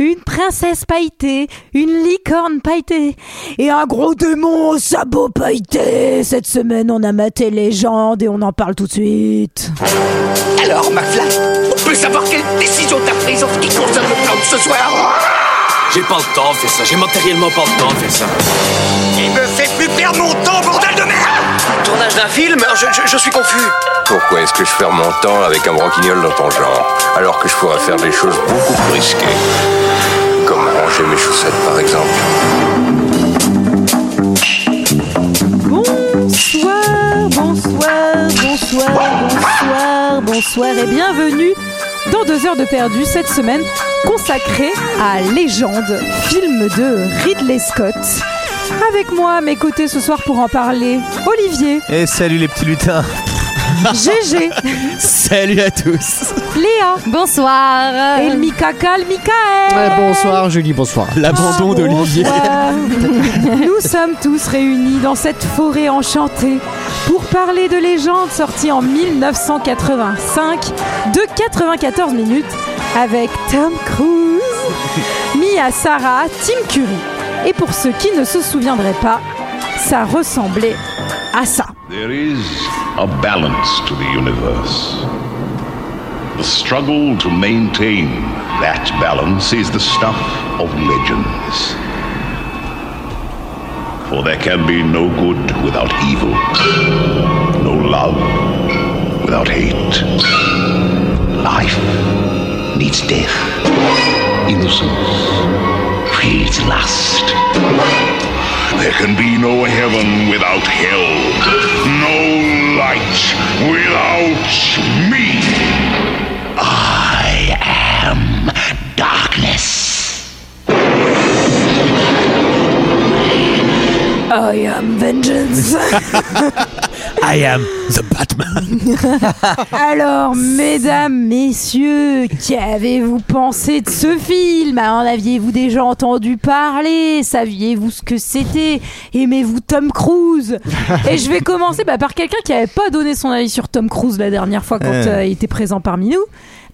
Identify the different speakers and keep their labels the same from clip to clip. Speaker 1: une princesse pailletée, une licorne pailletée et un gros démon au sabot pailleté. Cette semaine, on a maté Légende et on en parle tout de suite.
Speaker 2: Alors, McFly, on peut savoir quelle décision t'as prise en ce qui concerne le plan de ce soir
Speaker 3: J'ai pas le temps de faire ça, j'ai matériellement pas le temps de faire ça.
Speaker 2: Il me fait plus perdre mon temps, bordel de merde
Speaker 4: Tournage d'un film je, je- je suis confus.
Speaker 5: Pourquoi est-ce que je perds mon temps avec un branquignol dans ton genre Alors que je pourrais faire des choses beaucoup plus risquées. Comme ranger mes chaussettes par exemple.
Speaker 1: Bonsoir, bonsoir, bonsoir, bonsoir, bonsoir et bienvenue dans deux heures de perdu cette semaine consacrée à Légende, film de Ridley Scott. Avec moi à mes côtés ce soir pour en parler, Olivier,
Speaker 6: Et Eh, salut les petits lutins
Speaker 1: GG,
Speaker 6: Salut à tous
Speaker 1: Léa
Speaker 7: Bonsoir.
Speaker 1: et le Mikaka, le Mikael.
Speaker 8: bonsoir Julie, bonsoir.
Speaker 6: L'abandon d'Olivier
Speaker 1: Bonsoir. Nous sommes tous réunis dans cette forêt enchantée pour parler de légende sortie en 1985 de 94 minutes avec Tom Cruise, Mia Sara, Tim Curry. Et pour ceux qui ne se souviendraient pas, ça ressemblait à ça.
Speaker 9: There is a balance to the universe. The struggle to maintain that balance is the stuff of legends. For there can be no good without evil, no love without hate. Life needs death. Innocence feeds lust. There can be no heaven without hell, no light without me. I am darkness.
Speaker 1: I am vengeance.
Speaker 6: I am the Batman
Speaker 1: Alors, mesdames, messieurs, qu'avez-vous pensé de ce film Ah, En aviez-vous déjà entendu parler Saviez-vous ce que c'était Aimez-vous Tom Cruise Et je vais commencer bah, par quelqu'un qui n'avait pas donné son avis sur Tom Cruise la dernière fois quand
Speaker 6: Euh.
Speaker 1: euh, il était présent parmi nous.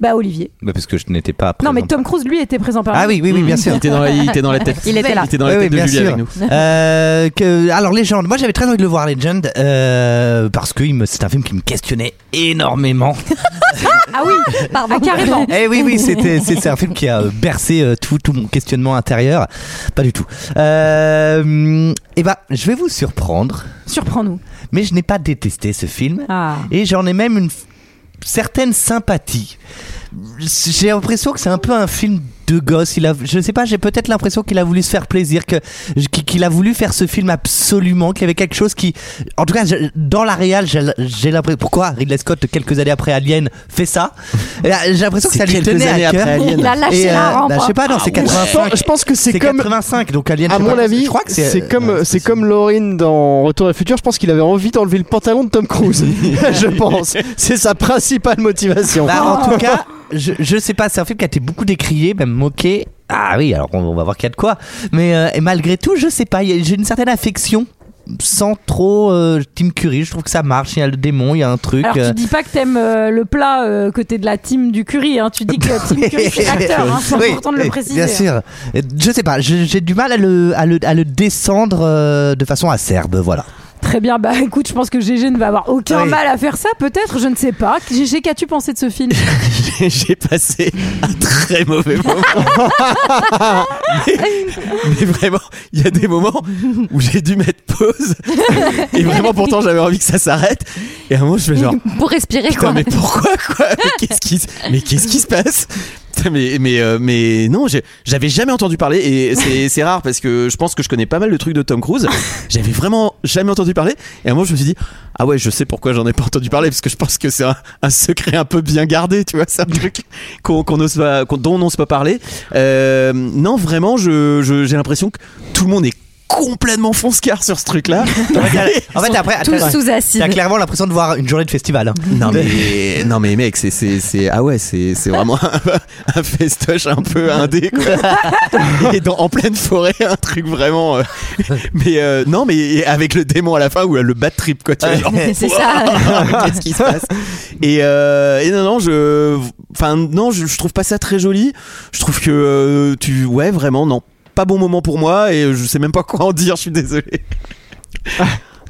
Speaker 1: Bah, Olivier.
Speaker 6: bah Parce que je n'étais pas
Speaker 1: Non, mais hein.
Speaker 6: présent.
Speaker 1: Tom Cruise, lui, était présent parmi
Speaker 6: Ah oui, oui, oui, bien sûr
Speaker 8: Il était dans la, il était dans la tête.
Speaker 1: Il était là.
Speaker 8: Il était dans la
Speaker 6: Oui,
Speaker 8: tête
Speaker 6: oui,
Speaker 8: de
Speaker 6: bien
Speaker 8: Julie
Speaker 6: sûr.
Speaker 8: avec nous.
Speaker 6: Euh, que, alors Legend, moi j'avais très envie de le voir Legend euh, parce que il me- c'est un film qui me questionnait énormément.
Speaker 1: nous. Ah oui, pardon, carrément.
Speaker 6: Eh oui oui, c'était c'est c'est un film qui a bercé euh, tout tout mon questionnement intérieur. Pas du tout. Euh, et bah je vais vous surprendre,
Speaker 1: Surprends-nous.
Speaker 6: mais je n'ai pas détesté ce film.
Speaker 1: Ah.
Speaker 6: Et j'en ai même une f- certaine sympathie. J'ai l'impression que c'est un peu un film de gosse. Il a, je sais pas, j'ai peut-être l'impression qu'il a voulu se faire plaisir, que qu'il qu'il a voulu faire ce film absolument, qu'il y avait quelque chose qui, en tout cas, je- dans la réal, j'ai j'ai l'impression. Pourquoi Ridley Scott, quelques années après Alien, fait ça Et, euh, J'ai l'impression que
Speaker 8: C'est
Speaker 6: ça lui
Speaker 8: quelques
Speaker 6: tenait
Speaker 8: années
Speaker 6: à
Speaker 8: après
Speaker 6: cœur.
Speaker 8: Alien.
Speaker 1: Il a lâché
Speaker 6: Et, euh,
Speaker 1: la rampe. Ah
Speaker 6: bah, je sais pas, non, c'est
Speaker 8: Je
Speaker 6: 85.
Speaker 8: pense- Je pense que c'est
Speaker 6: C'est
Speaker 8: comme,
Speaker 6: 85, donc Alien. je
Speaker 8: à
Speaker 6: sais pas,
Speaker 8: mon avis,
Speaker 6: je crois que
Speaker 8: c'est comme,
Speaker 6: euh,
Speaker 8: c'est comme Laurine dans Retour vers le futur. Je pense qu'il avait envie d'enlever le pantalon de Tom Cruise. je pense. C'est sa principale motivation.
Speaker 6: Bah, en
Speaker 1: Oh.
Speaker 6: tout cas, je, je sais pas, c'est un film qui a été beaucoup décrié, même moqué. Ah oui, alors on, on va voir qu'il y a de quoi. Mais euh, et malgré tout, je sais pas, il y a- j'ai une certaine affection sans trop euh, Tim Curry. Je trouve que ça marche. Il y a le démon, il y a un truc.
Speaker 1: Alors,
Speaker 6: euh,
Speaker 1: tu dis pas que t'aimes euh, le plat euh, que t'es de la team du curry, hein. tu dis que Tim Curry c'est l'acteur, hein. c'est
Speaker 6: euh, Oui,
Speaker 1: important de le
Speaker 6: oui,
Speaker 1: préciser.
Speaker 6: Bien sûr. Et Je sais pas, je- j'ai du mal à le, à le, à le descendre euh, de façon acerbe, voilà.
Speaker 1: Très bien, bah écoute, je pense que GG ne va avoir aucun
Speaker 6: Oui.
Speaker 1: mal à faire ça, peut-être, je ne sais pas. GG, qu'as-tu pensé de ce film
Speaker 10: J'ai passé un très mauvais moment. mais, mais vraiment, il y a des moments où j'ai dû mettre pause. Et vraiment, pourtant, j'avais envie que ça s'arrête. Et à un moment, je fais genre,
Speaker 7: Pour respirer
Speaker 10: putain,
Speaker 7: quoi.
Speaker 10: mais pourquoi quoi Mais qu'est-ce qui, se- mais qu'est-ce qui se passe Putain, mais, mais, euh, mais non, j'ai- j'avais jamais entendu parler et c'est, c'est rare parce que je pense que je connais pas mal de trucs de Tom Cruise. J'avais vraiment jamais entendu parler et à un moment je me suis dit ah ouais je sais pourquoi j'en ai pas entendu parler parce que je pense que c'est un, un secret un peu bien gardé tu vois c'est un truc qu'on, qu'on n'ose pas, qu'on- dont on n'ose pas parler. Euh, non vraiment je, je- j'ai l'impression que tout le monde est
Speaker 11: complètement fonce-car sur ce truc-là.
Speaker 6: En fait, après,
Speaker 7: tous
Speaker 6: t'as-
Speaker 7: sous acide.
Speaker 6: T'as clairement l'impression de voir une journée de festival. hein.
Speaker 11: Non mais non mais mec c'est c'est c'est ah ouais c'est c'est vraiment un, un festoche un peu indé quoi. et dans, en pleine forêt un truc vraiment euh, mais euh, non mais avec le démon à la fin ou le bad trip quoi tu
Speaker 6: euh,
Speaker 11: vois, genre,
Speaker 7: C'est
Speaker 10: Oh,
Speaker 7: ça.
Speaker 11: qu'est-ce qui se passe et, euh, et non non je enfin non je, je trouve pas ça très joli je trouve que euh, tu ouais vraiment non pas bon moment pour moi et je sais même pas quoi en dire je suis désolé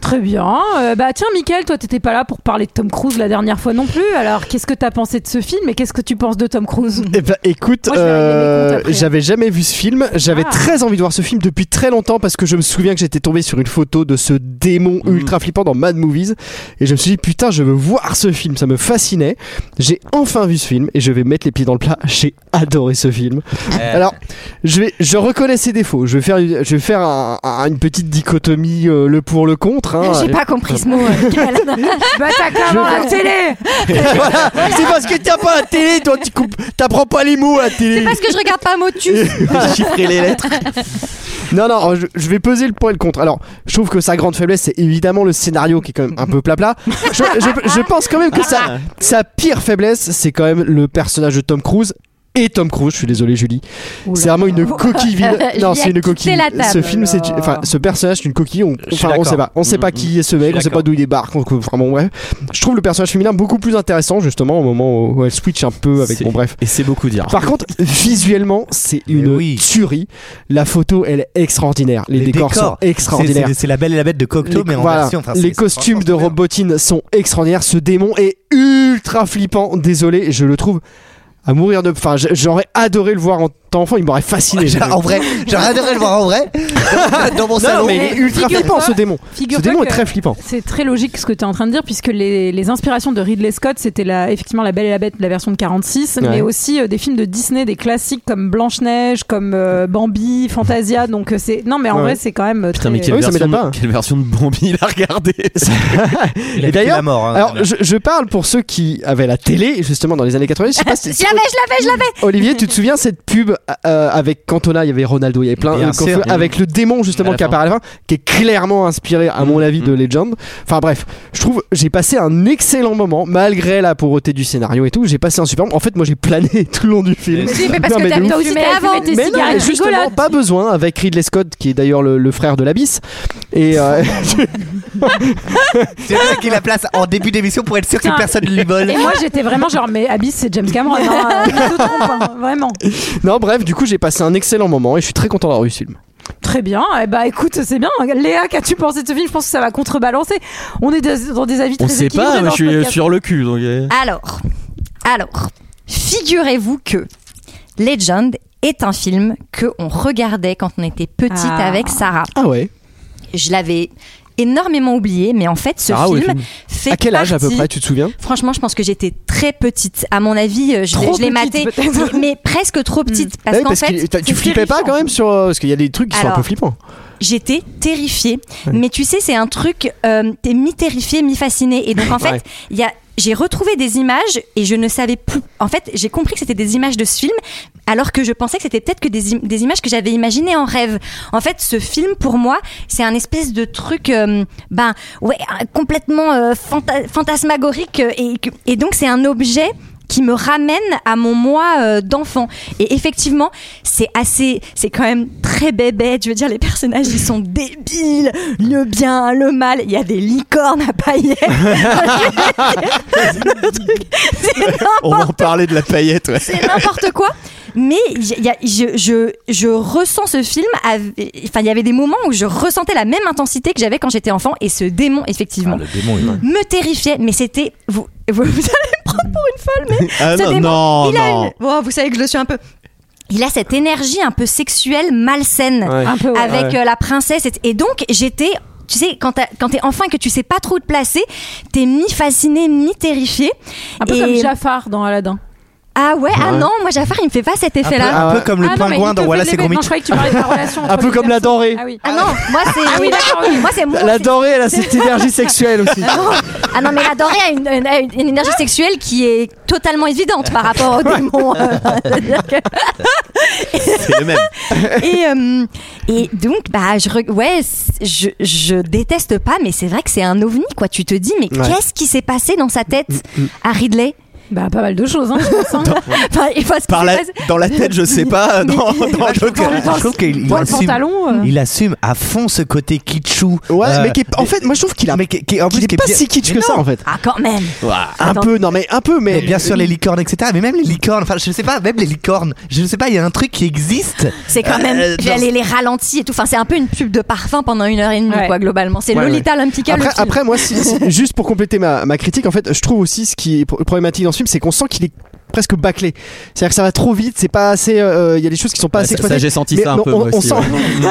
Speaker 1: Très bien. Euh, bah tiens, Michael, toi, t'étais pas là pour parler de Tom Cruise la dernière fois non plus. Alors, qu'est-ce que t'as pensé de ce film et qu'est-ce que tu penses de Tom Cruise
Speaker 10: Eh ben, écoute,
Speaker 1: Moi, je vais régler mes comptes
Speaker 10: euh,
Speaker 1: après.
Speaker 10: j'avais jamais vu ce film. J'avais
Speaker 1: Ah.
Speaker 10: très envie de voir ce film depuis très longtemps parce que je me souviens que j'étais tombé sur une photo de ce démon
Speaker 11: Mhm.
Speaker 10: ultra flippant dans Mad Movies et je me suis dit putain, je veux voir ce film. Ça me fascinait. J'ai enfin vu ce film et je vais mettre les pieds dans le plat. J'ai adoré ce film. Alors, je vais, je reconnais ses défauts. Je vais faire, une- je vais faire un- un- une petite dichotomie euh, le pour le contre. hein.
Speaker 7: J'ai pas compris ce mot. euh, Cal.
Speaker 1: Bah t'as clairement la télé.
Speaker 10: Voilà. C'est parce que t'as pas la télé, toi, tu coupes, t'apprends pas les mots à la télé.
Speaker 7: C'est parce que je regarde pas Motus.
Speaker 11: chiffrer les lettres
Speaker 10: Non, non, je, je vais peser le point et le contre. Alors, je trouve que sa grande faiblesse, c'est évidemment le scénario qui est quand même un peu plat-plat. Je, je- je pense quand même que sa, sa pire faiblesse, c'est quand même le personnage de Tom Cruise. Et Tom Cruise, je suis désolé Julie, c'est vraiment une coquille vide.
Speaker 7: Il
Speaker 10: Non,
Speaker 7: a
Speaker 10: c'est
Speaker 7: quitté
Speaker 10: une coquille.
Speaker 7: la table.
Speaker 10: Ce film, c'est, enfin, ce personnage, c'est une coquille. On,
Speaker 6: Je suis
Speaker 10: enfin, on
Speaker 6: d'accord.
Speaker 10: sait pas, on sait pas qui est ce mec, on sait pas d'où il débarque. on- Enfin bon, bref. Je trouve le personnage féminin beaucoup plus intéressant justement au moment où elle switch un peu avec.
Speaker 11: C'est-
Speaker 10: Bon bref.
Speaker 11: et c'est beaucoup dire
Speaker 10: Par contre, visuellement, c'est une
Speaker 6: Mais oui.
Speaker 10: tuerie. La photo, elle est extraordinaire. Les, décors, sont
Speaker 6: c'est-
Speaker 10: extraordinaires.
Speaker 6: c'est- C'est la belle et la bête de Cocteau,
Speaker 10: Les-
Speaker 6: mais en
Speaker 10: voilà.
Speaker 6: version française.
Speaker 10: les costumes de Robotine sont extraordinaires. Ce démon est ultra flippant. Désolé, je le trouve à mourir de. Enfin, j- j'aurais adoré le voir en tant enfant. Il m'aurait fasciné.
Speaker 6: Genre, En vrai, j'aurais adoré le voir en vrai. Dans mon
Speaker 10: Non,
Speaker 6: salon.
Speaker 10: mais il est ultra
Speaker 1: Figure-toi-
Speaker 10: flippant ce démon. Ce
Speaker 1: Figure-toi
Speaker 10: démon est
Speaker 1: que-
Speaker 10: très flippant.
Speaker 1: C'est très logique ce que tu es en train de dire, puisque les, les inspirations de Ridley Scott, c'était la, effectivement La Belle et la Bête, la version de 46, mais
Speaker 10: Ouais.
Speaker 1: aussi euh, des films de Disney, des classiques comme Blanche-Neige, comme euh, Bambi, Fantasia. Donc, euh, c'est. Non, mais en
Speaker 10: Ouais.
Speaker 1: vrai, c'est quand même. euh,
Speaker 11: Putain,
Speaker 1: très-
Speaker 11: mais quelle,
Speaker 10: Ah oui, ça
Speaker 11: version,
Speaker 10: m'étonne pas.
Speaker 11: de- quelle version de Bambi il a regardé
Speaker 6: Il a vécu
Speaker 10: d'ailleurs,
Speaker 6: la mort. hein.
Speaker 10: Alors, je, je parle pour ceux qui avaient la télé, justement, dans les années 80. Je sais pas si,
Speaker 7: Je l'avais, je l'avais, je l'avais.
Speaker 10: Olivier, tu te souviens cette pub euh, avec Cantona, il y avait Ronaldo, il y avait plein
Speaker 6: Bien
Speaker 10: euh,
Speaker 6: sûr.
Speaker 10: Cantona, avec le démon
Speaker 11: À
Speaker 10: justement
Speaker 11: la
Speaker 10: qui
Speaker 11: fin. Mm,
Speaker 10: apparaît à la fin, qui est clairement inspiré à mon avis de Legend. Enfin bref, je trouve j'ai passé un excellent moment malgré la pauvreté du scénario et tout. J'ai passé un super moment. En fait, moi j'ai plané tout le long du film.
Speaker 7: Oui, mais parce
Speaker 10: Non,
Speaker 7: que
Speaker 10: mais
Speaker 7: t'as
Speaker 10: de
Speaker 7: vu
Speaker 10: ouf.
Speaker 7: aussi
Speaker 1: Fumer,
Speaker 7: avant.
Speaker 1: fumer tes
Speaker 10: Mais non, mais
Speaker 1: cigarettes
Speaker 10: justement,
Speaker 1: rigolotes.
Speaker 10: pas besoin avec Ridley Scott, qui est d'ailleurs le, le frère de l'abysse. Et euh,
Speaker 6: C'est vrai qu'il la place en début d'émission pour être sûr
Speaker 1: Putain.
Speaker 6: que personne ne lui vole.
Speaker 1: Et moi, j'étais vraiment genre, mais Abyss, c'est James Cameron. hein, euh, je te trompe, hein, vraiment.
Speaker 10: non, bref, du coup, j'ai passé un excellent moment et je suis très content d'avoir vu ce film.
Speaker 1: Très bien. Eh bah, écoute, c'est bien. Léa, qu'as-tu pensé de ce film Je pense que ça va contrebalancer. On est des- dans des avis très
Speaker 11: On sait
Speaker 1: équilibrés
Speaker 11: pas,
Speaker 1: dans
Speaker 11: je
Speaker 1: ce
Speaker 11: suis
Speaker 1: podcast.
Speaker 11: sur le cul. Donc... euh.
Speaker 7: Alors, alors, figurez-vous que Legend est un film que on regardait quand on était petite
Speaker 1: Ah.
Speaker 7: avec Sarah.
Speaker 10: Ah ouais.
Speaker 7: Je l'avais énormément oublié, mais en fait, ce
Speaker 10: Sarah, ou le
Speaker 7: film,
Speaker 10: film
Speaker 7: fait
Speaker 10: À quel âge à peu
Speaker 7: partie-
Speaker 10: près, tu te souviens
Speaker 7: Franchement, je pense que j'étais très petite. À mon avis, euh, je l'ai-
Speaker 1: Trop
Speaker 7: je l'ai maté,
Speaker 1: petite, peut-être. Hmm.
Speaker 7: mais, mais presque trop petite parce
Speaker 8: Eh
Speaker 10: Ouais,
Speaker 7: qu'en fait,
Speaker 10: qu'il- t'as- tu
Speaker 1: c'est
Speaker 10: flippais pas
Speaker 1: terrifiant.
Speaker 10: quand même sur euh, parce qu'il y a des trucs qui sont un
Speaker 7: Alors,
Speaker 10: peu flippants.
Speaker 7: j'étais terrifiée.
Speaker 10: Ouais.
Speaker 7: Mais tu sais, c'est un truc, euh, t'es mi-terrifiée, mi-fascinée. Et donc, en
Speaker 10: Ouais.
Speaker 7: fait, il y a. J'ai retrouvé des images et je ne savais plus. En fait, j'ai compris que c'était des images de ce film, alors que je pensais que c'était peut-être que des, im- des images que j'avais imaginées en rêve. En fait, ce film pour moi, c'est un espèce de truc, euh, ben ouais, euh, complètement euh, fanta- fantasmagorique euh, et, que- et donc c'est un objet qui me ramène à mon moi euh, d'enfant. Et effectivement, c'est assez, c'est quand même très bébête. Je veux dire, les personnages, ils sont débiles. Le bien, le mal. Il y a des licornes à paillettes. Le truc, c'est
Speaker 11: On va en parler de la paillette, ouais.
Speaker 7: c'est n'importe quoi. Mais j- y a- je, je, je ressens ce film. av- Enfin, il y avait des moments où je ressentais la même intensité que j'avais quand j'étais enfant. Et ce démon, effectivement,
Speaker 6: Ah, démon est
Speaker 7: me terrifiait. Mais c'était. Vous, vous, vous allez me prendre pour une folle, mais.
Speaker 11: Ah
Speaker 7: ce
Speaker 11: non,
Speaker 7: démon,
Speaker 11: non,
Speaker 7: il a
Speaker 11: non.
Speaker 7: une- Bon, vous savez que je le suis un peu. Il a cette énergie un peu sexuelle, malsaine
Speaker 1: Un peu, ouais.
Speaker 7: avec
Speaker 10: Ouais.
Speaker 7: euh, la princesse. et- Et donc, j'étais. Tu sais, quand t'as- quand t'es enfant et que tu sais pas trop où te placer, t'es mi fasciné, mi terrifié.
Speaker 1: Un peu
Speaker 7: Et-
Speaker 1: comme Jafar dans Aladdin.
Speaker 7: Ah ouais, ah non, moi Jafar, il me fait pas cet
Speaker 6: Un peu,
Speaker 7: effet-là.
Speaker 6: un peu comme le
Speaker 1: Ah non, mais il
Speaker 6: pingouin
Speaker 1: te
Speaker 6: dans
Speaker 1: fait
Speaker 6: Voilà,
Speaker 1: des
Speaker 6: c'est
Speaker 1: bêtes.
Speaker 6: comique.
Speaker 1: Non, je croyais que tu parlais de la relation.
Speaker 8: Un peu comme la denrée.
Speaker 1: oui.
Speaker 7: Ah non, moi c'est.
Speaker 1: Ah oui, d'accord, oui.
Speaker 7: Moi c'est mon-
Speaker 8: La
Speaker 7: c'est-
Speaker 8: denrée, elle a cette énergie sexuelle aussi.
Speaker 7: Ah non, mais la denrée a une, une- a une énergie sexuelle qui est totalement évidente par rapport au démon. euh, c'est-à-dire que-
Speaker 10: C'est le même.
Speaker 7: et, euh, et donc, bah, je, re- ouais, c'est- je, je déteste pas, mais c'est vrai que c'est un ovni, quoi. Tu te dis, mais
Speaker 8: Ouais.
Speaker 7: qu'est-ce qui s'est passé dans sa tête à Ridley
Speaker 1: Bah, pas mal de choses, hein, je pense.
Speaker 11: Bah,
Speaker 1: hein.
Speaker 7: Enfin, il faut- ce qui
Speaker 10: Par
Speaker 7: s'est
Speaker 10: la,
Speaker 7: passé-
Speaker 10: dans la tête, je sais pas. Dans, dans le
Speaker 1: Dans le-
Speaker 10: corps.
Speaker 1: dans
Speaker 6: je trouve qu'il- il
Speaker 1: dans le
Speaker 6: assume.
Speaker 1: pantalon. euh,
Speaker 6: Il assume à fond ce côté kitschou.
Speaker 8: Ouais,
Speaker 6: euh,
Speaker 8: mais qui est- en fait, moi je trouve qu'il a.
Speaker 6: mais qui- qui- en plus,
Speaker 8: qu'il est
Speaker 6: qui est
Speaker 8: pas
Speaker 6: bien-
Speaker 8: si kitsch
Speaker 6: Mais
Speaker 8: que ça
Speaker 6: non.
Speaker 8: en fait.
Speaker 7: Ah, quand même.
Speaker 10: Ouah.
Speaker 8: Un
Speaker 7: Attends.
Speaker 8: peu, non mais un peu, mais. euh,
Speaker 6: Mais bien sûr les licornes, etc. Mais même les licornes, enfin je sais pas, même les licornes, je sais pas, il y a un truc qui existe.
Speaker 7: C'est quand même.
Speaker 6: Euh, dans-
Speaker 7: les, les ralentis et tout. Enfin, c'est un peu une pub de parfum pendant une heure et demie,
Speaker 1: Ouais.
Speaker 7: quoi, globalement. C'est
Speaker 8: Ouais,
Speaker 7: Lolita Lumptica. le
Speaker 8: Après,
Speaker 7: film.
Speaker 8: après, moi, si- si- juste pour compléter ma, ma critique, en fait, je trouve aussi ce qui est pro- problématique dans ce film, c'est qu'on sent qu'il est presque bâclé. C'est-à-dire que ça va trop vite, c'est pas assez. euh, Il y a des choses qui sont pas
Speaker 10: Ouais,
Speaker 8: assez
Speaker 10: ça- ça,
Speaker 8: exploitées.
Speaker 10: j'ai senti
Speaker 8: Mais
Speaker 10: ça un
Speaker 8: non,
Speaker 10: peu,
Speaker 8: on,
Speaker 10: moi
Speaker 8: on
Speaker 10: aussi,
Speaker 8: sent,
Speaker 10: ouais.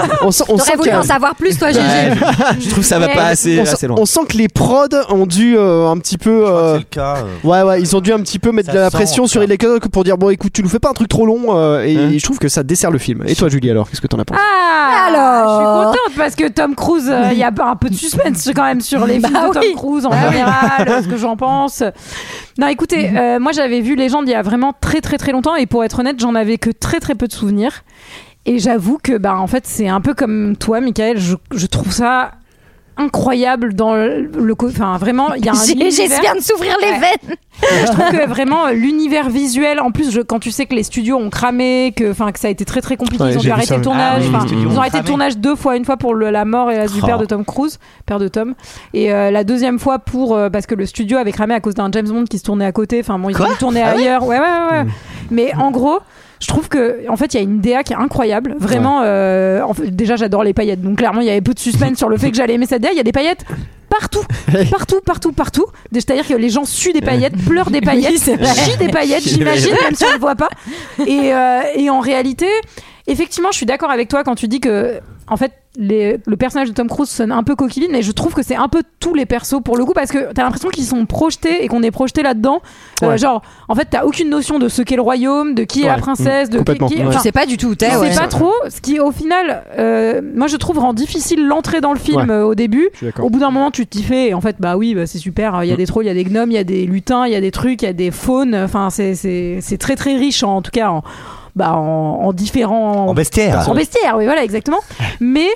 Speaker 8: on sent, on sent
Speaker 7: T'aurais voulu
Speaker 8: qu'il y a-
Speaker 7: en savoir plus, toi, Gégé.
Speaker 10: Ouais, je trouve que ça va pas assez,
Speaker 8: on sent-
Speaker 10: assez loin.
Speaker 8: on sent que les prods ont dû euh, un petit peu. euh, Ouais, ouais, ils ont dû un petit peu mettre
Speaker 6: Ça
Speaker 8: de la
Speaker 6: sent,
Speaker 8: pression
Speaker 6: en tout
Speaker 8: sur
Speaker 6: cas.
Speaker 8: les codes pour dire bon, écoute, tu nous fais pas un truc trop long, euh, et
Speaker 10: Hein
Speaker 8: je trouve que ça dessert le film. Et toi, Julie, alors, qu'est-ce que t'en as pensé
Speaker 1: Ah
Speaker 7: Alors
Speaker 1: Je suis contente parce que Tom Cruise, euh, il y a un peu de suspense quand même sur les films
Speaker 7: Bah
Speaker 1: de Tom
Speaker 7: oui. Mhm.
Speaker 1: Cruise en général, ce que j'en pense. Non, écoutez, euh, moi j'avais vu Légende il y a vraiment très très très longtemps et pour être honnête, j'en avais que très très peu de souvenirs. Et j'avoue que bah en fait c'est un peu comme toi, Michael. Je, je trouve ça incroyable dans le, le co- enfin vraiment il y a un
Speaker 7: Gégé se
Speaker 1: univers
Speaker 7: vient de s'ouvrir les
Speaker 1: Ouais.
Speaker 7: veines.
Speaker 1: je trouve que vraiment euh, l'univers visuel en plus je- quand tu sais que les studios ont cramé que enfin que ça a été très très compliqué
Speaker 8: Ouais,
Speaker 1: ils ont dû
Speaker 8: j'ai vu
Speaker 1: arrêter
Speaker 8: ça,
Speaker 1: le
Speaker 8: oui.
Speaker 1: tournage
Speaker 6: Ah oui,
Speaker 1: enfin,
Speaker 6: les
Speaker 1: ils
Speaker 6: studios
Speaker 1: ont
Speaker 6: ont
Speaker 1: arrêté le
Speaker 6: cramé.
Speaker 1: tournage deux fois une fois pour le- la mort et la du
Speaker 10: Oh.
Speaker 1: père de Tom Cruise père de Tom et euh, la deuxième fois pour euh, parce que le studio avait cramé à cause d'un James Bond qui se tournait à côté enfin bon ils ont tourné ailleurs ouais ouais ouais, ouais. mais en gros je trouve que en fait il y a une DA qui est incroyable vraiment euh, en fait, déjà j'adore les paillettes donc clairement il y avait peu de suspense sur le fait que j'allais aimer cette DA il y a des paillettes partout partout, partout, partout. C'est-à-dire que les gens suent des paillettes, pleurent des paillettes, chient des paillettes, j'imagine, même si on ne le voit pas. Et, euh, et en réalité, effectivement, je suis d'accord avec toi quand tu dis que, en fait, les- le personnage de Tom Cruise sonne un peu coquilline, mais je trouve que c'est un peu tous les persos pour le coup, parce que t'as l'impression qu'ils sont projetés et qu'on est projeté là-dedans. Euh,
Speaker 8: Ouais.
Speaker 1: genre, en fait, t'as aucune notion de ce qu'est le royaume, de qui est la
Speaker 8: Ouais,
Speaker 1: princesse, de qui,
Speaker 8: complètement,
Speaker 1: qui
Speaker 8: ouais.
Speaker 1: enfin,
Speaker 7: Je sais pas du tout où
Speaker 1: je
Speaker 7: t'es. ouais.
Speaker 1: sais pas trop, ce qui au final, euh, moi je trouve rend difficile l'entrée dans le film
Speaker 8: Ouais.
Speaker 1: euh, au début.
Speaker 8: Je suis d'accord. Mm.
Speaker 1: Au bout d'un moment, tu t'y fais, et en fait, bah oui, bah, c'est super. Il y a des trolls, il y a des gnomes, il y a des lutins, il y a des trucs, il y a des faunes. Enfin, c'est- c'est c'est très très riche, en, en tout cas, en, bah, en, en différents.
Speaker 6: En bestiaire.
Speaker 1: En bestiaire, oui, voilà, exactement. Mais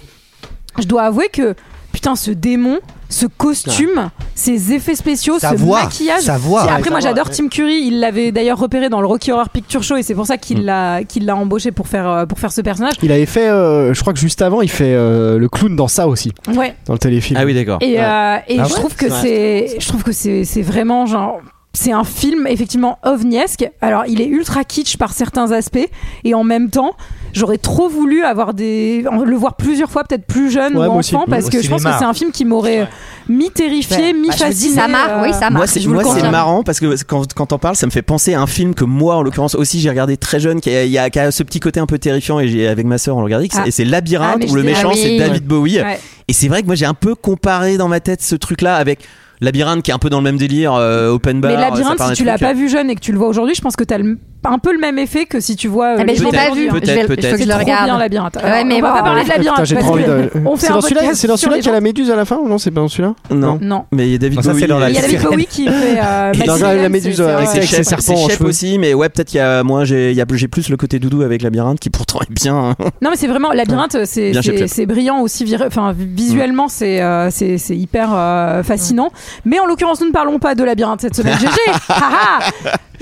Speaker 1: je dois avouer que, putain, ce démon, ce costume, ces effets spéciaux,
Speaker 6: Sa
Speaker 1: ce
Speaker 6: voix,
Speaker 1: maquillage.
Speaker 6: sa voix.
Speaker 1: Si,
Speaker 6: Ouais,
Speaker 1: Après,
Speaker 6: sa
Speaker 1: moi,
Speaker 6: voix,
Speaker 1: j'adore Tim Curry. Il l'avait d'ailleurs repéré dans le Rocky Horror Picture Show et c'est pour ça qu'il l'a qu'il l'a embauché pour faire, euh, pour faire ce personnage.
Speaker 8: Il avait fait, euh, je crois que juste avant, il fait euh, le clown dans ça aussi,
Speaker 1: Ouais.
Speaker 8: dans le téléfilm.
Speaker 10: Ah oui, d'accord.
Speaker 1: Et, euh, et
Speaker 6: Ah
Speaker 1: je,
Speaker 6: ouais
Speaker 1: trouve que c'est, je trouve que c'est c'est vraiment genre. C'est un film effectivement ovniesque. Alors, il est ultra kitsch par certains aspects, et en même temps, j'aurais trop voulu avoir des en- le voir plusieurs fois, peut-être plus jeune
Speaker 8: Ouais,
Speaker 1: ou
Speaker 8: moi aussi.
Speaker 1: enfant, parce
Speaker 6: Au
Speaker 1: que je pense que
Speaker 6: cinéma.
Speaker 1: c'est un film qui m'aurait mi terrifié, mi
Speaker 7: Bah, je vous dis,
Speaker 1: fasciné. euh.
Speaker 7: ça marche, oui, ça marche.
Speaker 10: Moi, c'est
Speaker 7: je vous le
Speaker 10: moi, c'est
Speaker 7: confirme.
Speaker 10: marrant parce que quand, quand t'en parles, ça me fait penser à un film que moi, en l'occurrence, aussi j'ai regardé très jeune, qui a, il y a, qui a ce petit côté un peu terrifiant, et j'ai- avec ma sœur, on le regardait, qui-
Speaker 1: Ah.
Speaker 10: et c'est Labyrinthe,
Speaker 1: Ah, mais je
Speaker 10: où le
Speaker 1: sais-
Speaker 10: méchant,
Speaker 7: ah oui.
Speaker 10: c'est David Bowie.
Speaker 1: Ouais.
Speaker 10: Et c'est vrai que moi, j'ai un peu comparé dans ma tête ce truc-là avec Labyrinthe, qui est un peu dans le même délire, euh, open bar.
Speaker 8: Bah,
Speaker 1: Mais
Speaker 10: ça
Speaker 1: Labyrinthe,
Speaker 10: parle
Speaker 1: si
Speaker 10: d'un
Speaker 1: tu l'as
Speaker 10: truc,
Speaker 1: pas vu jeune et que tu le vois aujourd'hui, je pense que t'as le- un peu le même effet que si tu vois. euh,
Speaker 7: Ah, mais je l'ai
Speaker 10: Peut-être,
Speaker 7: pas vu.
Speaker 10: peut-être,
Speaker 7: Je vais-
Speaker 10: peut-être.
Speaker 7: faut que je
Speaker 1: C'est
Speaker 7: le
Speaker 1: trop bien
Speaker 7: regarde.
Speaker 1: labyrinthe.
Speaker 7: Ouais,
Speaker 1: Alors,
Speaker 7: mais
Speaker 1: on va
Speaker 7: bon,
Speaker 1: pas parler de
Speaker 7: putain,
Speaker 1: Ah, labyrinthe.
Speaker 8: Putain, j'ai
Speaker 1: parce
Speaker 8: trop envie
Speaker 1: que
Speaker 8: de.
Speaker 1: on fait
Speaker 8: C'est
Speaker 1: un
Speaker 8: dans celui-là,
Speaker 1: podcast
Speaker 8: c'est dans
Speaker 1: sur
Speaker 8: celui-là
Speaker 1: les
Speaker 8: qu'il y a hein.
Speaker 1: gens.
Speaker 8: la méduse à la fin ou non C'est pas dans celui-là
Speaker 10: Non.
Speaker 1: Non.
Speaker 10: Mais il y a David
Speaker 6: Non, ça, c'est
Speaker 10: Bowie.
Speaker 6: dans la-
Speaker 1: Il y a David Bowie qui fait. euh,
Speaker 10: Et
Speaker 1: Maximilian,
Speaker 8: dans la
Speaker 1: c'est-
Speaker 8: méduse,
Speaker 1: c'est-
Speaker 8: euh,
Speaker 1: ouais.
Speaker 10: Et
Speaker 8: avec
Speaker 10: c'est
Speaker 8: ses
Speaker 10: chef,
Speaker 8: serpents
Speaker 10: c'est
Speaker 8: en
Speaker 10: chef
Speaker 8: cheveux.
Speaker 10: aussi, mais ouais, peut-être qu'il y a, moi, j'ai, il y a plus- j'ai plus le côté doudou avec Labyrinthe qui pourtant est bien. hein.
Speaker 1: Non, mais c'est vraiment labyrinthe. C'est
Speaker 10: Bien
Speaker 1: c'est-
Speaker 10: chef-chef.
Speaker 1: c'est brillant aussi. vir- Enfin, visuellement, c'est euh, c'est c'est hyper euh, fascinant. Mais en l'occurrence, nous ne parlons pas de labyrinthe cette semaine. GG. Ah, ah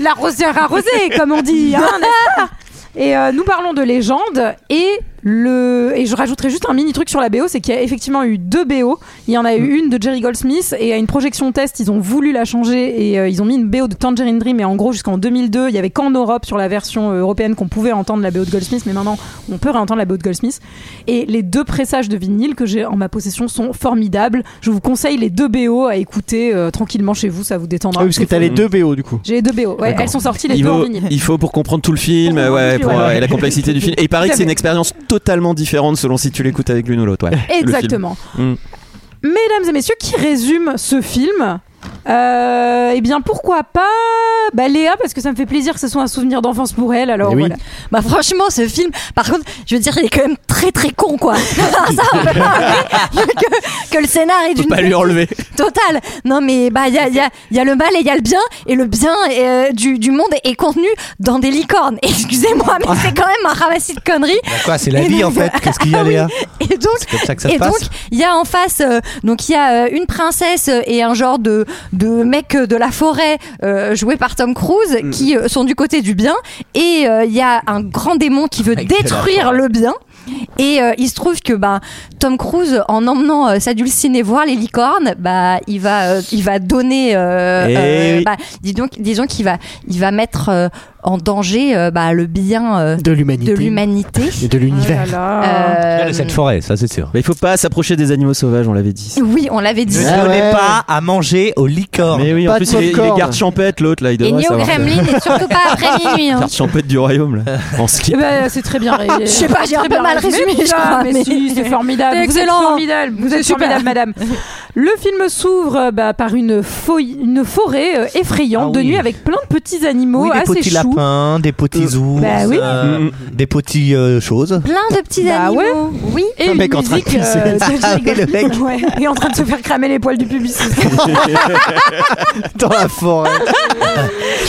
Speaker 1: La rosière arrosée, comme on dit. hein, n'est-ce pas et euh, nous parlons de légende et le et je rajouterai juste un mini truc sur la BO, c'est qu'il y a effectivement eu deux BO. Il y en a
Speaker 8: Mm.
Speaker 1: eu une de Jerry Goldsmith et à une projection test, ils ont voulu la changer et euh, ils ont mis une BO de Tangerine Dream. Et en gros, jusqu'en 2002, il y avait qu'en Europe sur la version euh, européenne qu'on pouvait entendre la BO de Goldsmith, mais maintenant on peut réentendre la BO de Goldsmith. Et les deux pressages de vinyle que j'ai en ma possession sont formidables. Je vous conseille les deux BO à écouter euh, tranquillement chez vous, ça vous
Speaker 8: Ah
Speaker 1: détendra.
Speaker 8: oui, parce que t'as les deux BO du coup.
Speaker 1: J'ai les deux BO. Ouais, elles sont sorties les
Speaker 10: il,
Speaker 1: deux en
Speaker 10: faut,
Speaker 1: vinyle. Ah,
Speaker 10: il faut pour comprendre tout le film,
Speaker 1: Pour
Speaker 10: euh, ouais,
Speaker 1: comprendre
Speaker 10: pour,
Speaker 1: le film,
Speaker 10: euh,
Speaker 1: ouais.
Speaker 10: et la complexité du film. Et il paraît
Speaker 1: Tout à
Speaker 10: que c'est une
Speaker 1: fait.
Speaker 10: expérience totalement différente selon si tu l'écoutes avec l'une ou l'autre. ouais, le film.
Speaker 1: Exactement.
Speaker 10: Mm.
Speaker 1: Mesdames et messieurs, qui résume ce film Euh, eh bien, pourquoi pas bah, Léa, parce que ça me fait plaisir que ce soit un souvenir d'enfance pour elle. Alors
Speaker 8: Eh oui.
Speaker 1: voilà.
Speaker 7: Bah franchement, ce film, par contre, je veux dire, il est quand même très très con, quoi. ça, on peut pas enlever que, que le scénar est
Speaker 10: On peut
Speaker 7: d'une
Speaker 10: pas lui enlever.
Speaker 7: totale. Non, mais bah il y a, il y a- il y a le mal et il y a le bien, et le bien euh, du, du monde est contenu dans des licornes. Excusez-moi,
Speaker 10: Ah.
Speaker 7: mais c'est quand même un ramassis de conneries.
Speaker 6: Bah Quoi, c'est la
Speaker 7: Et
Speaker 6: vie
Speaker 7: donc-
Speaker 6: en fait. Qu'est-ce qu'il y
Speaker 7: Ah
Speaker 6: a,
Speaker 7: oui.
Speaker 6: Léa
Speaker 7: Et donc,
Speaker 6: C'est comme ça que ça se
Speaker 7: et donc,
Speaker 6: passe.
Speaker 7: il y a en face, euh, donc il y a euh, une princesse et un genre de, de mec de la forêt euh, joué par Tom Cruise qui euh, sont du côté du bien. Et euh, il y a un grand démon qui veut détruire le bien. Et euh, il se trouve que bah, Tom Cruise, en emmenant euh, sa dulcinée voir les licornes, bah, il va, euh, il va donner. euh,
Speaker 10: Eh
Speaker 7: euh,
Speaker 10: oui.
Speaker 7: bah, dis donc, disons qu'il va, il va mettre euh, en danger euh, bah, le bien euh,
Speaker 8: De l'humanité.
Speaker 7: de l'humanité.
Speaker 8: Et de l'univers.
Speaker 1: Ah.
Speaker 7: Euh,
Speaker 6: Ah, Cette forêt, ça c'est sûr.
Speaker 10: Mais il faut pas s'approcher des animaux sauvages, on l'avait dit.
Speaker 7: oui, on l'avait dit.
Speaker 6: Ne
Speaker 8: Ah
Speaker 6: donnez
Speaker 8: ouais.
Speaker 6: pas à manger aux licornes.
Speaker 10: Mais oui, en
Speaker 8: Pas de
Speaker 10: plus, il est, il est
Speaker 8: popcorn.
Speaker 10: garde champêtre, l'autre, là, il
Speaker 7: Et
Speaker 10: devrait
Speaker 7: ni au
Speaker 10: savoir.
Speaker 1: hein.
Speaker 7: Kremlin, et surtout pas après minuit. hein.
Speaker 10: Garde champêtre du royaume, là. En ski.
Speaker 1: Eh ben, c'est très bien.
Speaker 7: Je sais pas, j'ai un
Speaker 1: Très
Speaker 7: peu
Speaker 1: bien
Speaker 7: mal résumé, je
Speaker 1: putain,
Speaker 7: crois,
Speaker 1: mais
Speaker 7: mais-
Speaker 1: si, c'est formidable.
Speaker 7: C'est
Speaker 1: Vous êtes
Speaker 7: excellent.
Speaker 1: formidable. Vous, êtes
Speaker 7: êtes super.
Speaker 1: formidable, madame. Le film s'ouvre euh, bah, par une, fo- une forêt euh, effrayante
Speaker 6: Ah
Speaker 1: de
Speaker 6: oui.
Speaker 1: nuit avec plein de petits animaux
Speaker 6: Oui, des
Speaker 1: assez
Speaker 6: petits
Speaker 1: choux.
Speaker 6: lapins, des petits ours,
Speaker 1: bah oui.
Speaker 6: euh,
Speaker 10: Mm,
Speaker 6: des petits euh, choses.
Speaker 7: Plein de petits
Speaker 1: Bah
Speaker 7: animaux.
Speaker 1: ouais.
Speaker 7: Oui.
Speaker 1: Et
Speaker 10: Un
Speaker 1: une
Speaker 10: mec en train de
Speaker 1: musique euh,
Speaker 6: pisser.
Speaker 1: de-
Speaker 6: Ah oui, le mec.
Speaker 1: Ouais, il est en train de se faire cramer les poils du pubis.
Speaker 8: Dans la forêt.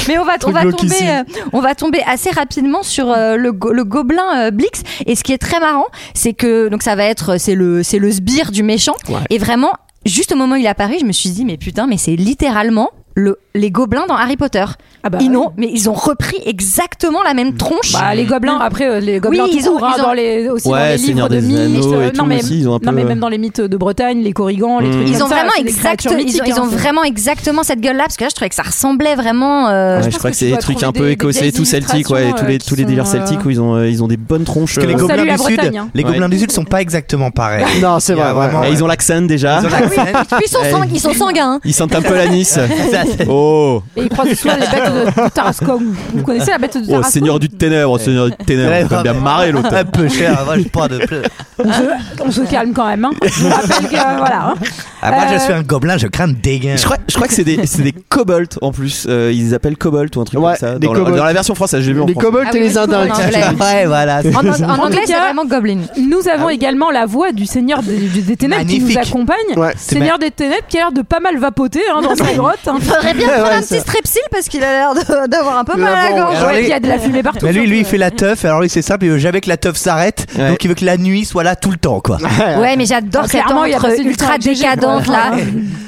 Speaker 7: Mais on va, on
Speaker 8: Truc
Speaker 7: va
Speaker 8: glauquissime.
Speaker 7: tomber, euh, on va tomber assez rapidement sur euh, le, go- le gobelin euh, Blix. Et ce qui est très marrant, c'est que donc ça va être, c'est le, c'est le sbire du méchant. Et vraiment, juste au moment où il apparaît, je me suis dit, mais putain, mais c'est littéralement. Le, les gobelins dans Harry Potter.
Speaker 1: Ah bah
Speaker 7: ils
Speaker 1: oui.
Speaker 7: n'ont, mais ils ont repris exactement la même tronche.
Speaker 1: Bah, les gobelins, après, euh, les gobelins
Speaker 7: Oui,
Speaker 1: tout
Speaker 7: ils ont-
Speaker 1: court, hein,
Speaker 7: ils ont-
Speaker 1: dans les, aussi
Speaker 10: Ouais,
Speaker 1: dans les livres
Speaker 10: Seigneur
Speaker 1: de
Speaker 10: des
Speaker 1: mythes.
Speaker 10: Anneaux et
Speaker 1: euh,
Speaker 10: tout
Speaker 1: non, mais,
Speaker 10: aussi, ils ont un
Speaker 1: non, mais
Speaker 10: peu-
Speaker 1: même dans les mythes de Bretagne, les corrigans, les
Speaker 10: Mm.
Speaker 1: trucs
Speaker 7: ils
Speaker 1: comme
Speaker 7: ont
Speaker 1: ça,
Speaker 7: vraiment
Speaker 1: c'est des
Speaker 7: exact,
Speaker 1: créatures
Speaker 7: ils ont,
Speaker 1: mythiques,
Speaker 7: ils ont
Speaker 1: hein, c'est-
Speaker 7: vraiment exactement cette gueule-là parce que là je trouvais que ça ressemblait vraiment. euh,
Speaker 10: Ouais,
Speaker 1: je
Speaker 10: Ah, je
Speaker 1: pense
Speaker 10: crois
Speaker 1: que
Speaker 10: que c'est
Speaker 1: tu
Speaker 10: des
Speaker 1: dois
Speaker 10: trucs
Speaker 1: trouver
Speaker 10: un peu
Speaker 1: des- des
Speaker 10: écossais,
Speaker 1: vieilles
Speaker 10: tout celtiques, ouais,
Speaker 1: illustrations,
Speaker 10: tous les,
Speaker 1: euh,
Speaker 10: tous les
Speaker 1: qui
Speaker 10: délires
Speaker 1: sont,
Speaker 10: celtiques où ils ont, euh, ils ont des bonnes tronches.
Speaker 6: Parce que les
Speaker 10: euh,
Speaker 1: gobelins
Speaker 6: gobelins
Speaker 1: la
Speaker 6: du sud,
Speaker 1: Bretagne, hein.
Speaker 6: les gobelins
Speaker 10: Ouais.
Speaker 6: du sud sont pas exactement pareils.
Speaker 8: Non, c'est
Speaker 6: Il y a
Speaker 8: vrai. ouais,
Speaker 6: vraiment-
Speaker 8: ouais.
Speaker 10: et ils ont l'accent
Speaker 1: Ah
Speaker 10: déjà.
Speaker 6: Ils ont l'accent.
Speaker 7: Puis ils sont, sang- ils sont sanguins. hein.
Speaker 10: Ils sentent un peu la Nice. Oh,
Speaker 1: Et ils croisent souvent les bêtes de, de Tarascon. Vous connaissez la bête de
Speaker 10: oh
Speaker 1: Tarascon
Speaker 10: seigneur du ténèbre, seigneur du ténèbre. On va bien marrer l'autre.
Speaker 6: Un peu cher, moi je prends de plus.
Speaker 1: On se calme quand même. Hein. Je vous rappelle que euh, voilà. hein.
Speaker 6: Ah, moi
Speaker 1: Euh,
Speaker 6: je suis un gobelin, je crains de dégain.
Speaker 10: Je crois, je crois que c'est des, c'est des kobolds en plus. Euh, ils les appellent kobolds ou un truc
Speaker 8: Ouais,
Speaker 10: comme ça.
Speaker 8: des
Speaker 10: Dans, la-
Speaker 8: kobolds.
Speaker 10: dans la version française, j'ai vu en
Speaker 8: Les
Speaker 10: France.
Speaker 8: kobolds
Speaker 7: Ah
Speaker 8: et
Speaker 7: oui,
Speaker 8: les
Speaker 7: mais
Speaker 8: indiens.
Speaker 7: je comprends, Oh, non, là.
Speaker 6: Ouais, voilà. c'est-
Speaker 7: En, en- en anglais,
Speaker 1: tout
Speaker 7: c'est
Speaker 1: cas-
Speaker 7: vraiment Goblin.
Speaker 1: Nous
Speaker 10: Ah
Speaker 1: avons également la voix du Seigneur des, des Ténèbres qui
Speaker 6: Magnifique.
Speaker 1: nous accompagne.
Speaker 8: Ouais.
Speaker 1: Seigneur des Ténèbres qui a l'air de pas mal vapoter hein, dans sa grotte. hein.
Speaker 7: Faudrait bien prendre
Speaker 8: Ouais,
Speaker 7: un
Speaker 8: ça.
Speaker 7: petit strepsil parce qu'il a l'air de- d'avoir un peu mal à la
Speaker 8: bon,
Speaker 7: gorge.
Speaker 6: alors,
Speaker 1: Ouais,
Speaker 6: les-
Speaker 1: puis il y a de la fumée partout.
Speaker 6: Mais lui, lui, il fait la teuf. Alors lui, c'est simple, il veut jamais que la teuf s'arrête.
Speaker 10: Ouais.
Speaker 6: Donc il veut que la nuit soit là tout le temps, quoi.
Speaker 7: Ouais, mais j'adore
Speaker 1: Alors,
Speaker 7: cette
Speaker 1: Ah, clairement, il y a
Speaker 7: entre
Speaker 1: passé du temps
Speaker 7: ultra
Speaker 1: avec GG,
Speaker 7: décadente
Speaker 1: quoi.
Speaker 7: là.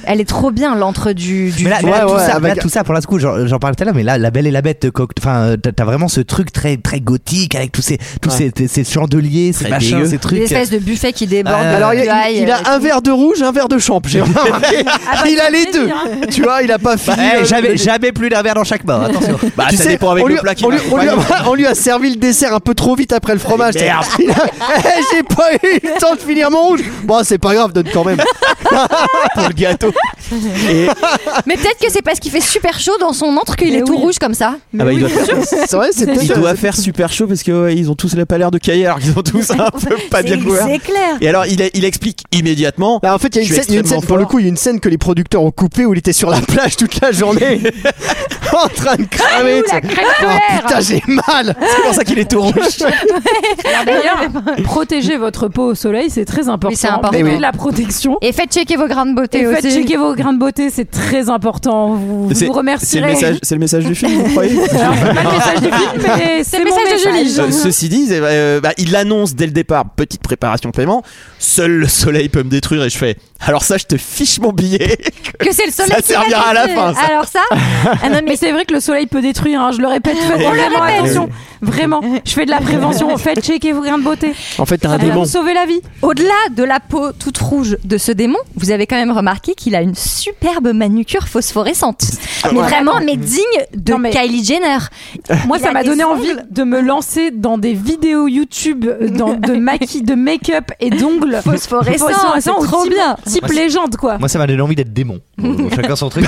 Speaker 7: Elle est trop bien l'entre du. du
Speaker 6: Mais là, mais là,
Speaker 8: Ouais,
Speaker 6: tout,
Speaker 8: ouais,
Speaker 6: ça,
Speaker 8: avec-
Speaker 6: mais là, tout ça, pour la coup, j'en j'en parlais tout à l'heure, mais là, La Belle et la Bête, de Coq- enfin, euh, t'as t'as vraiment ce truc très, très gothique avec tous ces, tous ces, ces- ces chandeliers, ces
Speaker 10: Très
Speaker 6: machins,
Speaker 10: dégueu.
Speaker 6: ces
Speaker 7: des
Speaker 6: trucs.
Speaker 7: espèces de buffet qui déborde.
Speaker 6: Euh,
Speaker 8: Alors, il, il- il a un verre de rouge, un verre de champ. J'ai remarqué.
Speaker 7: Ah bah,
Speaker 8: il a les deux.
Speaker 7: hein.
Speaker 8: Tu vois, il a pas fini.
Speaker 6: Eh,
Speaker 8: euh,
Speaker 6: jamais,
Speaker 8: le-
Speaker 6: jamais plus d'un verre dans chaque main, attention.
Speaker 10: Bah,
Speaker 8: Tu
Speaker 10: ça
Speaker 8: sais,
Speaker 10: dépend avec
Speaker 8: on lui,
Speaker 10: le plat qui
Speaker 8: on lui- on lui
Speaker 10: m'accompagne.
Speaker 8: a, on lui a servi le dessert un peu trop vite après le fromage. Il a- Eh, J'ai pas eu le temps de finir mon rouge. Bon, c'est pas grave, donne quand même.
Speaker 10: pour le gâteau.
Speaker 7: Mais peut-être que c'est parce qu'il fait super chaud dans son entre qu'il
Speaker 1: Mais
Speaker 7: est tout
Speaker 1: oui.
Speaker 7: rouge comme ça.
Speaker 10: Ah bah, il doit,
Speaker 8: C'est vrai, c'est
Speaker 10: il
Speaker 8: peut-être-
Speaker 10: doit faire super chaud parce que ouais, ils ont tous la pas l'air de cahier alors qu'ils ont tous un peu pas bien couverts.
Speaker 7: C'est clair.
Speaker 10: Et alors il, a- il explique immédiatement.
Speaker 8: Bah, en fait, il y a
Speaker 10: Je
Speaker 8: une
Speaker 10: suis
Speaker 8: scène, il y a une scène-
Speaker 10: extrêmement
Speaker 8: pour le
Speaker 10: fort.
Speaker 8: coup, il y a une scène que les producteurs ont coupée où il était sur la plage toute la journée en train de cramer.
Speaker 1: Ouh, la
Speaker 8: tu sais.
Speaker 1: crème
Speaker 8: Oh,
Speaker 1: solaire
Speaker 8: putain, j'ai mal. C'est pour ça qu'il est tout rouge.
Speaker 1: Ah, D'ailleurs, protéger votre peau au soleil, c'est très important.
Speaker 7: Oui, c'est important.
Speaker 1: Mettez de la protection.
Speaker 7: Et faites checker vos grains de beauté
Speaker 1: Et
Speaker 7: aussi.
Speaker 1: faites checker vos grains de beauté, c'est très important. Vous, vous
Speaker 10: C'est-
Speaker 1: nous
Speaker 10: C'est le
Speaker 1: remercierez.
Speaker 10: message, c'est le message du film, vous croyez
Speaker 1: Alors, c'est pas le message du film, mais c'est
Speaker 7: le
Speaker 1: mon
Speaker 7: message de Julie.
Speaker 10: Euh, Ceci dit, c'est- euh, bah, il annonce dès le départ, petite préparation paiement, seul le soleil peut me détruire et je fais, alors ça je te fiche mon billet.
Speaker 7: Que c'est le soleil.
Speaker 10: Ça
Speaker 7: qui l'a
Speaker 10: servira à la
Speaker 7: touché.
Speaker 10: fin, ça.
Speaker 7: Alors ça. Ah non,
Speaker 1: Mais
Speaker 7: mais
Speaker 1: c'est vrai que le soleil peut détruire, hein, je le répète, faites
Speaker 10: On le
Speaker 1: vraiment
Speaker 10: répète.
Speaker 1: attention. Vraiment, je fais de la prévention, faites checker vos grains de beauté.
Speaker 8: En fait, t'as
Speaker 1: Ça va vous sauver la vie.
Speaker 7: Au-delà de la peau toute rouge de ce démon, vous avez quand même remarqué qu'il a une superbe manucure phosphorescente. Mais vraiment,
Speaker 6: Mm.
Speaker 7: mais digne de
Speaker 1: Non, mais-
Speaker 7: Kylie Jenner.
Speaker 1: Moi,
Speaker 7: Il
Speaker 1: ça
Speaker 7: a
Speaker 1: m'a
Speaker 7: des
Speaker 1: donné
Speaker 7: ongles.
Speaker 1: envie de me lancer dans des vidéos YouTube euh, dans, de maquis, de make-up et d'ongles.
Speaker 7: Phosphorescent,
Speaker 1: Phosphorescent,
Speaker 7: c'est
Speaker 1: ou
Speaker 7: trop
Speaker 1: type-
Speaker 7: bien.
Speaker 1: Type légende, quoi.
Speaker 6: Moi, ça m'a donné envie d'être démon. Bon, Chacun son truc.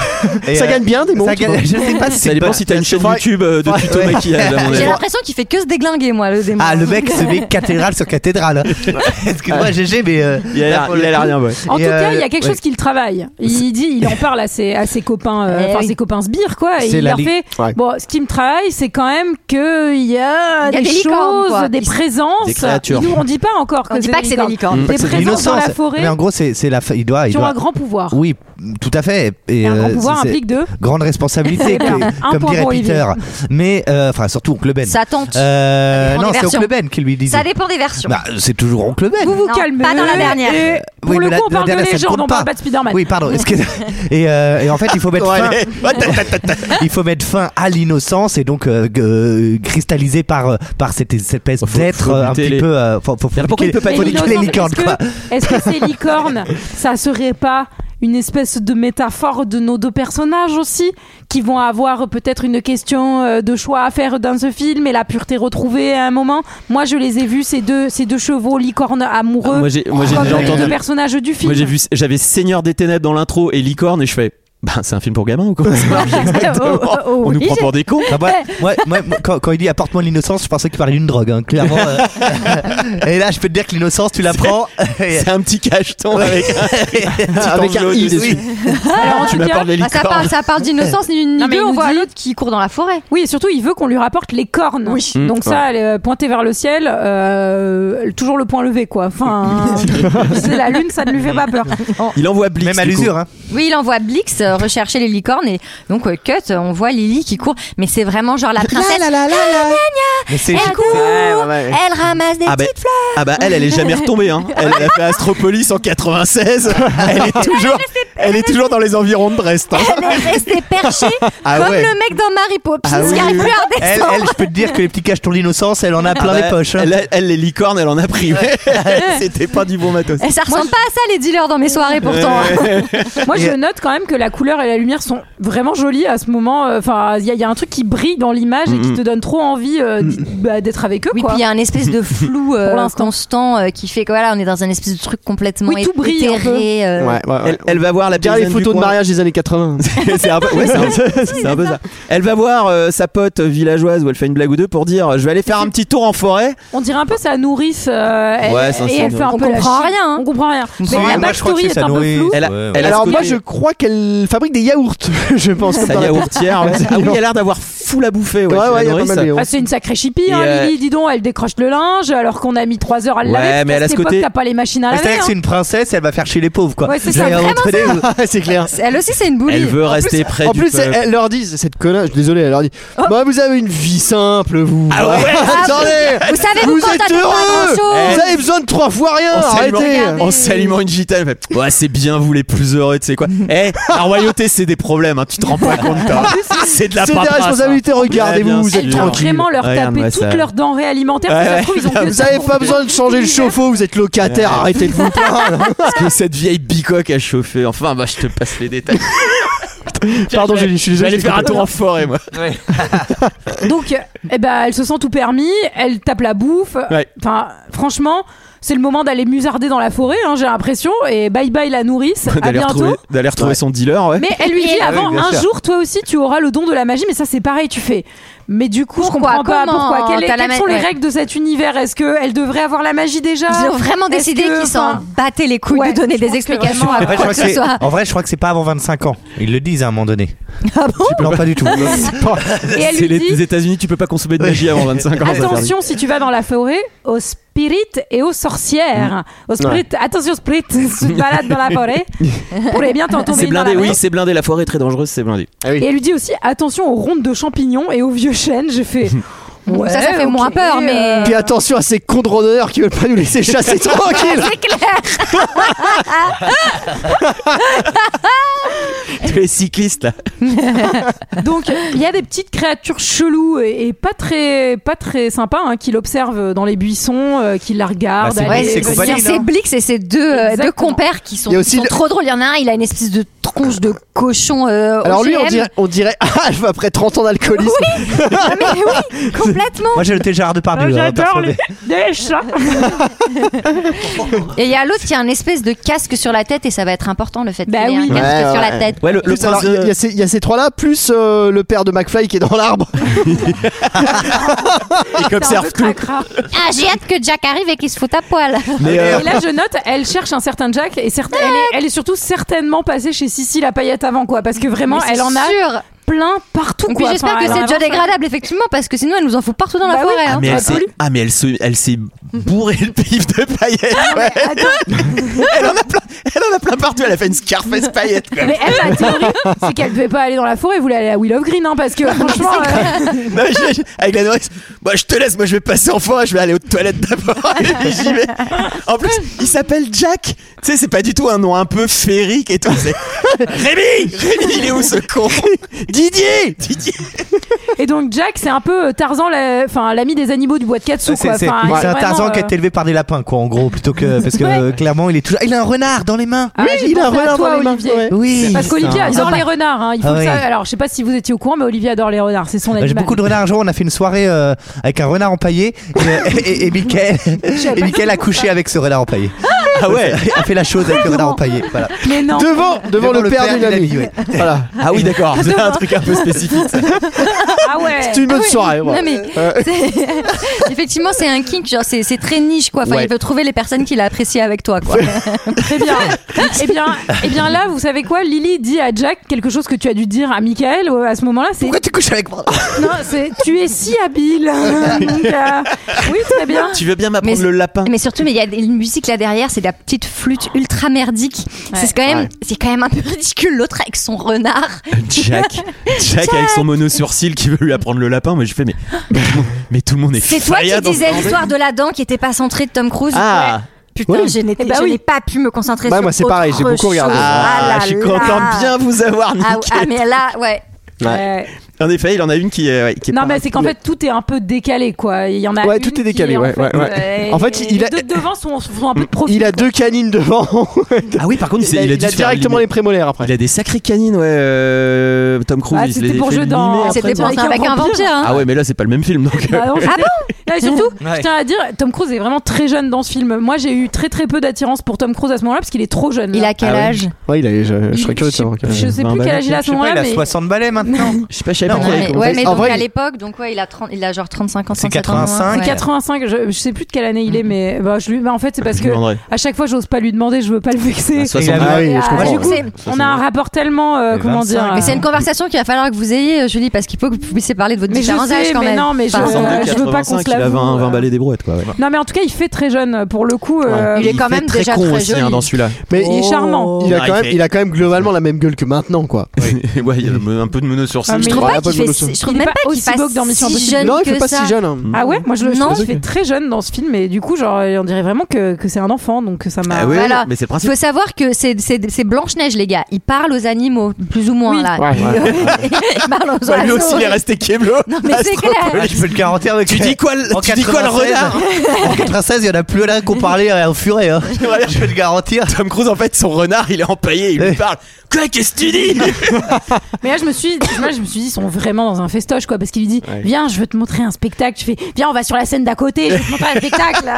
Speaker 6: Et,
Speaker 8: Ça
Speaker 6: euh,
Speaker 8: gagne bien des mots.
Speaker 6: ça
Speaker 8: tu
Speaker 6: gagne-
Speaker 8: vois.
Speaker 6: Je sais pas si
Speaker 10: Ça
Speaker 6: c'est
Speaker 10: dépend
Speaker 6: pas-
Speaker 10: si t'as une chaîne
Speaker 8: faudrait-
Speaker 10: YouTube euh, de tuto
Speaker 6: Ouais.
Speaker 10: maquillage. à mon avis.
Speaker 7: J'ai l'impression qu'il fait que se déglinguer, moi, le démon.
Speaker 6: Ah, le mec, c'est met cathédrale sur cathédrale. hein. Excuse-moi, GG, mais. euh,
Speaker 10: Il
Speaker 6: là,
Speaker 10: a l'air-
Speaker 6: pour
Speaker 10: il
Speaker 6: le
Speaker 10: a l'air
Speaker 6: coup-
Speaker 10: rien, ouais.
Speaker 1: En
Speaker 6: Et, euh,
Speaker 1: tout là, il y a quelque chose qu'il travaille. Il dit, il en parle à ses, à ses copains, euh,
Speaker 7: Eh
Speaker 1: enfin
Speaker 7: oui.
Speaker 1: ses copains sbires, quoi. Et
Speaker 6: C'est
Speaker 1: il
Speaker 6: la
Speaker 1: leur
Speaker 6: ligue-
Speaker 1: fait.
Speaker 8: Ouais.
Speaker 1: Bon, ce qui me travaille, c'est quand même que il y a,
Speaker 7: Il y a des
Speaker 1: choses,
Speaker 7: licornes, quoi.
Speaker 1: des
Speaker 7: Des
Speaker 1: présences.
Speaker 10: créatures.
Speaker 1: Nous, on dit pas encore.
Speaker 7: On dit pas que c'est des licornes.
Speaker 1: Des
Speaker 6: C'est de
Speaker 1: présences dans la
Speaker 6: l'innocence.
Speaker 1: forêt
Speaker 6: Mais en gros, c'est c'est la. fa- Il doit. Il
Speaker 1: qui ont
Speaker 6: doit-
Speaker 1: un grand pouvoir.
Speaker 6: Oui, tout à fait. Et,
Speaker 1: Et un grand
Speaker 6: euh,
Speaker 1: pouvoir
Speaker 6: c'est-
Speaker 1: implique de.
Speaker 6: grande responsabilité,
Speaker 1: C'est bien.
Speaker 6: que-
Speaker 1: Un
Speaker 6: comme
Speaker 1: point
Speaker 6: dirait
Speaker 1: pour Olivier.
Speaker 6: Peter. Mais euh, enfin, surtout Oncle Ben.
Speaker 7: Ça tente.
Speaker 6: Euh,
Speaker 7: Ça dépend
Speaker 6: non,
Speaker 7: des
Speaker 6: c'est
Speaker 7: versions.
Speaker 6: Oncle Ben qui lui disait.
Speaker 7: Ça dépend des versions.
Speaker 6: Bah, c'est toujours Oncle Ben.
Speaker 1: Vous vous
Speaker 7: Non,
Speaker 1: calmez.
Speaker 7: pas dans la dernière.
Speaker 1: Et pour
Speaker 6: Oui,
Speaker 1: le
Speaker 6: mais
Speaker 1: coup,
Speaker 6: la-
Speaker 1: on
Speaker 6: la
Speaker 1: parle
Speaker 6: dernière,
Speaker 1: de
Speaker 6: ça ne
Speaker 1: légende,
Speaker 6: compte
Speaker 1: on parle
Speaker 6: pas.
Speaker 1: pas de Spider-Man.
Speaker 6: Oui, pardon. excusez- et, euh, et en fait, il faut mettre
Speaker 10: Ouais,
Speaker 6: fin.
Speaker 10: allez.
Speaker 6: Il faut mettre fin à l'innocence et donc euh, g- euh, cristalliser par euh, par cette espèce
Speaker 10: Faut- faut
Speaker 6: d'être euh, un
Speaker 10: buter
Speaker 6: petit
Speaker 10: les-
Speaker 6: peu. euh, faut, faut, faut
Speaker 10: Alors pourquoi il
Speaker 6: niquer-
Speaker 10: peut pas
Speaker 6: faut
Speaker 10: être
Speaker 6: niquer
Speaker 1: l'innocence,
Speaker 6: les licornes,
Speaker 1: est-ce que-
Speaker 6: quoi.
Speaker 1: Est-ce que ces licornes, ça serait pas une espèce de métaphore de nos deux personnages aussi, qui vont avoir peut-être une question euh, de choix à faire dans ce film et la pureté retrouvée à un moment Moi, je les ai vus, ces deux, ces deux chevaux licornes amoureux,
Speaker 10: Ah, moi, j'ai- moi, j'ai
Speaker 1: comme
Speaker 10: déjà
Speaker 1: les deux
Speaker 10: entendu.
Speaker 1: personnages du film.
Speaker 10: Moi j'ai vu, j'avais Seigneur des Ténèbres dans l'intro et Licorne et je fais, bah c'est un film pour gamins ou quoi Ça marche exactement.
Speaker 1: Oh, oh, oh,
Speaker 10: On nous
Speaker 1: oui,
Speaker 10: prend pour des cons.
Speaker 6: Ah, moi, moi- moi- moi, quand, quand il dit apporte-moi l'innocence, je pensais qu'il parlait d'une drogue, hein, clairement. euh. et là, je peux te dire que l'innocence, tu la prends. et-
Speaker 10: C'est un petit cacheton avec
Speaker 8: Avec un i dessus.
Speaker 1: Alors, en
Speaker 10: Tu
Speaker 1: tout cas-
Speaker 10: m'apportes les
Speaker 7: Bah, ça,
Speaker 10: licornes.
Speaker 7: parle, ça parle d'innocence ni une ni
Speaker 1: Non, mais
Speaker 7: deux,
Speaker 1: il
Speaker 7: on
Speaker 1: nous
Speaker 7: voit
Speaker 1: dit-
Speaker 7: l'autre qui court dans la forêt.
Speaker 1: Oui, et surtout, il veut qu'on lui rapporte les cornes.
Speaker 7: Oui.
Speaker 10: Mm,
Speaker 1: Donc ça, elle est pointée vers le ciel, euh, toujours le point levé, quoi. Enfin, c'est la lune, ça ne lui fait pas peur.
Speaker 10: Il envoie Blix.
Speaker 6: Même à
Speaker 10: du coup.
Speaker 6: l'usure, hein.
Speaker 7: Oui, il envoie Blix euh, rechercher les licornes et donc euh, cut, euh, on voit Lily qui court, mais c'est vraiment genre la princesse.
Speaker 6: Mais c'est-
Speaker 7: Elle court, elle ramasse
Speaker 6: ben,
Speaker 7: des
Speaker 10: Ah bah,
Speaker 7: petites fleurs.
Speaker 10: ah bah elle, elle est jamais retombée. Hein. Elle, elle a fait Astropolis en 96. Elle est toujours, elle est toujours dans les environs de Brest. hein.
Speaker 7: Elle est restée perchée
Speaker 10: Ah
Speaker 7: comme
Speaker 10: ouais.
Speaker 7: le mec dans Mary Poppins
Speaker 10: Ah
Speaker 7: qui
Speaker 10: oui,
Speaker 7: arrive
Speaker 10: oui.
Speaker 7: plus à
Speaker 6: Elle,
Speaker 7: redescendre.
Speaker 6: elle, je peux te dire que les petits cachetons d'innocence, elle en a plein
Speaker 10: Ah
Speaker 6: les
Speaker 10: bah,
Speaker 6: poches. hein.
Speaker 10: Elle, elle, les licornes, elle en a privé. C'était pas du bon matos.
Speaker 7: Et ça ressemble pas à ça les dealers dans mes soirées pourtant.
Speaker 1: Moi, je
Speaker 6: Et-
Speaker 1: note quand même que la couleur et la lumière sont vraiment jolies à ce moment. euh, Enfin, il y, a- il y a un truc qui brille dans l'image et qui
Speaker 10: Mmh.
Speaker 1: te donne trop envie euh, d- bah, d'être avec eux,
Speaker 7: Oui,
Speaker 1: quoi.
Speaker 7: puis il y a un espèce de flou euh,
Speaker 1: Pour l'instant.
Speaker 7: constant euh, qui fait que voilà, on est dans un espèce de truc complètement
Speaker 1: Oui, tout brille un peu.
Speaker 7: éthéré. euh,
Speaker 8: Ouais, ouais, ouais.
Speaker 10: Elle, elle va voir la
Speaker 8: Regarde les
Speaker 10: paysanne du
Speaker 8: photos de
Speaker 10: coin.
Speaker 8: mariage des années 80.
Speaker 10: c'est un peu, ouais, c'est un peu- c'est un peu ça. Elle va voir euh, sa pote villageoise où elle fait une blague ou deux pour dire je vais aller faire un petit tour en forêt.
Speaker 1: On dirait un peu sa nourrice. euh, elle-
Speaker 10: Ouais, c'est Mmh. un
Speaker 1: et elle fait un
Speaker 7: On
Speaker 1: peu la
Speaker 7: comprend
Speaker 1: chic.
Speaker 7: rien, hein.
Speaker 1: On comprend rien. Mais
Speaker 6: Ouais,
Speaker 1: la
Speaker 6: moi, je crois que
Speaker 1: backstory
Speaker 6: c'est
Speaker 1: est
Speaker 6: sa
Speaker 1: un peu
Speaker 6: nourrice.
Speaker 1: floue.
Speaker 10: Elle a-
Speaker 6: Ouais,
Speaker 10: elle a-
Speaker 8: Alors
Speaker 10: ce
Speaker 8: moi
Speaker 10: côté-
Speaker 8: je crois qu'elle fabrique des yaourts, je pense. comme
Speaker 10: Sa
Speaker 8: dans la-
Speaker 10: yaourtière. ouais. Ah oui, elle a l'air d'avoir fou la bouffée. Ouais,
Speaker 8: Ouais,
Speaker 10: chez la
Speaker 8: ouais, il y a pas
Speaker 10: nourrice.
Speaker 8: mal de yaourts.
Speaker 1: Ah, c'est une sacrée chipie, hein,
Speaker 10: Et, euh,
Speaker 1: Lily. Dis donc, elle décroche le linge alors qu'on a mis 3 heures à le
Speaker 10: Ouais,
Speaker 1: laver.
Speaker 10: mais elle a
Speaker 1: parce
Speaker 10: ce
Speaker 1: qu'à cette époque,
Speaker 10: côté-
Speaker 1: T'as pas les machines à laver. hein.
Speaker 6: C'est-à-dire que c'est une princesse, elle va faire chez les pauvres, quoi.
Speaker 1: Ah Ouais, c'est ça,
Speaker 6: J'ai
Speaker 1: vraiment
Speaker 6: entraîné-
Speaker 8: c'est clair.
Speaker 7: Elle aussi, c'est une boulie.
Speaker 10: Elle veut rester près
Speaker 8: en
Speaker 10: du
Speaker 8: plus,
Speaker 10: peuple.
Speaker 8: elle, elle leur dit, cette connasse, désolé, elle leur dit
Speaker 1: Oh.
Speaker 8: Bah, vous avez une vie simple, vous.
Speaker 10: Ah ouais,
Speaker 8: attendez
Speaker 7: Vous savez, vous,
Speaker 8: Vous
Speaker 7: quand
Speaker 8: êtes
Speaker 7: t'as pas
Speaker 8: heureux
Speaker 7: grand-chose.
Speaker 8: Vous avez besoin de trois fois rien,
Speaker 10: En
Speaker 8: arrêtez
Speaker 10: s'allumant- en s'allumant une gitane, elle fait, ouais, c'est bien vous les plus heureux, tu sais quoi. Eh, la royauté, c'est des problèmes, hein, tu te rends pas compte, toi. C'est de la
Speaker 8: C'est des
Speaker 10: paperasse, hein.
Speaker 8: responsabilités, regardez-vous,
Speaker 10: Ouais, bien
Speaker 8: vous êtes
Speaker 10: sûr.
Speaker 1: Elle doit
Speaker 8: tranquille.
Speaker 1: vraiment leur
Speaker 10: Regarde,
Speaker 1: taper
Speaker 10: moi,
Speaker 1: toutes
Speaker 10: ça-
Speaker 1: leurs denrées alimentaires. parce que ça se trouve,
Speaker 10: Ouais,
Speaker 1: ils ont que
Speaker 8: Vous
Speaker 1: ça
Speaker 8: avez
Speaker 1: pour-
Speaker 8: pas besoin de changer le chauffe-eau, vous êtes locataire, arrêtez de vous plaindre.
Speaker 10: Parce que cette vieille bicoque a chauffé. Enfin, bah, je te passe les détails.
Speaker 8: Pardon, Julie, je suis
Speaker 10: Je vais
Speaker 8: désolé.
Speaker 10: aller faire un tour en forêt, moi.
Speaker 1: Donc, euh, eh ben, elle se sent tout permis, elle tape la bouffe.
Speaker 10: Ouais.
Speaker 1: Enfin, franchement, c'est le moment d'aller musarder dans la forêt, hein, j'ai l'impression. Et bye bye la nourrice, à
Speaker 10: D'aller
Speaker 1: bientôt.
Speaker 10: retrouver, d'aller retrouver son dealer, ouais.
Speaker 1: Mais elle lui dit
Speaker 7: Et-
Speaker 1: avant,
Speaker 10: Ah oui, bien
Speaker 1: un
Speaker 10: sûr.
Speaker 1: jour, toi aussi, tu auras le don de la magie, mais ça, c'est pareil, tu fais. Mais du coup,
Speaker 7: Pourquoi
Speaker 1: je comprends pas
Speaker 7: Comment
Speaker 1: pourquoi. Quelle est-
Speaker 7: T'as la
Speaker 1: quelles sont
Speaker 7: ma-
Speaker 1: les
Speaker 7: ouais.
Speaker 1: règles de cet univers Est-ce qu'elle devrait avoir la magie déjà
Speaker 7: Ils ont vraiment
Speaker 1: Est-ce
Speaker 7: décidé
Speaker 1: que-
Speaker 7: qu'ils s'en
Speaker 1: enfin,
Speaker 7: battaient les couilles
Speaker 1: ouais,
Speaker 7: de donner
Speaker 1: je pense
Speaker 7: des
Speaker 1: que
Speaker 7: explications
Speaker 1: vraiment,
Speaker 7: à
Speaker 6: En vrai, je
Speaker 7: quoi
Speaker 6: crois
Speaker 7: que
Speaker 6: que
Speaker 7: ce
Speaker 6: c'est-
Speaker 7: soit.
Speaker 6: en vrai, je crois que c'est pas avant 25 ans. Ils le disent à un moment donné.
Speaker 1: Ah
Speaker 6: non, pas du tout.
Speaker 1: Et elle
Speaker 10: C'est
Speaker 1: lui
Speaker 10: les,
Speaker 1: dit,
Speaker 10: les États-Unis, tu peux pas consommer de magie avant 25 ans. ça termine.
Speaker 1: Attention si tu vas dans la forêt aux spirites et aux sorcières. Aux spirites, attention spirit, si tu te balades dans la forêt, pourrait bien t'en tomber
Speaker 10: C'est
Speaker 1: une dans la
Speaker 10: blindé, oui,
Speaker 1: main.
Speaker 10: c'est blindé. La forêt est très dangereuse, c'est blindé.
Speaker 1: Et elle lui dit aussi attention aux rondes de champignons et aux vieux chênes. J'ai fait ouais,
Speaker 7: ça, ça fait
Speaker 1: ok,
Speaker 7: moins peur, mais- euh.
Speaker 8: Puis attention à ces cons de randonneurs qui veulent pas nous laisser chasser tranquille.
Speaker 10: Tous les cyclistes, là.
Speaker 1: Donc il y a des petites créatures cheloues et, et pas très pas très sympas hein, qui l'observent dans les buissons, euh, qui la regardent.
Speaker 6: Bah, c'est
Speaker 1: elle
Speaker 6: Blix
Speaker 1: est-
Speaker 6: et compagnie,
Speaker 7: c'est- c'est Blix et ses deux, euh,
Speaker 1: Exactement.
Speaker 7: deux compères qui sont,
Speaker 8: Il y a aussi
Speaker 7: qui sont
Speaker 8: le-
Speaker 7: trop drôles. Il y en a un, il a une espèce de tronche de cochon. euh,
Speaker 8: Alors lui, on
Speaker 7: OGM.
Speaker 8: dirait, on dirait, ah, après 30 ans d'alcoolisme.
Speaker 7: Ah, mais oui, complètement.
Speaker 6: Moi, j'ai le Gérard Depardieu. hein,
Speaker 1: Ah, J'adore
Speaker 6: perso,
Speaker 1: les
Speaker 6: mais-
Speaker 1: des chats.
Speaker 7: Et il y a l'autre qui a un espèce de casque sur la tête et ça va être important le fait
Speaker 1: Bah
Speaker 7: qu'il ait
Speaker 1: oui.
Speaker 7: un
Speaker 8: Ouais,
Speaker 7: casque
Speaker 8: ouais,
Speaker 7: sur la
Speaker 8: ouais.
Speaker 7: tête.
Speaker 10: Ouais, le, le
Speaker 8: Plus, alors,
Speaker 10: prince
Speaker 8: il y a-
Speaker 10: de-
Speaker 8: il y, a ces- il y a ces trois-là, plus euh, le père de McFly qui est dans l'arbre.
Speaker 10: qui observe tout.
Speaker 7: Ah, j'ai hâte que Jack arrive et qu'il se foute à poil.
Speaker 10: Mais, euh,
Speaker 1: Et là, je note, elle cherche un certain Jack et certes, elle, est, elle est surtout certainement passée chez Sissi la paillette avant quoi, parce que vraiment,
Speaker 7: Mais c'est
Speaker 1: elle en a
Speaker 7: sûr.
Speaker 1: plein partout.
Speaker 7: Et puis
Speaker 1: quoi.
Speaker 7: j'espère
Speaker 1: Enfin,
Speaker 7: que
Speaker 1: elle en
Speaker 7: c'est
Speaker 1: a
Speaker 7: déjà
Speaker 1: vraiment-
Speaker 7: dégradable, effectivement, parce que sinon elle nous en fout partout dans la
Speaker 1: Bah oui.
Speaker 7: forêt.
Speaker 1: Ah,
Speaker 7: hein.
Speaker 10: mais
Speaker 1: Ouais,
Speaker 10: elle s'est,
Speaker 1: pollue.
Speaker 10: ah mais elle se, elle s'est
Speaker 8: Mhm.
Speaker 10: bourrée le pif de paillettes.
Speaker 8: Ah,
Speaker 10: ouais. elle en a plein, elle en a plein partout. Elle a fait une Scarface paillette. quoi.
Speaker 1: Mais elle, la théorie, c'est qu'elle devait pas aller dans la forêt, elle voulait aller à Will of Green, hein, parce que franchement, euh,
Speaker 10: Non, mais j'ai- j'ai- avec la nourrice, moi je te laisse, moi je vais passer enfant, je vais aller aux toilettes d'abord. et puis j'y vais. En plus, il s'appelle Jack. Tu sais, c'est pas du tout un nom un peu féerique et tout. c'est- Rémi, Rémi, il est où ce con Didier, Didier.
Speaker 1: et donc Jack, c'est un peu euh, Tarzan, la- enfin l'ami des animaux du bois de Katsu,
Speaker 6: C'est
Speaker 1: quoi.
Speaker 6: c'est-
Speaker 1: Enfin,
Speaker 6: c'est un
Speaker 1: vraiment,
Speaker 6: Tarzan
Speaker 1: euh,
Speaker 6: qui a été élevé par des lapins, quoi, en gros, plutôt que. Parce que
Speaker 1: Ouais.
Speaker 6: euh, clairement, il est toujours. Il a un renard dans les mains
Speaker 1: Ah, j'ai
Speaker 8: il a un
Speaker 1: pensé à
Speaker 8: renard
Speaker 1: toi,
Speaker 8: dans les mains.
Speaker 1: Olivier.
Speaker 8: Ouais.
Speaker 6: Oui
Speaker 1: Parce qu'Olivier
Speaker 6: putain.
Speaker 1: adore les renards. hein, il faut
Speaker 6: Ah
Speaker 1: que ça-
Speaker 6: oui.
Speaker 1: Alors, je sais pas si vous étiez au courant, mais Olivier adore les renards. C'est son
Speaker 6: Bah,
Speaker 1: animal.
Speaker 6: J'ai beaucoup de renards. Un jour, on a fait une soirée euh, avec un renard empaillé et, euh, et, et- et Mickaël, et Mickaël a couché avec ce renard empaillé. Ah ouais A fait la chose
Speaker 1: Ah
Speaker 6: avec le renard empaillé. Voilà.
Speaker 1: Mais non.
Speaker 8: Devant, devant, le, père, d'une amie.
Speaker 6: ouais.
Speaker 8: Voilà.
Speaker 10: Ah oui, d'accord. C'est un truc un peu spécifique. ça.
Speaker 1: Ah ouais.
Speaker 8: C'est une bonne
Speaker 7: Oui.
Speaker 8: soirée. voilà.
Speaker 7: Non, mais c'est- effectivement, c'est un kink, genre c'est c'est très niche quoi. Enfin,
Speaker 10: Ouais.
Speaker 7: il veut trouver les personnes qu'il a appréciées avec toi quoi.
Speaker 1: Très bien. Eh bien, eh bien là, vous savez quoi Lily dit à Jack quelque chose que tu as dû dire à Michael euh, à ce moment-là. C'est
Speaker 6: Pourquoi tu couches avec moi
Speaker 1: non, c'est tu es si habile. Donc, euh, oui, très bien.
Speaker 10: Tu veux bien m'apprendre
Speaker 7: Mais-
Speaker 10: le lapin
Speaker 7: Mais surtout, mais il y a une musique là derrière, c'est de la petite flûte ultra merdique. C'est quand même, c'est quand même un peu ridicule l'autre avec son renard.
Speaker 10: Jack, Jack avec son mono sourcil qui veut lui apprendre le lapin. Moi je fais mais, mais tout le monde- mais tout le monde est.
Speaker 7: C'est toi qui
Speaker 10: fired en ce
Speaker 7: disais
Speaker 10: moment.
Speaker 7: l'histoire de la dent qui était pas centrée de Tom Cruise.
Speaker 10: Ah.
Speaker 7: Putain,
Speaker 8: Oui.
Speaker 7: je n'étais-
Speaker 1: Eh ben
Speaker 7: je
Speaker 1: oui.
Speaker 7: n'ai pas pu me concentrer
Speaker 8: Bah,
Speaker 7: sur
Speaker 8: moi, c'est pareil, j'ai
Speaker 7: autre
Speaker 8: beaucoup regardé.
Speaker 7: chose.
Speaker 10: Ah,
Speaker 7: là
Speaker 10: je suis
Speaker 7: là.
Speaker 10: content de bien vous avoir niqué.
Speaker 7: Ah, ah, mais là, ouais.
Speaker 1: ah, Ouais.
Speaker 10: En effet, il en a une qui est. ouais, qui est
Speaker 1: Euh, Non,
Speaker 10: pas-
Speaker 1: mais c'est qu'en fait tout est un peu décalé, quoi. Il y en a.
Speaker 8: Ouais,
Speaker 1: une
Speaker 8: tout est
Speaker 1: qui,
Speaker 8: décalé,
Speaker 1: en
Speaker 8: ouais,
Speaker 1: fait,
Speaker 8: ouais, ouais.
Speaker 1: euh,
Speaker 8: En fait,
Speaker 1: et
Speaker 8: il
Speaker 1: les
Speaker 8: a-
Speaker 1: deux de devant sont, sont un peu de profil.
Speaker 8: Il a deux canines devant.
Speaker 10: Ah oui, par contre, il, s'est-
Speaker 8: il a,
Speaker 10: il a
Speaker 8: il
Speaker 10: dû
Speaker 8: a
Speaker 10: se faire
Speaker 8: directement
Speaker 10: limer.
Speaker 8: les prémolaires après.
Speaker 10: Il a des sacrés canines, ouais. euh, Tom Cruise,
Speaker 1: Ah,
Speaker 10: il se
Speaker 1: c'était
Speaker 10: les
Speaker 1: pour
Speaker 10: fait
Speaker 1: jeu
Speaker 10: limer
Speaker 1: dans-
Speaker 10: après.
Speaker 7: C'était
Speaker 1: dire
Speaker 7: pensé
Speaker 1: avec
Speaker 7: avec
Speaker 1: un
Speaker 7: un vampire. hein.
Speaker 10: Ah ouais, mais là, c'est pas le même film, donc.
Speaker 1: Ah, non, je-
Speaker 7: Ah
Speaker 1: Non, et surtout,
Speaker 6: Ouais.
Speaker 1: je tiens à dire, Tom Cruise est vraiment très jeune dans ce film. Moi, j'ai eu très très peu d'attirance pour Tom Cruise à ce moment-là parce qu'il est trop jeune.
Speaker 7: Il
Speaker 1: là.
Speaker 7: a quel
Speaker 10: Ah ouais.
Speaker 7: âge
Speaker 8: Ouais, il a, je, je serais curieux de
Speaker 1: je,
Speaker 8: savoir.
Speaker 1: sais- je sais plus quel âge il a à
Speaker 6: Je
Speaker 1: ce
Speaker 6: sais pas, il
Speaker 1: moment-là,
Speaker 6: a
Speaker 1: mais
Speaker 6: 60 balais maintenant.
Speaker 10: Je sais pas, je savais
Speaker 6: Non,
Speaker 10: pas.
Speaker 6: Ouais,
Speaker 7: Ouais,
Speaker 8: ouais,
Speaker 7: mais
Speaker 8: en
Speaker 7: donc
Speaker 8: vrai,
Speaker 7: à
Speaker 8: il-
Speaker 7: l'époque, donc ouais, il a 30, il a genre 35 ans,
Speaker 6: C'est
Speaker 7: 37 ans,
Speaker 6: 85.
Speaker 7: ouais.
Speaker 1: c'est 85. Je, je sais plus de quelle année il est, mais bah, je lui. bah, en fait, c'est parce que
Speaker 10: André.
Speaker 1: à chaque fois, j'ose pas lui demander. Je veux pas le vexer.
Speaker 10: Ah, soixante-
Speaker 1: Ah,
Speaker 8: Ah oui, je
Speaker 1: bah,
Speaker 8: comprends.
Speaker 1: du coup,
Speaker 7: C'est-
Speaker 1: on a un rapport tellement euh,
Speaker 6: Et
Speaker 1: comment
Speaker 6: 25.
Speaker 1: dire.
Speaker 7: Mais c'est une conversation qu'il va falloir que vous ayez, euh, Julie, parce qu'il faut que vous puissiez parler de votre
Speaker 1: Mais je
Speaker 7: différents
Speaker 1: sais,
Speaker 7: âges quand
Speaker 1: mais
Speaker 7: même.
Speaker 1: non, mais je-
Speaker 7: Enfin,
Speaker 1: euh,
Speaker 7: voilà.
Speaker 1: je veux pas qu'on se
Speaker 10: il a
Speaker 1: l'avoue,
Speaker 10: 20, 20
Speaker 1: euh.
Speaker 10: balais des brouettes, quoi. ouais.
Speaker 1: Non, mais en tout cas, il fait très jeune pour le coup. euh,
Speaker 7: Il est quand
Speaker 10: fait
Speaker 7: même
Speaker 10: très
Speaker 7: déjà
Speaker 10: con
Speaker 7: très
Speaker 10: aussi, hein,
Speaker 7: joli.
Speaker 10: dans celui-là.
Speaker 8: Mais
Speaker 1: il est charmant.
Speaker 8: il, a
Speaker 10: Non,
Speaker 8: quand
Speaker 10: Ah, il
Speaker 8: même,
Speaker 10: fait-
Speaker 8: il a quand même globalement la même gueule que maintenant, quoi.
Speaker 10: ouais, il y a un peu de mono sur
Speaker 1: Ah, mais-
Speaker 7: Je trouve
Speaker 8: Ouais, pas
Speaker 7: pas qu'il
Speaker 8: de
Speaker 7: fait,
Speaker 8: monosyllabe.
Speaker 7: je trouve
Speaker 1: Il est
Speaker 7: même
Speaker 1: pas
Speaker 7: pas
Speaker 1: aussi
Speaker 7: qu'il fasse
Speaker 1: beau que dans Mission
Speaker 7: si
Speaker 1: Impossible.
Speaker 7: jeune
Speaker 8: non, il fait
Speaker 7: que
Speaker 8: pas
Speaker 7: ça.
Speaker 8: si jeune. hein.
Speaker 1: Ah ouais, moi je, je
Speaker 7: Non.
Speaker 1: trouve qu'il fait très jeune dans ce film et du coup, genre, on dirait vraiment que, que c'est un enfant, donc ça m'a.
Speaker 10: Ah oui,
Speaker 7: Voilà.
Speaker 10: mais c'est le
Speaker 7: Il
Speaker 10: principe.
Speaker 7: faut savoir que c'est- c'est c'est Blanche-Neige, les gars. Il parle aux animaux, plus ou moins,
Speaker 1: Oui.
Speaker 7: là.
Speaker 8: Ouais, ouais.
Speaker 1: euh.
Speaker 7: il parle aux
Speaker 10: Ouais, Bah, lui aussi,
Speaker 7: oiseaux.
Speaker 10: il est resté Keblo.
Speaker 7: Non, mais c'est clair.
Speaker 6: Ah, je peux le garantir avec
Speaker 10: Tu dis quoi, le-
Speaker 6: En
Speaker 10: tu dis quoi le
Speaker 6: 96,
Speaker 10: renard
Speaker 6: En 96, il y en a plus là qu'on parlait euh, au furet. hein. Je peux le garantir.
Speaker 10: Tom Cruise, en fait, son renard, il est empaillé, il lui
Speaker 6: Ouais.
Speaker 8: Eh.
Speaker 10: parle. Quoi, qu'est-ce que tu dis
Speaker 1: Mais là, je me suis, moi, je me suis dit, ils sont vraiment dans un festoche, quoi, parce qu'il lui dit, viens, je veux te montrer un spectacle. Tu fais, viens, on va sur la scène d'à côté, je vais te montrer un spectacle. là.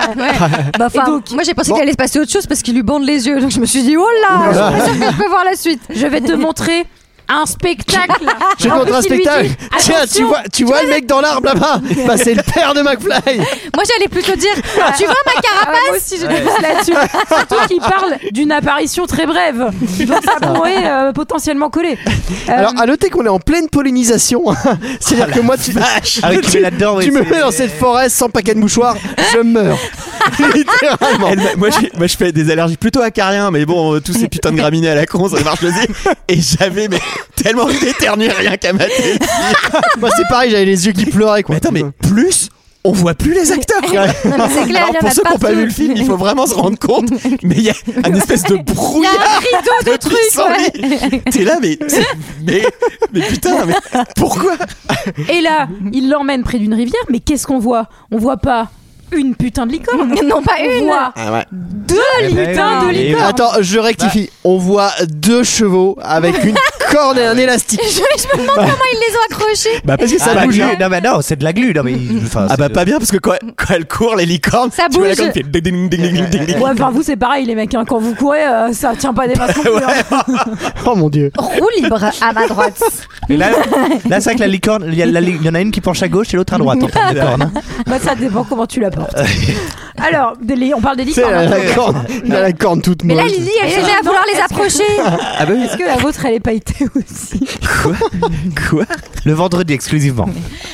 Speaker 7: Bah, enfin,
Speaker 1: Et donc-
Speaker 7: moi j'ai pensé qu'il allait se passer autre chose parce qu'il lui bande les yeux. Donc je me suis dit, oh là, je suis pas sûre que je peux voir la suite.
Speaker 1: Je vais te montrer un spectacle.
Speaker 8: Je
Speaker 1: En
Speaker 8: montre
Speaker 1: plus,
Speaker 8: un
Speaker 1: il lui dit,
Speaker 8: spectacle. Tiens, tu
Speaker 1: attention,
Speaker 8: vois, tu vois le mec dans l'arbre là-bas Bah, c'est le père de McFly.
Speaker 1: Euh.
Speaker 7: Moi j'allais plutôt dire, tu vois ma
Speaker 1: Ah ouais,
Speaker 7: carapace
Speaker 1: moi aussi j'ai des doutes là-dessus. Surtout qu'il parle d'une apparition très brève. Donc ça pourrait euh, potentiellement coller. Euh,
Speaker 8: Alors, à noter qu'on est en pleine pollinisation. hein. C'est-à-dire que moi, tu,
Speaker 6: Ah oui, tu mets là-dedans, oui,
Speaker 8: tu me
Speaker 6: c'est-
Speaker 8: mets dans cette forêt sans paquet de mouchoirs, je meurs. Littéralement.
Speaker 10: Elle m'a- moi, j'ai- moi, je fais des allergies plutôt acariens, mais bon, euh, tous ces putains de graminées à la con, ça marche aussi. Et j'avais mais, tellement envie d'éternuer rien qu'à mater.
Speaker 8: Moi, c'est pareil, j'avais les yeux qui pleuraient quoi.
Speaker 10: Mais attends, mais plus, on voit plus les acteurs.
Speaker 7: Non, mais c'est clair,
Speaker 10: Alors,
Speaker 7: il y en
Speaker 10: pour
Speaker 7: a
Speaker 10: ceux qui n'ont pas
Speaker 7: partout.
Speaker 10: vu le film, il faut vraiment se rendre compte. Mais il y a un espèce de brouillard. de pissenlit. T'es là, mais, mais, mais putain, mais pourquoi
Speaker 1: et là, il l'emmène près d'une rivière, mais qu'est-ce qu'on voit On voit pas une putain de licorne.
Speaker 7: Non, pas
Speaker 1: On
Speaker 7: une.
Speaker 1: voit
Speaker 10: Ah
Speaker 1: deux
Speaker 6: Eh ben
Speaker 1: putains
Speaker 6: oui.
Speaker 1: de licornes.
Speaker 10: Bah.
Speaker 8: Attends, je rectifie. On voit deux chevaux avec une corde
Speaker 10: Ah
Speaker 8: et un élastique.
Speaker 7: Je, je me demande comment ils les ont accrochés.
Speaker 8: Bah parce que
Speaker 6: Ah, la
Speaker 10: hein.
Speaker 6: glu- Non, mais non, c'est de la glu. Non, mais, enfin,
Speaker 10: Ah
Speaker 6: c'est-
Speaker 10: bah pas bien parce que quand, quand elle court les licornes,
Speaker 7: Ça
Speaker 10: tu vois la
Speaker 7: bouge.
Speaker 10: corne qui fait ding, ding, ding, ding, ding, ding.
Speaker 1: Ouais, enfin, vous, c'est pareil, les mecs. hein. Quand vous courez, euh, ça tient pas des
Speaker 8: Bah
Speaker 1: masses non plus, hein.
Speaker 8: Oh mon dieu.
Speaker 7: Roue libre à ma droite.
Speaker 6: Et là, là c'est vrai que la licorne, il y, a la li- il y en a une qui penche à gauche et l'autre à droite. en termes de corne, hein.
Speaker 1: Bah, ça dépend comment tu la portes. Alors, des li- on parle des
Speaker 8: Tu sais,
Speaker 1: licornes.
Speaker 8: elle
Speaker 10: Ah,
Speaker 8: a
Speaker 1: hein.
Speaker 8: la corne, elle a la corne toute
Speaker 7: Mais
Speaker 8: molle.
Speaker 7: là, Lily, elle se met à vouloir les approcher.
Speaker 10: Ah bah oui.
Speaker 1: Est-ce que la vôtre, elle est pailletée aussi
Speaker 10: Quoi
Speaker 6: Le vendredi exclusivement.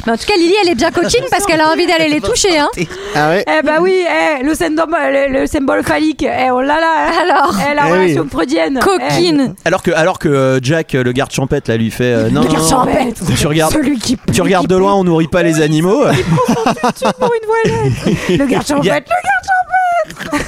Speaker 7: Mais en tout cas, Lily, elle est bien coquine parce qu'elle a envie d'aller les toucher. Hein.
Speaker 8: Ah ouais.
Speaker 1: Eh bah oui, eh, le, syndrome, le, le symbole phallique. Eh, oh là là. hein.
Speaker 7: Alors,
Speaker 1: Eh, la
Speaker 8: Eh oui.
Speaker 1: relation freudienne.
Speaker 7: coquine.
Speaker 10: Alors que alors que euh, Jack euh, le garde champêtre là lui fait euh, non,
Speaker 1: Eh,
Speaker 10: non,
Speaker 1: Regarde,
Speaker 10: non,
Speaker 1: Chambette.
Speaker 10: Tu regardes-
Speaker 1: Celui qui
Speaker 10: tu regardes
Speaker 1: qui
Speaker 10: de loin, on nourrit pas les animaux.
Speaker 1: pue pour une voilette. Le garde
Speaker 10: Il y a-
Speaker 1: chambette, le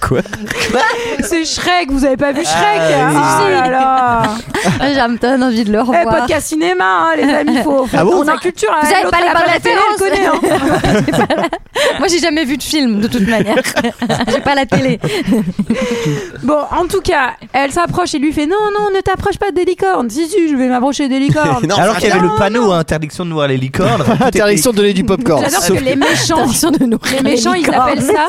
Speaker 10: Quoi
Speaker 1: garde Bah, C'est Shrek, vous avez pas vu Shrek
Speaker 10: Ah,
Speaker 1: hein
Speaker 7: oui.
Speaker 1: Oh là là
Speaker 7: J'ai un peu envie de le
Speaker 1: Eh,
Speaker 7: revoir.
Speaker 1: podcast cinéma, hein, les amis, faut, faut
Speaker 10: Ah bon
Speaker 1: on a culture.
Speaker 7: Vous avez
Speaker 1: avez
Speaker 7: pas les bonnes références.
Speaker 1: connaît, hein.
Speaker 7: Moi, j'ai jamais vu de film, de toute manière. j'ai pas la télé.
Speaker 1: Bon, en tout cas, elle s'approche et lui fait non, non, ne t'approche pas des licornes. Si, si, je vais m'approcher des licornes.
Speaker 10: Non,
Speaker 6: Alors qu'il y avait
Speaker 1: non,
Speaker 6: le panneau hein, interdiction de voir les licornes. tout était-
Speaker 8: Interdiction de donner du popcorn.
Speaker 1: hein. J'adore parce que les méchants, les méchants, ils appellent ça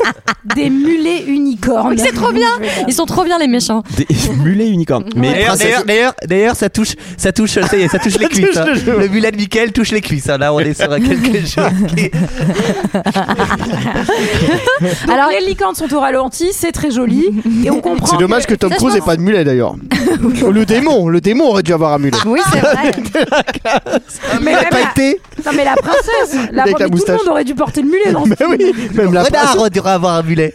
Speaker 1: des mulets unicornes.
Speaker 7: Oui, c'est trop bien. Ils sont trop bien, les méchants.
Speaker 10: Des mulets unicornes. Mais
Speaker 6: D'ailleurs, d'ailleurs, d'ailleurs, d'ailleurs, ça touche, ça touche, ça y est, ça touche les cuisses. hein. Le mulet de Michael touche les cuisses. hein. Là, on est sur quelque chose. qui-
Speaker 1: Alors,
Speaker 7: Alors,
Speaker 1: les licornes sont au ralenti, c'est très joli. Et on comprend.
Speaker 8: C'est dommage que Tom
Speaker 7: Ça, je
Speaker 8: Cruise n'ait
Speaker 7: pense-
Speaker 8: pas de mulet d'ailleurs. Ou le démon, le démon aurait dû avoir un mulet.
Speaker 7: oui, c'est vrai.
Speaker 1: Mais
Speaker 8: Il a
Speaker 1: même
Speaker 8: pas
Speaker 1: la-
Speaker 8: été.
Speaker 1: Non, mais la princesse, la, mais
Speaker 8: Avec la
Speaker 1: tout le
Speaker 8: moustache.
Speaker 1: monde aurait dû porter le mulet. Non
Speaker 8: Mais oui, même la
Speaker 6: Renard
Speaker 8: princesse.
Speaker 6: on devrait avoir un mulet.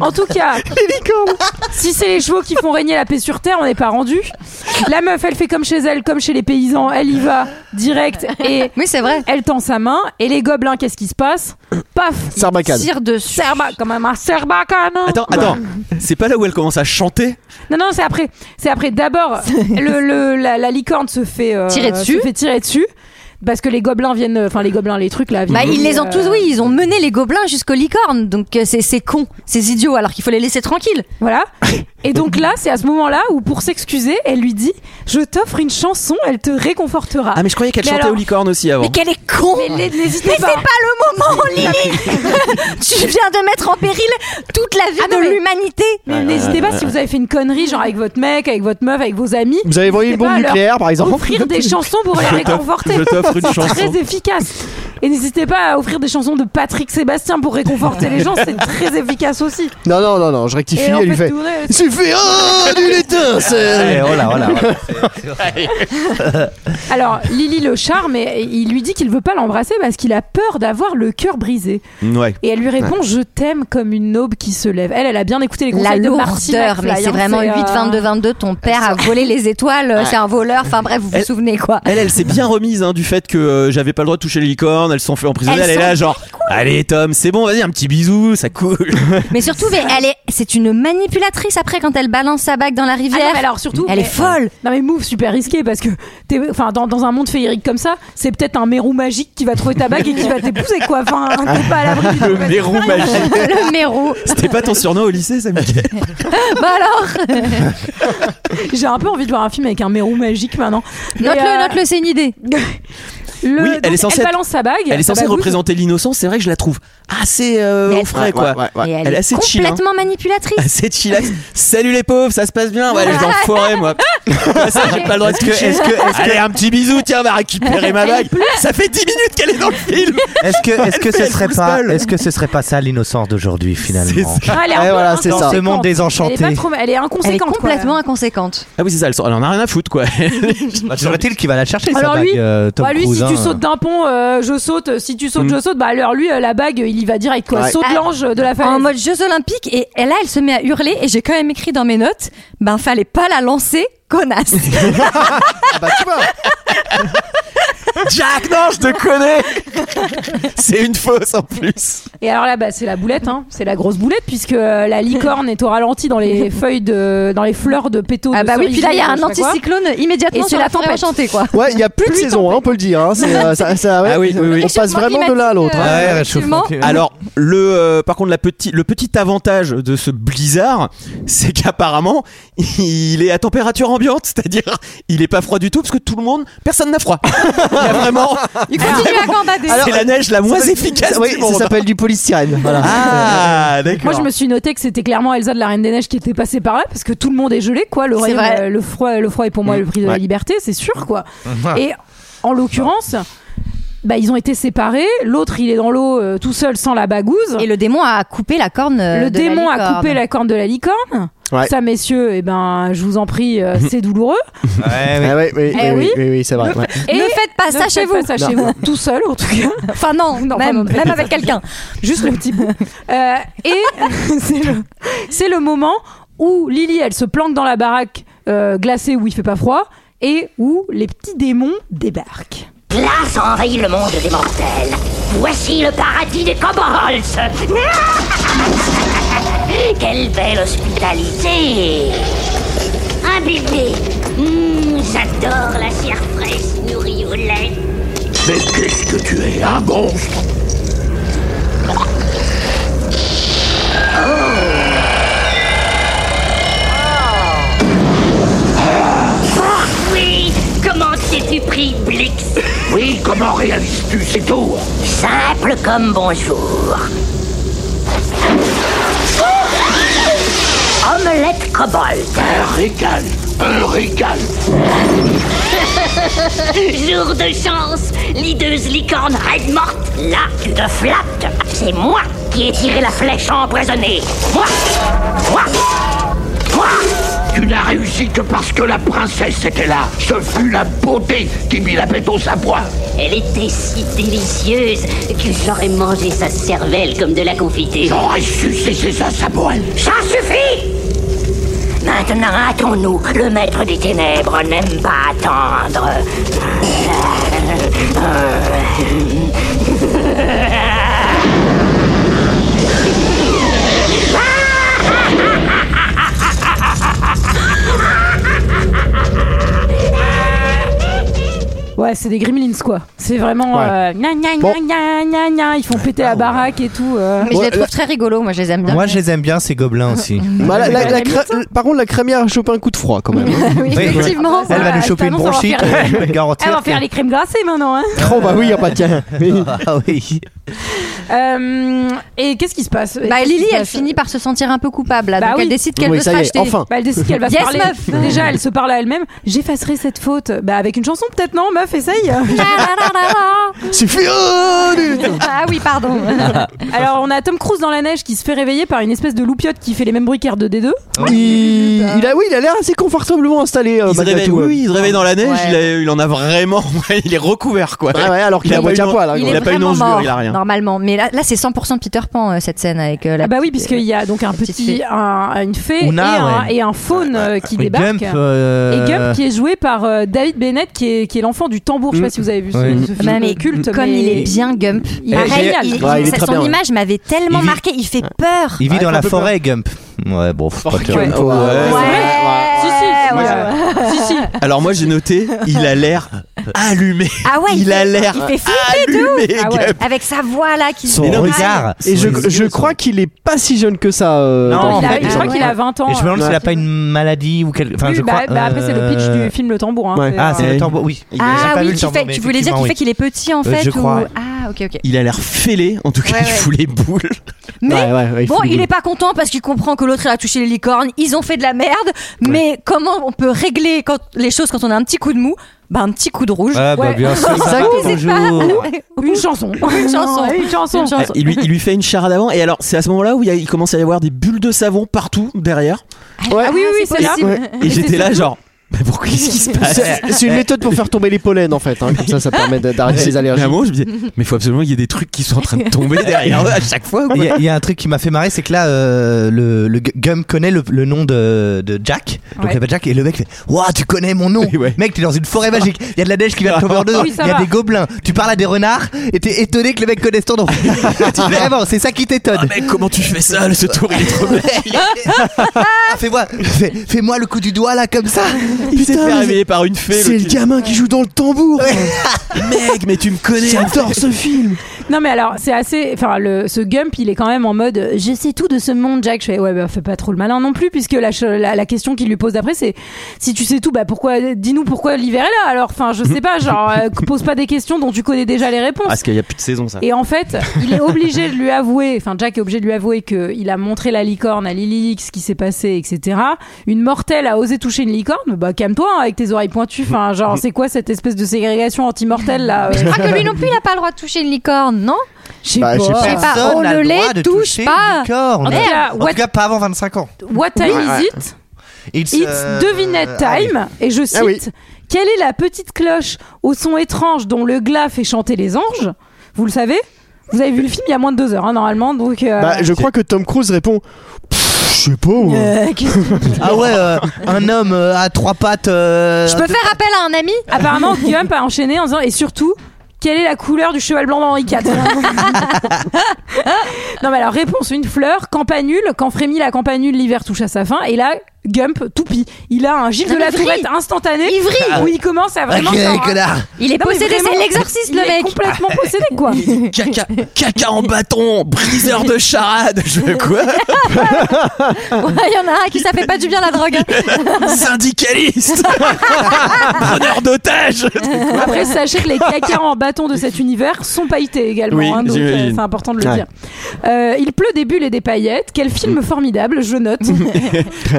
Speaker 1: en tout cas,
Speaker 8: Les licornes.
Speaker 1: si c'est les chevaux qui font régner la paix sur terre, on n'est pas rendu. La meuf, elle fait comme chez elle, comme chez les paysans, elle y va direct et
Speaker 7: Oui, c'est vrai.
Speaker 1: elle tend sa main. Et les gobelins, qu'est-ce qui se passe Paf,
Speaker 8: Sarbacane.
Speaker 7: Tire dessus.
Speaker 1: Serba, comme un serbacane.
Speaker 10: attends, attends. C'est pas là où elle commence à chanter
Speaker 1: Non, non, c'est après. C'est après. D'abord, le, le- la, la licorne se fait euh,
Speaker 7: Tirer dessus.
Speaker 1: se fait tirer dessus. Parce que les gobelins viennent, enfin les gobelins, les trucs là.
Speaker 7: Bah,
Speaker 1: viennent-
Speaker 7: ils les ont
Speaker 1: euh,
Speaker 7: tous, oui, ils ont mené les gobelins jusqu'aux licornes. Donc, euh, c'est c'est con, ces idiots, alors qu'il faut les laisser tranquilles.
Speaker 1: Voilà. Et donc là, c'est à ce moment-là où, pour s'excuser, elle lui dit Je t'offre une chanson, elle te réconfortera.
Speaker 10: Ah mais je croyais qu'elle
Speaker 1: Mais
Speaker 10: chantait
Speaker 1: alors-
Speaker 10: aux licornes aussi avant.
Speaker 7: Mais quel est con
Speaker 1: Mais les- n'hésitez
Speaker 7: Mais c'est
Speaker 1: pas.
Speaker 7: pas le moment, Lily Tu viens de mettre en péril toute la vie
Speaker 1: Ah non,
Speaker 7: de
Speaker 1: mais-
Speaker 7: l'humanité
Speaker 1: Mais n'hésitez pas si vous avez fait une connerie, genre avec votre mec, avec votre meuf, avec vos amis.
Speaker 8: Vous avez envoyé une
Speaker 1: n'hésitez pas
Speaker 8: bombe
Speaker 1: à leur
Speaker 8: nucléaire par exemple.
Speaker 1: Offrir des chansons pour les réconforter.
Speaker 10: je t'offre une
Speaker 1: C'est
Speaker 10: chanson.
Speaker 1: Très efficace. Et n'hésitez pas à offrir des chansons de Patrick Sébastien pour réconforter les gens, c'est très efficace aussi.
Speaker 8: Non, non, non, non, je rectifie,
Speaker 1: Et on
Speaker 8: elle lui
Speaker 1: peut
Speaker 8: fait.
Speaker 1: tourner-
Speaker 8: Il suffit oh, d'une étincelle
Speaker 6: Eh, oh là, oh là, oh là.
Speaker 1: Alors, Lily le charme et il lui dit qu'il veut pas l'embrasser parce qu'il a peur d'avoir le cœur brisé.
Speaker 10: Ouais.
Speaker 1: Et elle lui répond Je t'aime comme une aube qui se lève. Elle, elle a bien écouté les
Speaker 7: La
Speaker 1: conseils de Marty
Speaker 7: lourdeur,
Speaker 1: McFly,
Speaker 7: mais c'est
Speaker 1: hein,
Speaker 7: vraiment
Speaker 1: euh,
Speaker 7: 8-22-22, ton père a volé les étoiles, euh, c'est un voleur, enfin bref, vous vous
Speaker 10: Elle-
Speaker 7: souvenez quoi
Speaker 10: Elle, elle s'est bien remise hein, du fait que euh, j'avais pas le droit de toucher les licornes, elles se sont fait emprisonner.
Speaker 7: Elles
Speaker 10: Elle est là,
Speaker 7: sont
Speaker 10: genre, allez Tom, c'est bon, vas-y, un petit bisou, ça coule.
Speaker 7: Mais surtout, mais elle est, c'est une manipulatrice après quand elle balance sa bague dans la
Speaker 1: Ah non,
Speaker 7: rivière.
Speaker 1: mais alors surtout,
Speaker 7: elle est
Speaker 1: mais-
Speaker 7: folle
Speaker 1: Non mais move super risqué parce que t'es, enfin dans, dans un monde féerique comme ça, c'est peut-être un mérou magique qui va trouver ta bague et qui va t'épouser quoi. Enfin, t'es pas à l'abri. du tout.
Speaker 10: Les roues magiques.
Speaker 7: Le mérou
Speaker 10: C'était pas ton surnom au lycée, ça, Mickaël
Speaker 7: Bah alors
Speaker 1: J'ai un peu envie de voir un film avec un mérou magique maintenant. Mais,
Speaker 7: Note-le,
Speaker 1: euh,
Speaker 7: note-le, c'est une idée
Speaker 1: le-
Speaker 10: Oui,
Speaker 1: donc,
Speaker 10: elle est censée être-
Speaker 1: balance sa bague. Ah bah
Speaker 10: Elle est
Speaker 1: sa
Speaker 10: censée
Speaker 1: bagouze.
Speaker 10: représenter l'innocence, c'est vrai que je la trouve assez euh,
Speaker 7: Mais
Speaker 10: au
Speaker 7: elle-
Speaker 10: frais,
Speaker 8: Ouais,
Speaker 10: quoi.
Speaker 8: ouais, ouais.
Speaker 7: Et elle,
Speaker 10: Elle est
Speaker 7: est
Speaker 10: assez chill, hein.
Speaker 7: complètement manipulatrice
Speaker 10: Assez chillax. Salut les pauvres, ça se passe bien. Ouais, les enfoirés, moi. Ça, j'ai pas le droit de toucher. Est-ce que, est-ce que- Allez, un petit bisou, tiens, va récupérer ma bague. Ça fait 10 minutes qu'elle est dans le film.
Speaker 6: Est-ce que, est-ce que ce
Speaker 10: Elle
Speaker 6: serait
Speaker 10: fout le
Speaker 6: pas,
Speaker 10: seul.
Speaker 6: est-ce que ce serait pas ça l'innocence d'aujourd'hui finalement
Speaker 1: Ah, elle est un
Speaker 8: Ouais,
Speaker 1: peu
Speaker 8: Eh, voilà, c'est ça.
Speaker 1: inconséquente.
Speaker 6: Ce
Speaker 1: Elle
Speaker 6: monde
Speaker 1: est, pas
Speaker 6: désenchanté.
Speaker 1: trop- elle est inconséquente.
Speaker 7: Elle est
Speaker 1: quoi.
Speaker 7: complètement inconséquente.
Speaker 10: Ah oui, c'est ça, elle s'en- elle en a rien à foutre, quoi.
Speaker 6: Serait-il qui va la chercher
Speaker 1: Alors
Speaker 6: sa
Speaker 1: lui-
Speaker 6: bague euh, Tom
Speaker 1: Bah, lui,
Speaker 6: Cruise,
Speaker 1: si tu
Speaker 6: hein.
Speaker 1: sautes d'un pont, euh, je saute. Si tu sautes, je saute. Bah alors lui, euh, la bague, il y va direct quoi.
Speaker 8: Ouais.
Speaker 1: Saute
Speaker 7: Ah.
Speaker 1: l'ange de la
Speaker 7: En
Speaker 1: falaise.
Speaker 7: mode Jeux Olympiques, et et là, elle se met à hurler, et j'ai quand même écrit dans mes notes, ben fallait pas la lancer, connasse
Speaker 8: Ah bah tu vois
Speaker 10: Jack, non, je te connais C'est une fausse en plus.
Speaker 1: Et alors là, bah, c'est la boulette, hein. c'est la grosse boulette, puisque euh, la licorne est au ralenti dans les feuilles de, dans les fleurs de pétaux.
Speaker 7: Ah
Speaker 1: de
Speaker 7: bah oui,
Speaker 1: cerisier,
Speaker 7: puis là il y a
Speaker 1: je
Speaker 7: un
Speaker 1: sais pas quoi.
Speaker 7: anticyclone
Speaker 1: Et
Speaker 7: immédiatement
Speaker 1: c'est
Speaker 7: sur
Speaker 1: la
Speaker 7: la tempête
Speaker 1: tempête.
Speaker 7: enchantée quoi.
Speaker 8: Ouais, il y a plus de
Speaker 1: Plus
Speaker 8: saison, hein, on peut le dire. hein, c'est, euh, ça- ça- ouais,
Speaker 10: Ah oui, oui, oui.
Speaker 8: On passe vraiment de l'un à l'autre. hein.
Speaker 7: Euh,
Speaker 6: Ouais,
Speaker 7: effectivement.
Speaker 6: réchauffement climatique.
Speaker 10: Alors, le, euh, par contre, la petit, le petit avantage de ce blizzard, c'est qu'apparemment, il est à température ambiante, c'est-à-dire, il est pas froid du tout parce que tout le monde, personne n'a froid. Il y a vraiment,
Speaker 7: Il continue
Speaker 1: Ah
Speaker 7: à gambader.
Speaker 10: c'est la neige la moins efficace
Speaker 8: Oui,
Speaker 10: du
Speaker 8: ça
Speaker 10: monde.
Speaker 8: s'appelle du polystyrène. Voilà.
Speaker 10: Ah,
Speaker 1: Moi,
Speaker 10: d'accord.
Speaker 1: je me suis noté que c'était clairement Elsa de la Reine des Neiges qui était passée par là, parce que tout le monde est gelé, quoi. Le,
Speaker 7: C'est
Speaker 1: royaume,
Speaker 7: vrai.
Speaker 1: euh, le, froid, le froid est pour moi le prix de la liberté, c'est sûr, quoi. Et en l'occurrence, bah, ils ont été séparés. L'autre, il est dans l'eau euh, tout seul sans la bagouze.
Speaker 7: Et le démon a coupé la corne. euh,
Speaker 1: le
Speaker 7: de
Speaker 1: démon
Speaker 7: la
Speaker 1: a
Speaker 7: licorne.
Speaker 1: coupé la corne de la licorne.
Speaker 8: Ouais.
Speaker 1: Ça, messieurs, eh ben, je vous en prie, euh, c'est douloureux.
Speaker 8: Ah ouais,
Speaker 1: Eh
Speaker 8: oui, oui,
Speaker 1: oui.
Speaker 8: oui, oui, oui, c'est vrai. ouais.
Speaker 1: Et
Speaker 7: Ne faites pas
Speaker 1: ne
Speaker 7: Ah, ça chez
Speaker 1: faites
Speaker 7: vous.
Speaker 1: pas ça chez vous, tout seul en tout cas.
Speaker 7: Enfin non,
Speaker 1: Non,
Speaker 7: même,
Speaker 1: enfin, non.
Speaker 7: même avec quelqu'un.
Speaker 1: juste le petit bout. Euh, et c'est le, c'est le moment où Lily, elle se planque dans la baraque euh, glacée où il fait pas froid et où les petits démons débarquent.
Speaker 2: Glace envahit le monde des mortels. Voici le paradis des kobolds. Quelle belle hospitalité. Un bébé. Mmh, J'adore la chair fraîche nourrie au lait. Mais qu'est-ce que tu es, Ah, un monstre Oui, comment t'es-tu pris, Blix Oui, comment réalises-tu, c'est tout Simple comme bonjour. Oh, Omelette cobalt. Un régal, un régal. Jour de chance, lideuse licorne raide morte. Là, tu te flattes. C'est moi qui ai tiré la flèche empoisonnée. Moi Moi Moi Tu n'as réussi que parce que la princesse était là. Ce fut la beauté qui mit la bête au sabrois.
Speaker 12: Elle était si délicieuse que j'aurais mangé sa cervelle comme de la confiture.
Speaker 2: J'aurais sucé ses assaboines.
Speaker 12: Ça suffit Maintenant, hâtons-nous. Le maître des ténèbres n'aime pas attendre.
Speaker 1: Ouais, c'est des gremlins quoi. C'est vraiment. euh, gna, gna, gna,
Speaker 8: Bon. Ah,
Speaker 1: gna, gna, gna. Ils font péter la baraque et tout. euh.
Speaker 7: Mais je
Speaker 8: Ouais,
Speaker 7: les trouve
Speaker 8: là-
Speaker 7: très rigolos, moi je les aime bien.
Speaker 6: Moi, je les aime bien, ces gobelins aussi.
Speaker 8: Bah, la- la-
Speaker 1: Ouais.
Speaker 8: la cra- Par contre, la crémière a chopé un coup de froid quand même. hein.
Speaker 7: Oui,
Speaker 6: Oui,
Speaker 7: effectivement.
Speaker 1: Ah,
Speaker 6: Elle va nous
Speaker 1: je
Speaker 6: choper une
Speaker 1: t'annonce, elle
Speaker 6: bronchite,
Speaker 1: va faire les-
Speaker 6: je peux te garantir.
Speaker 1: Elle va faire les crèmes glacées maintenant. hein.
Speaker 8: Oh bah oui, y a pas de cas. Mais-
Speaker 6: Ah oui.
Speaker 1: Euh, et qu'est-ce qui se passe
Speaker 7: Bah
Speaker 1: Qu'est-ce qui
Speaker 7: Lily,
Speaker 1: se
Speaker 7: elle
Speaker 1: passe
Speaker 7: finit par se sentir un peu coupable là,
Speaker 1: Bah
Speaker 7: donc
Speaker 1: oui.
Speaker 7: elle décide qu'elle
Speaker 8: Oui,
Speaker 7: veut se
Speaker 8: ça y est,
Speaker 7: racheter.
Speaker 8: enfin.
Speaker 1: Bah, elle décide qu'elle va
Speaker 7: Yes,
Speaker 1: se parler.
Speaker 7: meuf.
Speaker 1: Déjà, elle se parle à elle-même. J'effacerai cette faute. Bah, avec une chanson, peut-être, non Meuf, essaye.
Speaker 7: Bah,
Speaker 8: Suffit oh, du-
Speaker 7: ah oui, pardon.
Speaker 1: Alors, on a Tom Cruise dans la neige qui se fait réveiller par une espèce de loupiote qui fait les mêmes bruits qu'R2D2.
Speaker 8: il... il a, oui, il a l'air assez confortablement installé. euh,
Speaker 10: Il se
Speaker 8: malgré
Speaker 10: réveille,
Speaker 8: tout,
Speaker 10: oui,
Speaker 8: euh.
Speaker 10: oui, il se réveille dans la neige,
Speaker 7: Ouais.
Speaker 10: il, a- il en a vraiment, il est recouvert quoi.
Speaker 8: Ah ouais, alors qu'il
Speaker 10: Il
Speaker 8: a
Speaker 10: a
Speaker 8: moitié
Speaker 10: pas
Speaker 8: à
Speaker 10: eu
Speaker 8: poil. hein,
Speaker 7: Il
Speaker 8: quand
Speaker 7: est
Speaker 10: a
Speaker 8: même.
Speaker 10: pas une
Speaker 7: vraiment
Speaker 10: once dure,
Speaker 7: mort,
Speaker 10: il a rien.
Speaker 7: normalement. Mais là, là c'est 100% Peter Pan euh, cette scène avec euh, la.
Speaker 1: Ah, bah oui,
Speaker 7: petite-
Speaker 1: puisqu'il y a donc un
Speaker 7: petite
Speaker 1: petit,
Speaker 7: fée.
Speaker 1: un- une fée
Speaker 6: On a,
Speaker 1: et, un,
Speaker 6: ouais.
Speaker 1: et un faune euh, qui
Speaker 6: Oui,
Speaker 1: débarquent.
Speaker 6: Gump, euh, Mm.
Speaker 1: Et Gump qui est joué par euh, David Bennett qui est, qui est l'enfant du tambour. Je sais pas si vous avez vu ce,
Speaker 6: Oui. Eh,
Speaker 1: ce
Speaker 7: Ah
Speaker 1: film
Speaker 7: bah, mais
Speaker 1: culte.
Speaker 7: Comme
Speaker 1: mais-
Speaker 7: il est bien Gump.
Speaker 1: Il est
Speaker 7: Pareil,
Speaker 1: génial.
Speaker 7: il-
Speaker 8: Ouais, il est
Speaker 7: sa-
Speaker 8: très
Speaker 7: son
Speaker 8: bien, ouais.
Speaker 7: image m'avait tellement
Speaker 6: Il vit-
Speaker 7: marqué, il fait peur.
Speaker 6: Il vit
Speaker 8: Ouais,
Speaker 6: dans
Speaker 8: un
Speaker 6: la
Speaker 8: peu
Speaker 6: forêt, Gump. Ouais, bon, faut pas
Speaker 1: ouais.
Speaker 6: que-
Speaker 10: Ouais.
Speaker 1: Si, si, ouais.
Speaker 7: Ouais, ouais.
Speaker 1: Si, si.
Speaker 10: Alors moi j'ai noté, il a l'air allumé.
Speaker 7: Ah ouais,
Speaker 10: il
Speaker 7: il
Speaker 10: a
Speaker 7: fait-
Speaker 10: l'air
Speaker 7: il fait
Speaker 10: allumé.
Speaker 1: Ah ouais.
Speaker 10: Gab.
Speaker 7: Avec sa voix là qui.
Speaker 6: Son
Speaker 7: Ah,
Speaker 6: regard.
Speaker 8: Et je, je crois qu'il est pas si jeune que ça. euh,
Speaker 6: Non,
Speaker 8: dans
Speaker 1: Il
Speaker 8: le
Speaker 1: a- je
Speaker 8: film,
Speaker 1: crois
Speaker 8: il me
Speaker 1: qu'il a 20 ans.
Speaker 6: Et je me demande
Speaker 1: euh,
Speaker 6: s'il a pas une maladie ou quelque. Enfin,
Speaker 1: Oui,
Speaker 6: je
Speaker 1: bah-
Speaker 6: crois.
Speaker 1: bah, après, c'est le pitch
Speaker 6: euh,
Speaker 1: du film Le Tambour. hein.
Speaker 8: Ouais.
Speaker 1: C'est,
Speaker 6: Ah,
Speaker 1: euh,
Speaker 6: c'est le tambour, oui. J'ai pas
Speaker 7: Ah
Speaker 6: vu
Speaker 7: oui,
Speaker 6: le
Speaker 7: tu,
Speaker 6: tambour,
Speaker 7: fais,
Speaker 6: mais
Speaker 7: tu voulais dire
Speaker 6: effectivement,
Speaker 7: qu'il fait qu'il est petit en
Speaker 6: Euh,
Speaker 7: fait
Speaker 6: je
Speaker 7: ou-
Speaker 6: crois.
Speaker 7: Ah ok ok.
Speaker 10: Il a l'air fêlé, en tout cas
Speaker 7: Ouais,
Speaker 10: il
Speaker 7: ouais.
Speaker 10: fout les boules.
Speaker 7: Mais
Speaker 8: Ouais, ouais, ouais, il
Speaker 7: bon,
Speaker 8: fout les
Speaker 7: il
Speaker 8: boules.
Speaker 7: est pas content parce qu'il comprend que l'autre il a touché les licornes. Ils ont fait de la merde. Mais comment on peut régler quand, les choses quand on a un petit coup de mou Bah un petit coup de rouge.
Speaker 6: oui. Ah, bah,
Speaker 1: Ouais.
Speaker 6: bien sûr. Bonjour.
Speaker 1: Une chanson.
Speaker 7: Une chanson.
Speaker 1: Une chanson.
Speaker 7: Une chanson.
Speaker 10: Il lui, il lui fait une charade avant et alors c'est à ce moment-là où il, y a- il commence à y avoir des bulles de savon partout derrière
Speaker 8: Ouais.
Speaker 1: Ah oui, oui, oui,
Speaker 7: c'est
Speaker 1: c'est là.
Speaker 7: possible.
Speaker 10: et j'étais là genre Mais pourquoi qu'est-ce qui se passe
Speaker 8: C'est c'est une méthode pour faire tomber les pollens en fait. hein. Comme ça, ça permet d- d'arrêter les allergies.
Speaker 10: Mais à un moment, je me disais, mais faut absolument qu'il y ait des trucs qui sont en train de tomber derrière à chaque fois.
Speaker 6: Il y, a- il y a un truc qui m'a fait marrer, c'est que là, euh, le, le gu- Gum connaît le, le nom de, de Jack. Donc
Speaker 1: Ouais.
Speaker 6: il y a pas Jack et le mec fait Waouh, tu connais mon nom
Speaker 10: Ouais.
Speaker 6: Mec, t'es dans une forêt magique. Il y a de la neige qui vient de tomber en deux.
Speaker 1: Oui,
Speaker 6: Il
Speaker 1: ça
Speaker 6: y a
Speaker 1: va.
Speaker 6: des gobelins. Tu parles à des renards et t'es étonné que le mec connaisse ton nom. Tu- Vraiment, c'est ça qui t'étonne.
Speaker 10: Mec, Ah, comment tu fais ça Ce tour, il est trop bien.
Speaker 6: Ah, Fais-moi fais, moi le coup du doigt là, comme ça.
Speaker 10: Il s'est
Speaker 6: Putain,
Speaker 10: fait
Speaker 6: mais-
Speaker 10: réveiller par une fée.
Speaker 8: C'est le gamin qui joue dans le tambour.
Speaker 10: Mec, mais tu me connais.
Speaker 8: J'adore ce film.
Speaker 1: Non mais alors c'est assez, enfin le ce Gump il est quand même en mode euh, je sais tout de ce monde Jack. Je fais ouais bah fais pas trop le malin non plus puisque la cho- la, la question qu'il lui pose d'après c'est si tu sais tout bah pourquoi dis-nous pourquoi l'hiver est là alors enfin je sais pas genre euh, pose pas des questions dont tu connais déjà les réponses.
Speaker 10: Ah, Parce qu'il y a plus de saison, ça.
Speaker 1: Et en fait, il est obligé de lui avouer, enfin Jack est obligé de lui avouer qu'il a montré la licorne à Lily, ce qui s'est passé, etc. Une mortelle a osé toucher une licorne, bah calme-toi hein, avec tes oreilles pointues, enfin genre c'est quoi cette espèce de ségrégation anti-mortelle là euh,
Speaker 7: Je crois que lui non plus, il a pas le droit de toucher une licorne, non
Speaker 1: Je sais
Speaker 8: Bah, je sais
Speaker 1: pas.
Speaker 7: pas.
Speaker 6: Personne
Speaker 7: on
Speaker 6: n'a
Speaker 7: ne
Speaker 6: le
Speaker 7: les
Speaker 6: droit de
Speaker 7: touche
Speaker 6: toucher une
Speaker 7: pas.
Speaker 6: licorne.
Speaker 1: En tout cas,
Speaker 6: En
Speaker 1: Eh, what,
Speaker 6: tout cas, pas avant 25 ans.
Speaker 1: what time is it
Speaker 6: It's,
Speaker 1: It's
Speaker 6: euh,
Speaker 1: devinette
Speaker 6: ah oui.
Speaker 1: time et je cite
Speaker 8: Ah oui.
Speaker 1: Quelle est la petite cloche au son étrange dont le glas fait chanter les anges Vous le savez Vous avez vu le film il y a moins de deux heures hein, normalement donc. euh,
Speaker 8: Bah, je crois que Tom Cruise répond. Pff, Je sais pas. moi.
Speaker 1: euh, qu'est-ce que-
Speaker 6: Ah ouais, euh, un homme euh, à trois pattes. euh,
Speaker 7: Je peux faire appel à un ami
Speaker 1: Apparemment, Guillaume a enchaîné en disant et surtout. Quelle est la couleur du cheval blanc d'Henri IV Non mais alors réponse une fleur campanule quand frémit la campanule l'hiver touche à sa fin et là Gump toupie il a un gilles
Speaker 7: Non,
Speaker 1: de
Speaker 7: Ah, mais
Speaker 1: la
Speaker 7: vrille.
Speaker 1: tourette instantané
Speaker 7: Il vrille.
Speaker 1: où il commence à
Speaker 10: Ah,
Speaker 1: vraiment
Speaker 6: Ok,
Speaker 1: genre,
Speaker 6: connard.
Speaker 7: Il est
Speaker 1: Non, mais
Speaker 7: possédé, c'est
Speaker 1: vraiment,
Speaker 7: l'exorciste
Speaker 1: il
Speaker 7: le
Speaker 1: est
Speaker 7: mec
Speaker 1: complètement possédé quoi
Speaker 10: Caca, caca en bâton, briseur de charade, je veux quoi
Speaker 7: Ouais, Il y en a un à qui ça fait pas du bien la drogue.
Speaker 10: Syndicaliste Preneur d'otages
Speaker 1: Après, sachez que les cacas en bâton de cet univers sont pailletés également.
Speaker 10: Oui,
Speaker 1: hein, donc, euh,
Speaker 10: j'imagine.
Speaker 1: c'est important de le
Speaker 10: Ouais. Mm.
Speaker 1: dire. Euh, il pleut des bulles et des paillettes. Quel film formidable, je note.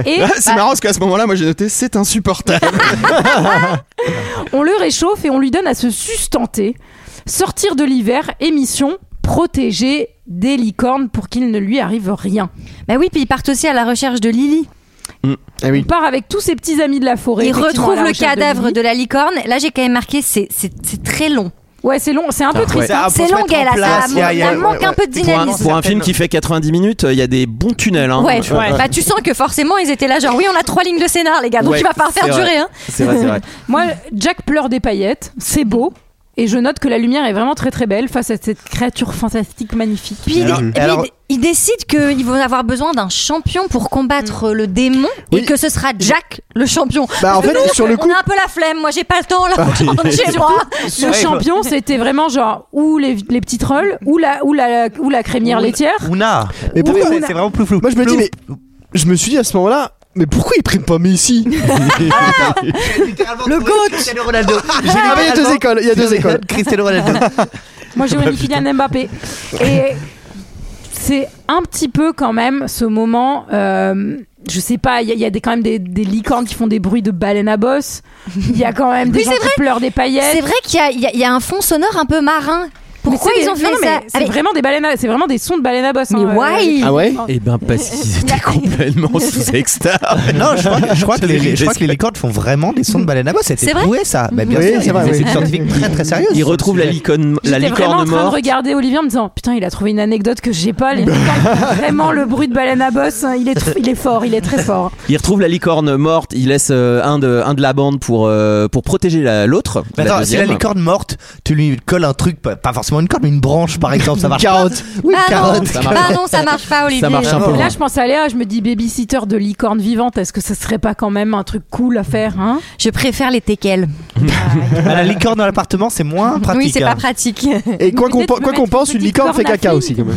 Speaker 1: et bah
Speaker 10: Ah, C'est marrant parce qu'à ce moment-là, moi j'ai noté c'est insupportable.
Speaker 1: on le réchauffe et on lui donne à se sustenter. Sortir de l'hiver, émission protéger des licornes pour qu'il ne lui arrive rien.
Speaker 7: Bah oui, puis ils partent aussi à la recherche de Lily.
Speaker 8: Ah oui.
Speaker 1: Il part avec tous ses petits amis de la forêt.
Speaker 7: Ils
Speaker 1: effectivement, à la
Speaker 7: retrouvent le
Speaker 1: recherche de
Speaker 7: cadavre
Speaker 1: Lily.
Speaker 7: de la licorne. Là, j'ai quand même marqué, c'est c'est- c'est très long.
Speaker 1: Ouais, c'est long, c'est un peu triste.
Speaker 6: ouais.
Speaker 1: hein.
Speaker 6: Ah, pour
Speaker 7: C'est
Speaker 6: se
Speaker 7: long,
Speaker 6: mettre en
Speaker 7: Gaël. Ça
Speaker 6: place, il y a- il y a-
Speaker 7: ça manque
Speaker 8: ouais,
Speaker 7: un peu de
Speaker 10: Pour un,
Speaker 7: dynamisme.
Speaker 10: pour un film qui fait 90 minutes, il y a des bons tunnels. Hein,
Speaker 7: Ouais.
Speaker 10: Tu vois.
Speaker 7: Bah tu sens que forcément ils étaient là genre oui on a trois lignes de scénar les gars donc
Speaker 10: Ouais,
Speaker 7: il va falloir faire
Speaker 10: c'est vrai.
Speaker 7: durer hein.
Speaker 10: C'est vrai, c'est vrai.
Speaker 1: Moi, Jack pleure des paillettes, c'est beau. Et je note que la lumière est vraiment très très belle face à cette créature fantastique magnifique.
Speaker 7: Puis,
Speaker 6: Alors-
Speaker 7: il, et puis,
Speaker 6: alors-
Speaker 7: il- il décide qu'ils vont avoir besoin d'un champion pour combattre le démon et
Speaker 8: Oui.
Speaker 7: que ce sera Jack le champion.
Speaker 8: Bah, en fait, sur le coup.
Speaker 7: On a un peu la flemme, moi j'ai pas le temps là pour rentrer chez moi.
Speaker 1: le champion, c'était vraiment genre ou les, les petits trolls, ou la, ou la, ou la crémière laitière.
Speaker 6: Ouna.
Speaker 8: Mais pourquoi
Speaker 6: C'est c'est vraiment plus flou.
Speaker 8: Moi, je me dis, mais- Je me suis dit à ce moment-là. Mais pourquoi ils prennent pas Messi
Speaker 1: Ah,
Speaker 6: Le coach Cristiano Ronaldo. J'ai
Speaker 8: Ah, mais Il y a deux
Speaker 6: littéralement-
Speaker 8: écoles, il y a deux écoles.
Speaker 6: Cristiano Ronaldo.
Speaker 1: Moi,
Speaker 10: Bah,
Speaker 1: j'ai mis Kylian Mbappé. Et c'est un petit peu quand même ce moment. euh, je sais pas, il y a, il y a des, quand même des, des licornes qui font des bruits de baleine à bosse. Il y a quand même des
Speaker 7: Oui,
Speaker 1: gens
Speaker 7: c'est
Speaker 1: qui pleurent des
Speaker 7: C'est
Speaker 1: paillettes.
Speaker 7: vrai qu'il y a- il y, a- il y a un fond sonore un peu marin. Pourquoi
Speaker 1: Mais c'est
Speaker 7: ils ont
Speaker 1: des-
Speaker 7: fait
Speaker 1: non, non,
Speaker 7: ça
Speaker 1: mais C'est
Speaker 7: Avec-
Speaker 1: vraiment des baleines, à- c'est vraiment des sons de baleine à bosse.
Speaker 7: Mais
Speaker 1: hein, euh,
Speaker 7: why
Speaker 8: Ah ouais
Speaker 10: Eh ben parce qu'ils étaient complètement sous extase.
Speaker 6: Non, je crois, que- je crois que les,
Speaker 10: J'espère.
Speaker 6: je crois que les licornes font vraiment des sons de baleine à bosse. C'était
Speaker 7: C'est vrai
Speaker 6: prouvé ça. Bah, bien
Speaker 8: Oui, Eh,
Speaker 6: sûr,
Speaker 8: c'est
Speaker 6: il y a
Speaker 8: vrai,
Speaker 6: des
Speaker 8: oui.
Speaker 6: études scientifiques très très sérieuses.
Speaker 10: Ils
Speaker 6: sur le
Speaker 10: retrouvent la
Speaker 6: sujet.
Speaker 10: licorne, la
Speaker 1: J'étais vraiment en
Speaker 10: licorne
Speaker 1: train de
Speaker 10: morte.
Speaker 1: regarder Olivier en me disant Putain, il a trouvé une anecdote que j'ai pas. Les licornes, vraiment, le bruit de baleine à bosse, hein, il est, tr- il est fort, il est très fort.
Speaker 10: Il retrouve la licorne morte, il laisse euh, un, de, un de la bande pour, euh, pour protéger la- l'autre.
Speaker 6: Mais
Speaker 10: la
Speaker 6: attends, si la
Speaker 10: deuxième.
Speaker 6: licorne morte, tu lui colles un truc, pas pas forcément une corde, mais une branche par exemple, ça marche.
Speaker 8: Carotte.
Speaker 6: pas. Oui,
Speaker 7: Bah non,
Speaker 6: carotte.
Speaker 10: Ça marche.
Speaker 7: bah non, ça marche pas, Olivier.
Speaker 10: Ça marche un
Speaker 1: Et
Speaker 10: peu moins.
Speaker 1: là, je pense à Léa, je me dis Babysitter de licorne vivante, est-ce que ça serait pas quand même un truc cool à faire hein
Speaker 7: Je préfère les teckels.
Speaker 6: Bah, la licorne dans l'appartement, c'est moins pratique.
Speaker 7: Oui, c'est pas
Speaker 6: hein.
Speaker 7: pratique.
Speaker 8: Et quoi qu'on
Speaker 1: Peut-être
Speaker 8: quoi
Speaker 1: mettre
Speaker 8: qu'on
Speaker 1: une
Speaker 8: pense, une
Speaker 1: petite
Speaker 8: licorne fait
Speaker 1: corne à
Speaker 8: caca
Speaker 1: fille.
Speaker 8: aussi quand même.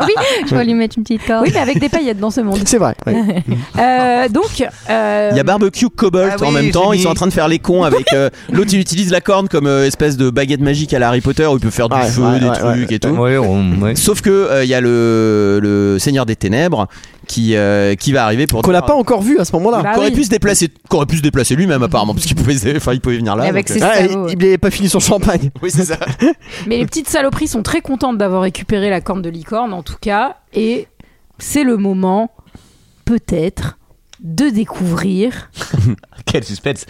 Speaker 7: oui, je vais lui mettre une petite corde.
Speaker 1: Oui, mais avec des paillettes dans ce monde.
Speaker 8: C'est vrai. ouais.
Speaker 1: Euh, donc, euh,
Speaker 10: Il y a Barbecue Cobalt
Speaker 6: Ah oui,
Speaker 10: en même temps,
Speaker 6: génie.
Speaker 10: ils sont en train de faire les cons avec euh, l'autre il utilise la corne comme euh, espèce de baguette magique à la Harry Potter où il peut faire du
Speaker 8: Ouais,
Speaker 10: feu,
Speaker 8: ouais,
Speaker 10: des
Speaker 8: ouais,
Speaker 10: trucs et tout.
Speaker 6: Ouais, on- ouais.
Speaker 10: Sauf que euh, il y a le, le Seigneur des Ténèbres qui, euh, qui va arriver pour
Speaker 8: Qu'on n'a pas encore vu à ce moment-là.
Speaker 1: Bah
Speaker 10: Qu'aurait
Speaker 1: oui.
Speaker 10: pu se déplacer, qu'aurait pu se déplacer lui-même apparemment parce qu'il pouvait, enfin, il pouvait venir là.
Speaker 1: Avec
Speaker 10: donc,
Speaker 1: ses-
Speaker 10: euh,
Speaker 8: Ah,
Speaker 1: ça,
Speaker 8: il-
Speaker 1: ouais.
Speaker 8: il n'avait pas fini son champagne.
Speaker 10: oui, c'est ça.
Speaker 1: mais les petites saloperies sont très contentes d'avoir récupéré la corne de licorne, en tout cas, et c'est le moment, peut-être, de découvrir
Speaker 6: Quel suspense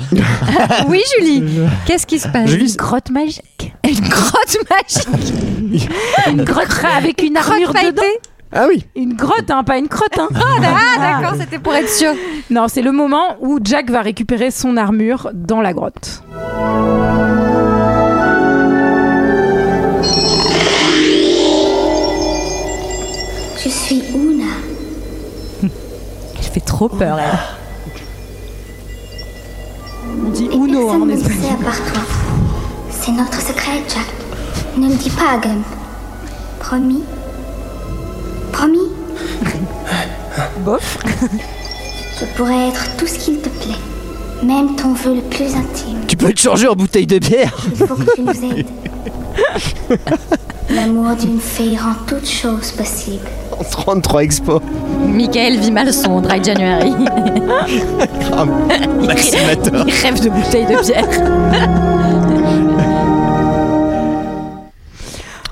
Speaker 7: oui, Julie, qu'est-ce qui se passe
Speaker 1: une grotte magique.
Speaker 7: Une grotte magique
Speaker 1: Une grotte avec une
Speaker 7: Crotte
Speaker 1: armure
Speaker 7: pailletée
Speaker 1: dedans.
Speaker 8: Ah oui
Speaker 1: Une grotte, hein, pas une crotte. Hein.
Speaker 7: Ah d'accord, c'était pour être sûr.
Speaker 1: Non, c'est le moment où Jack va récupérer son armure dans la grotte.
Speaker 12: Je suis où là
Speaker 7: Elle fait trop peur, elle.
Speaker 1: On dit Uno hein,
Speaker 12: Personne
Speaker 1: en
Speaker 12: ne le
Speaker 1: espagnol.
Speaker 12: sait à part toi. C'est notre secret, Jack. Ne le dis pas à Gump. Promis Promis
Speaker 1: Bof.
Speaker 12: Je pourrais être tout ce qu'il te plaît. Même ton vœu le plus intime.
Speaker 8: Tu peux te changer en bouteille de bière
Speaker 12: Il faut que tu nous aides. L'amour d'une fée rend toute chose possible.
Speaker 8: en 33 Expo.
Speaker 7: Michael vit mal son Dry January.
Speaker 10: Maximator.
Speaker 7: Il rêve de bouteilles de bière.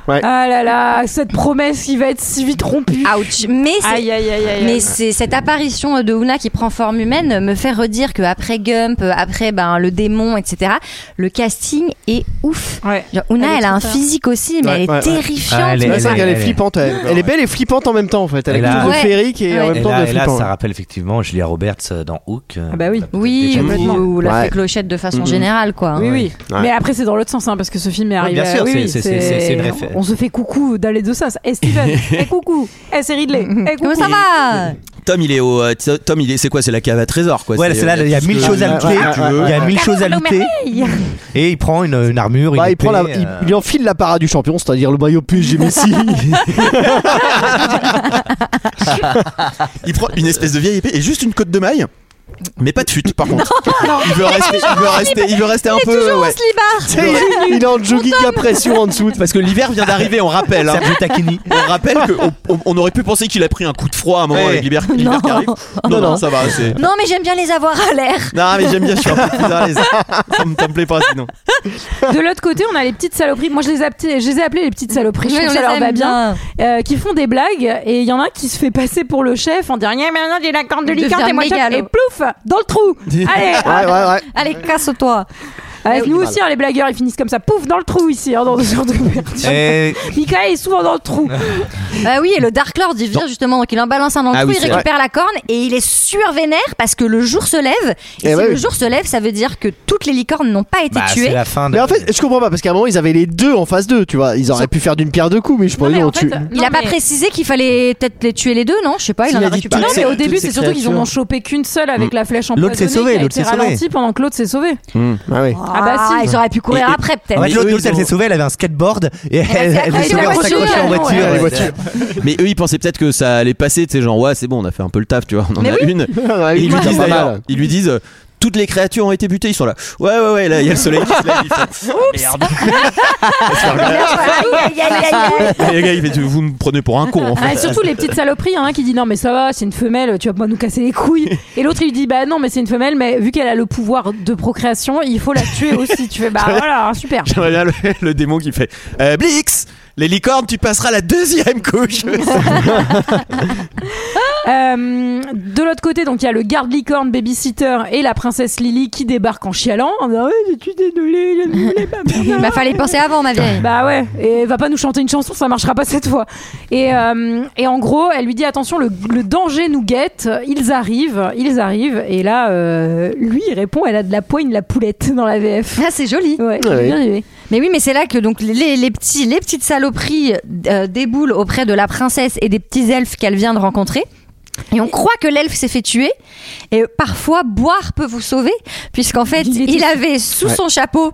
Speaker 1: Ah là là, cette promesse qui va être si vite rompue.
Speaker 7: Ouch. Mais Ah, c'est-
Speaker 1: Aïe aïe aïe aïe.
Speaker 7: Mais
Speaker 1: aïe.
Speaker 7: c'est cette apparition de Ouna qui prend forme humaine me fait redire que après Gump, après ben le démon, etc. Le casting est ouf.
Speaker 1: Ouais.
Speaker 7: Genre, Ouna,
Speaker 1: Elle est
Speaker 7: elle, a
Speaker 1: trop
Speaker 7: un
Speaker 1: forte.
Speaker 7: physique aussi, mais
Speaker 8: Ouais,
Speaker 7: elle est
Speaker 8: ouais, ouais.
Speaker 7: terrifiante.
Speaker 6: Ah, elle est-
Speaker 8: C'est vrai qu'elle
Speaker 6: elle
Speaker 8: est
Speaker 6: est-
Speaker 8: flippante. Elle, elle est belle et flippante en même temps en fait. Elle
Speaker 6: Elle
Speaker 8: est
Speaker 6: a-
Speaker 8: quelque chose de
Speaker 7: Ouais.
Speaker 8: féerique et en
Speaker 7: Ouais.
Speaker 8: même
Speaker 6: Et
Speaker 8: temps
Speaker 6: là,
Speaker 8: de
Speaker 6: et là,
Speaker 8: flippant.
Speaker 6: ça rappelle effectivement Julia Roberts euh, dans Hook. euh,
Speaker 1: Ah bah oui.
Speaker 6: on a
Speaker 7: Oui,
Speaker 6: peut-être déjà
Speaker 7: ou,
Speaker 6: vu.
Speaker 7: ou la
Speaker 8: Ouais.
Speaker 7: fée clochette de façon
Speaker 8: Mhm.
Speaker 7: générale, quoi.
Speaker 1: Oui,
Speaker 6: Ouais.
Speaker 1: oui.
Speaker 8: Ouais.
Speaker 1: Mais après, c'est dans l'autre sens, hein, parce que ce film est arrivé.
Speaker 6: bien
Speaker 1: à-
Speaker 6: sûr,
Speaker 1: oui,
Speaker 6: c'est-
Speaker 1: oui,
Speaker 6: c'est- c'est- c'est une réfé-
Speaker 1: On se fait coucou d'aller de ça. Eh Steven, eh coucou, eh c'est Ridley, eh coucou.
Speaker 7: Comment ça va
Speaker 10: Tom, il est au. euh, t- Tom, il est. C'est quoi C'est la cave à trésor, quoi.
Speaker 6: Ouais, là,
Speaker 10: C'est,
Speaker 6: c'est là,
Speaker 10: euh,
Speaker 6: il y a
Speaker 10: tout
Speaker 6: mille
Speaker 10: ce que-
Speaker 6: choses à
Speaker 8: ouais,
Speaker 6: looter.
Speaker 8: ouais, ouais,
Speaker 6: Il y a mille choses à looter. Et il prend une, une armure.
Speaker 8: Bah,
Speaker 6: une
Speaker 8: il, prend la-
Speaker 6: épée,
Speaker 8: il-
Speaker 6: euh,
Speaker 8: il lui enfile l'apparat du champion, c'est-à-dire le maillot puce du Messi.
Speaker 10: Il prend une espèce de vieille épée et juste une côte de maille. Mais pas de fuite, par contre. il veut rester, il veut rester, il veut rester un peu.
Speaker 7: Toujours
Speaker 10: ouais.
Speaker 7: en slibard
Speaker 8: Tu sais, il, il est en jogging à pression en dessous.
Speaker 10: Parce que l'hiver vient d'arriver, on rappelle. hein.
Speaker 6: Sergio Tacchini.
Speaker 10: On rappelle qu'on on, on aurait pu penser qu'il a pris un coup de froid à un moment
Speaker 6: Ouais.
Speaker 10: avec l'hiver l'hiver qui arrive. Non, non, ça va. c'est-
Speaker 7: Non, mais j'aime bien les avoir à l'air.
Speaker 10: Non, mais j'aime bien, je suis un peu plus à l'aise. Ça me, ça me plaît pas sinon.
Speaker 1: De l'autre côté, on a les petites saloperies. Moi, je les, ai appelées- je les ai appelées les petites saloperies. je
Speaker 7: Oui,
Speaker 1: trouve
Speaker 7: on
Speaker 1: que ça
Speaker 7: les
Speaker 1: leur
Speaker 7: aime
Speaker 1: va bien. Euh, qui font des blagues. Et il y en a un qui se fait passer pour le chef en disant Rien, maintenant, j'ai la corde de
Speaker 7: Il
Speaker 1: licorne
Speaker 7: devient
Speaker 1: et moi,
Speaker 7: mégalo.
Speaker 1: chef. Et plouf Dans le trou Allez ah,
Speaker 8: Ouais, ouais, ouais.
Speaker 7: Allez, casse-toi.
Speaker 6: Ah,
Speaker 1: Avec nous aussi, hein, les blagueurs, ils finissent comme ça. Pouf Dans le trou ici, hein, dans ce genre de merde.
Speaker 6: Et
Speaker 1: Michael est souvent dans le trou.
Speaker 7: Bah oui, et le Dark Lord, il vient justement, donc il en balance un dans le
Speaker 10: Ah
Speaker 7: trou,
Speaker 10: oui,
Speaker 7: il
Speaker 10: c'est
Speaker 7: récupère la corne et il est survénère parce que le jour se lève. Et,
Speaker 8: Eh
Speaker 7: si
Speaker 8: ouais,
Speaker 7: le
Speaker 8: oui.
Speaker 7: jour se lève, ça veut dire que toutes les licornes n'ont pas été
Speaker 6: bah, c'est
Speaker 7: tuées.
Speaker 6: la fin. De...
Speaker 8: Mais en fait, je comprends pas parce qu'à un moment ils avaient les deux en face d'eux, tu vois. Ils auraient pu faire d'une pierre deux coups, mais je
Speaker 1: Non,
Speaker 8: pense
Speaker 1: mais
Speaker 8: qu'ils
Speaker 1: en
Speaker 8: ont
Speaker 1: fait,
Speaker 8: tué.
Speaker 1: non,
Speaker 7: Il a pas
Speaker 1: mais-
Speaker 7: précisé qu'il fallait peut-être les tuer les deux, non Je sais pas, il
Speaker 8: S'il
Speaker 7: en a
Speaker 8: a dit
Speaker 7: récupéré.
Speaker 1: Non,
Speaker 8: toutes
Speaker 1: mais au
Speaker 8: ces-
Speaker 1: début,
Speaker 8: toutes
Speaker 1: c'est
Speaker 8: ces
Speaker 1: surtout qu'ils en ont
Speaker 8: créatures.
Speaker 1: chopé qu'une seule avec la flèche
Speaker 6: Mm. L'autre s'est
Speaker 1: empoisonnée
Speaker 6: sauvé,
Speaker 1: qui a
Speaker 6: l'autre
Speaker 1: été
Speaker 6: s'est sauvé. Mm.
Speaker 1: ralentie pendant que l'autre s'est sauvé.
Speaker 8: Ah oui.
Speaker 1: Ah bah si.
Speaker 7: ils auraient pu courir
Speaker 10: Et- et-
Speaker 7: après peut-être.
Speaker 6: En fait,
Speaker 10: Mais
Speaker 6: l'autre,
Speaker 10: eux,
Speaker 6: l'autre,
Speaker 10: ils
Speaker 6: elle
Speaker 10: ont-
Speaker 6: s'est sauvée, elle avait un skateboard et elle,
Speaker 7: s'est
Speaker 6: elle est
Speaker 7: accrochée
Speaker 6: sauvée
Speaker 7: à
Speaker 6: en
Speaker 7: la
Speaker 6: s'accrochant en
Speaker 1: voiture.
Speaker 6: voiture.
Speaker 1: Ouais,
Speaker 6: ouais.
Speaker 10: Mais eux, ils pensaient peut-être que ça allait passer, tu sais, genre, ouais, c'est bon, on a fait un peu le taf, tu vois, on en
Speaker 7: Mais
Speaker 10: a
Speaker 7: oui.
Speaker 10: une.
Speaker 8: Ah,
Speaker 10: Et ils lui
Speaker 8: putain,
Speaker 10: disent
Speaker 8: pas
Speaker 10: d'ailleurs,
Speaker 8: mal.
Speaker 10: ils lui disent, euh, toutes les créatures ont été butées, ils sont là. Ouais, ouais, ouais, là, il y a le soleil qui se lève. ils font, Merde. Et le gars, il fait, tu- vous me prenez pour un con, en
Speaker 1: Ah,
Speaker 10: fait.
Speaker 1: et surtout les petites saloperies, il y en a un qui dit non mais ça va, c'est une femelle, tu vas pas nous casser les couilles. Et l'autre il dit bah non mais c'est une femelle, mais vu qu'elle a le pouvoir de procréation, il faut la tuer aussi. tu fais bah voilà, super.
Speaker 10: J'aimerais bien le, le démon qui fait euh, Blix, les licornes, tu passeras la deuxième couche.
Speaker 1: Euh, de l'autre côté, donc il y a le garde licorne, babysitter et la princesse Lily qui débarquent en chialant. En disant, ouais, je suis désolée, je ne voulais pas faire ça.
Speaker 7: Bah fallait y penser avant ma vieille.
Speaker 1: Bah ouais, et va pas nous chanter une chanson, ça marchera pas cette fois. Et, euh, et en gros, elle lui dit attention, le, le danger nous guette, ils arrivent, ils arrivent. Et là, euh, lui, il répond elle a de la poigne, la poulette dans la VF.
Speaker 7: Ah, c'est joli.
Speaker 1: Ouais, j'ai
Speaker 8: Ouais.
Speaker 1: bien aimé.
Speaker 7: Mais oui, mais c'est là que donc les, les petits les petites saloperies euh, déboulent auprès de la princesse et des petits elfes qu'elle vient de rencontrer. Et on croit que l'elfe s'est fait tuer. Et parfois, boire peut vous sauver, puisqu'en fait,
Speaker 1: Il
Speaker 7: il,
Speaker 1: était-
Speaker 7: avait sous son chapeau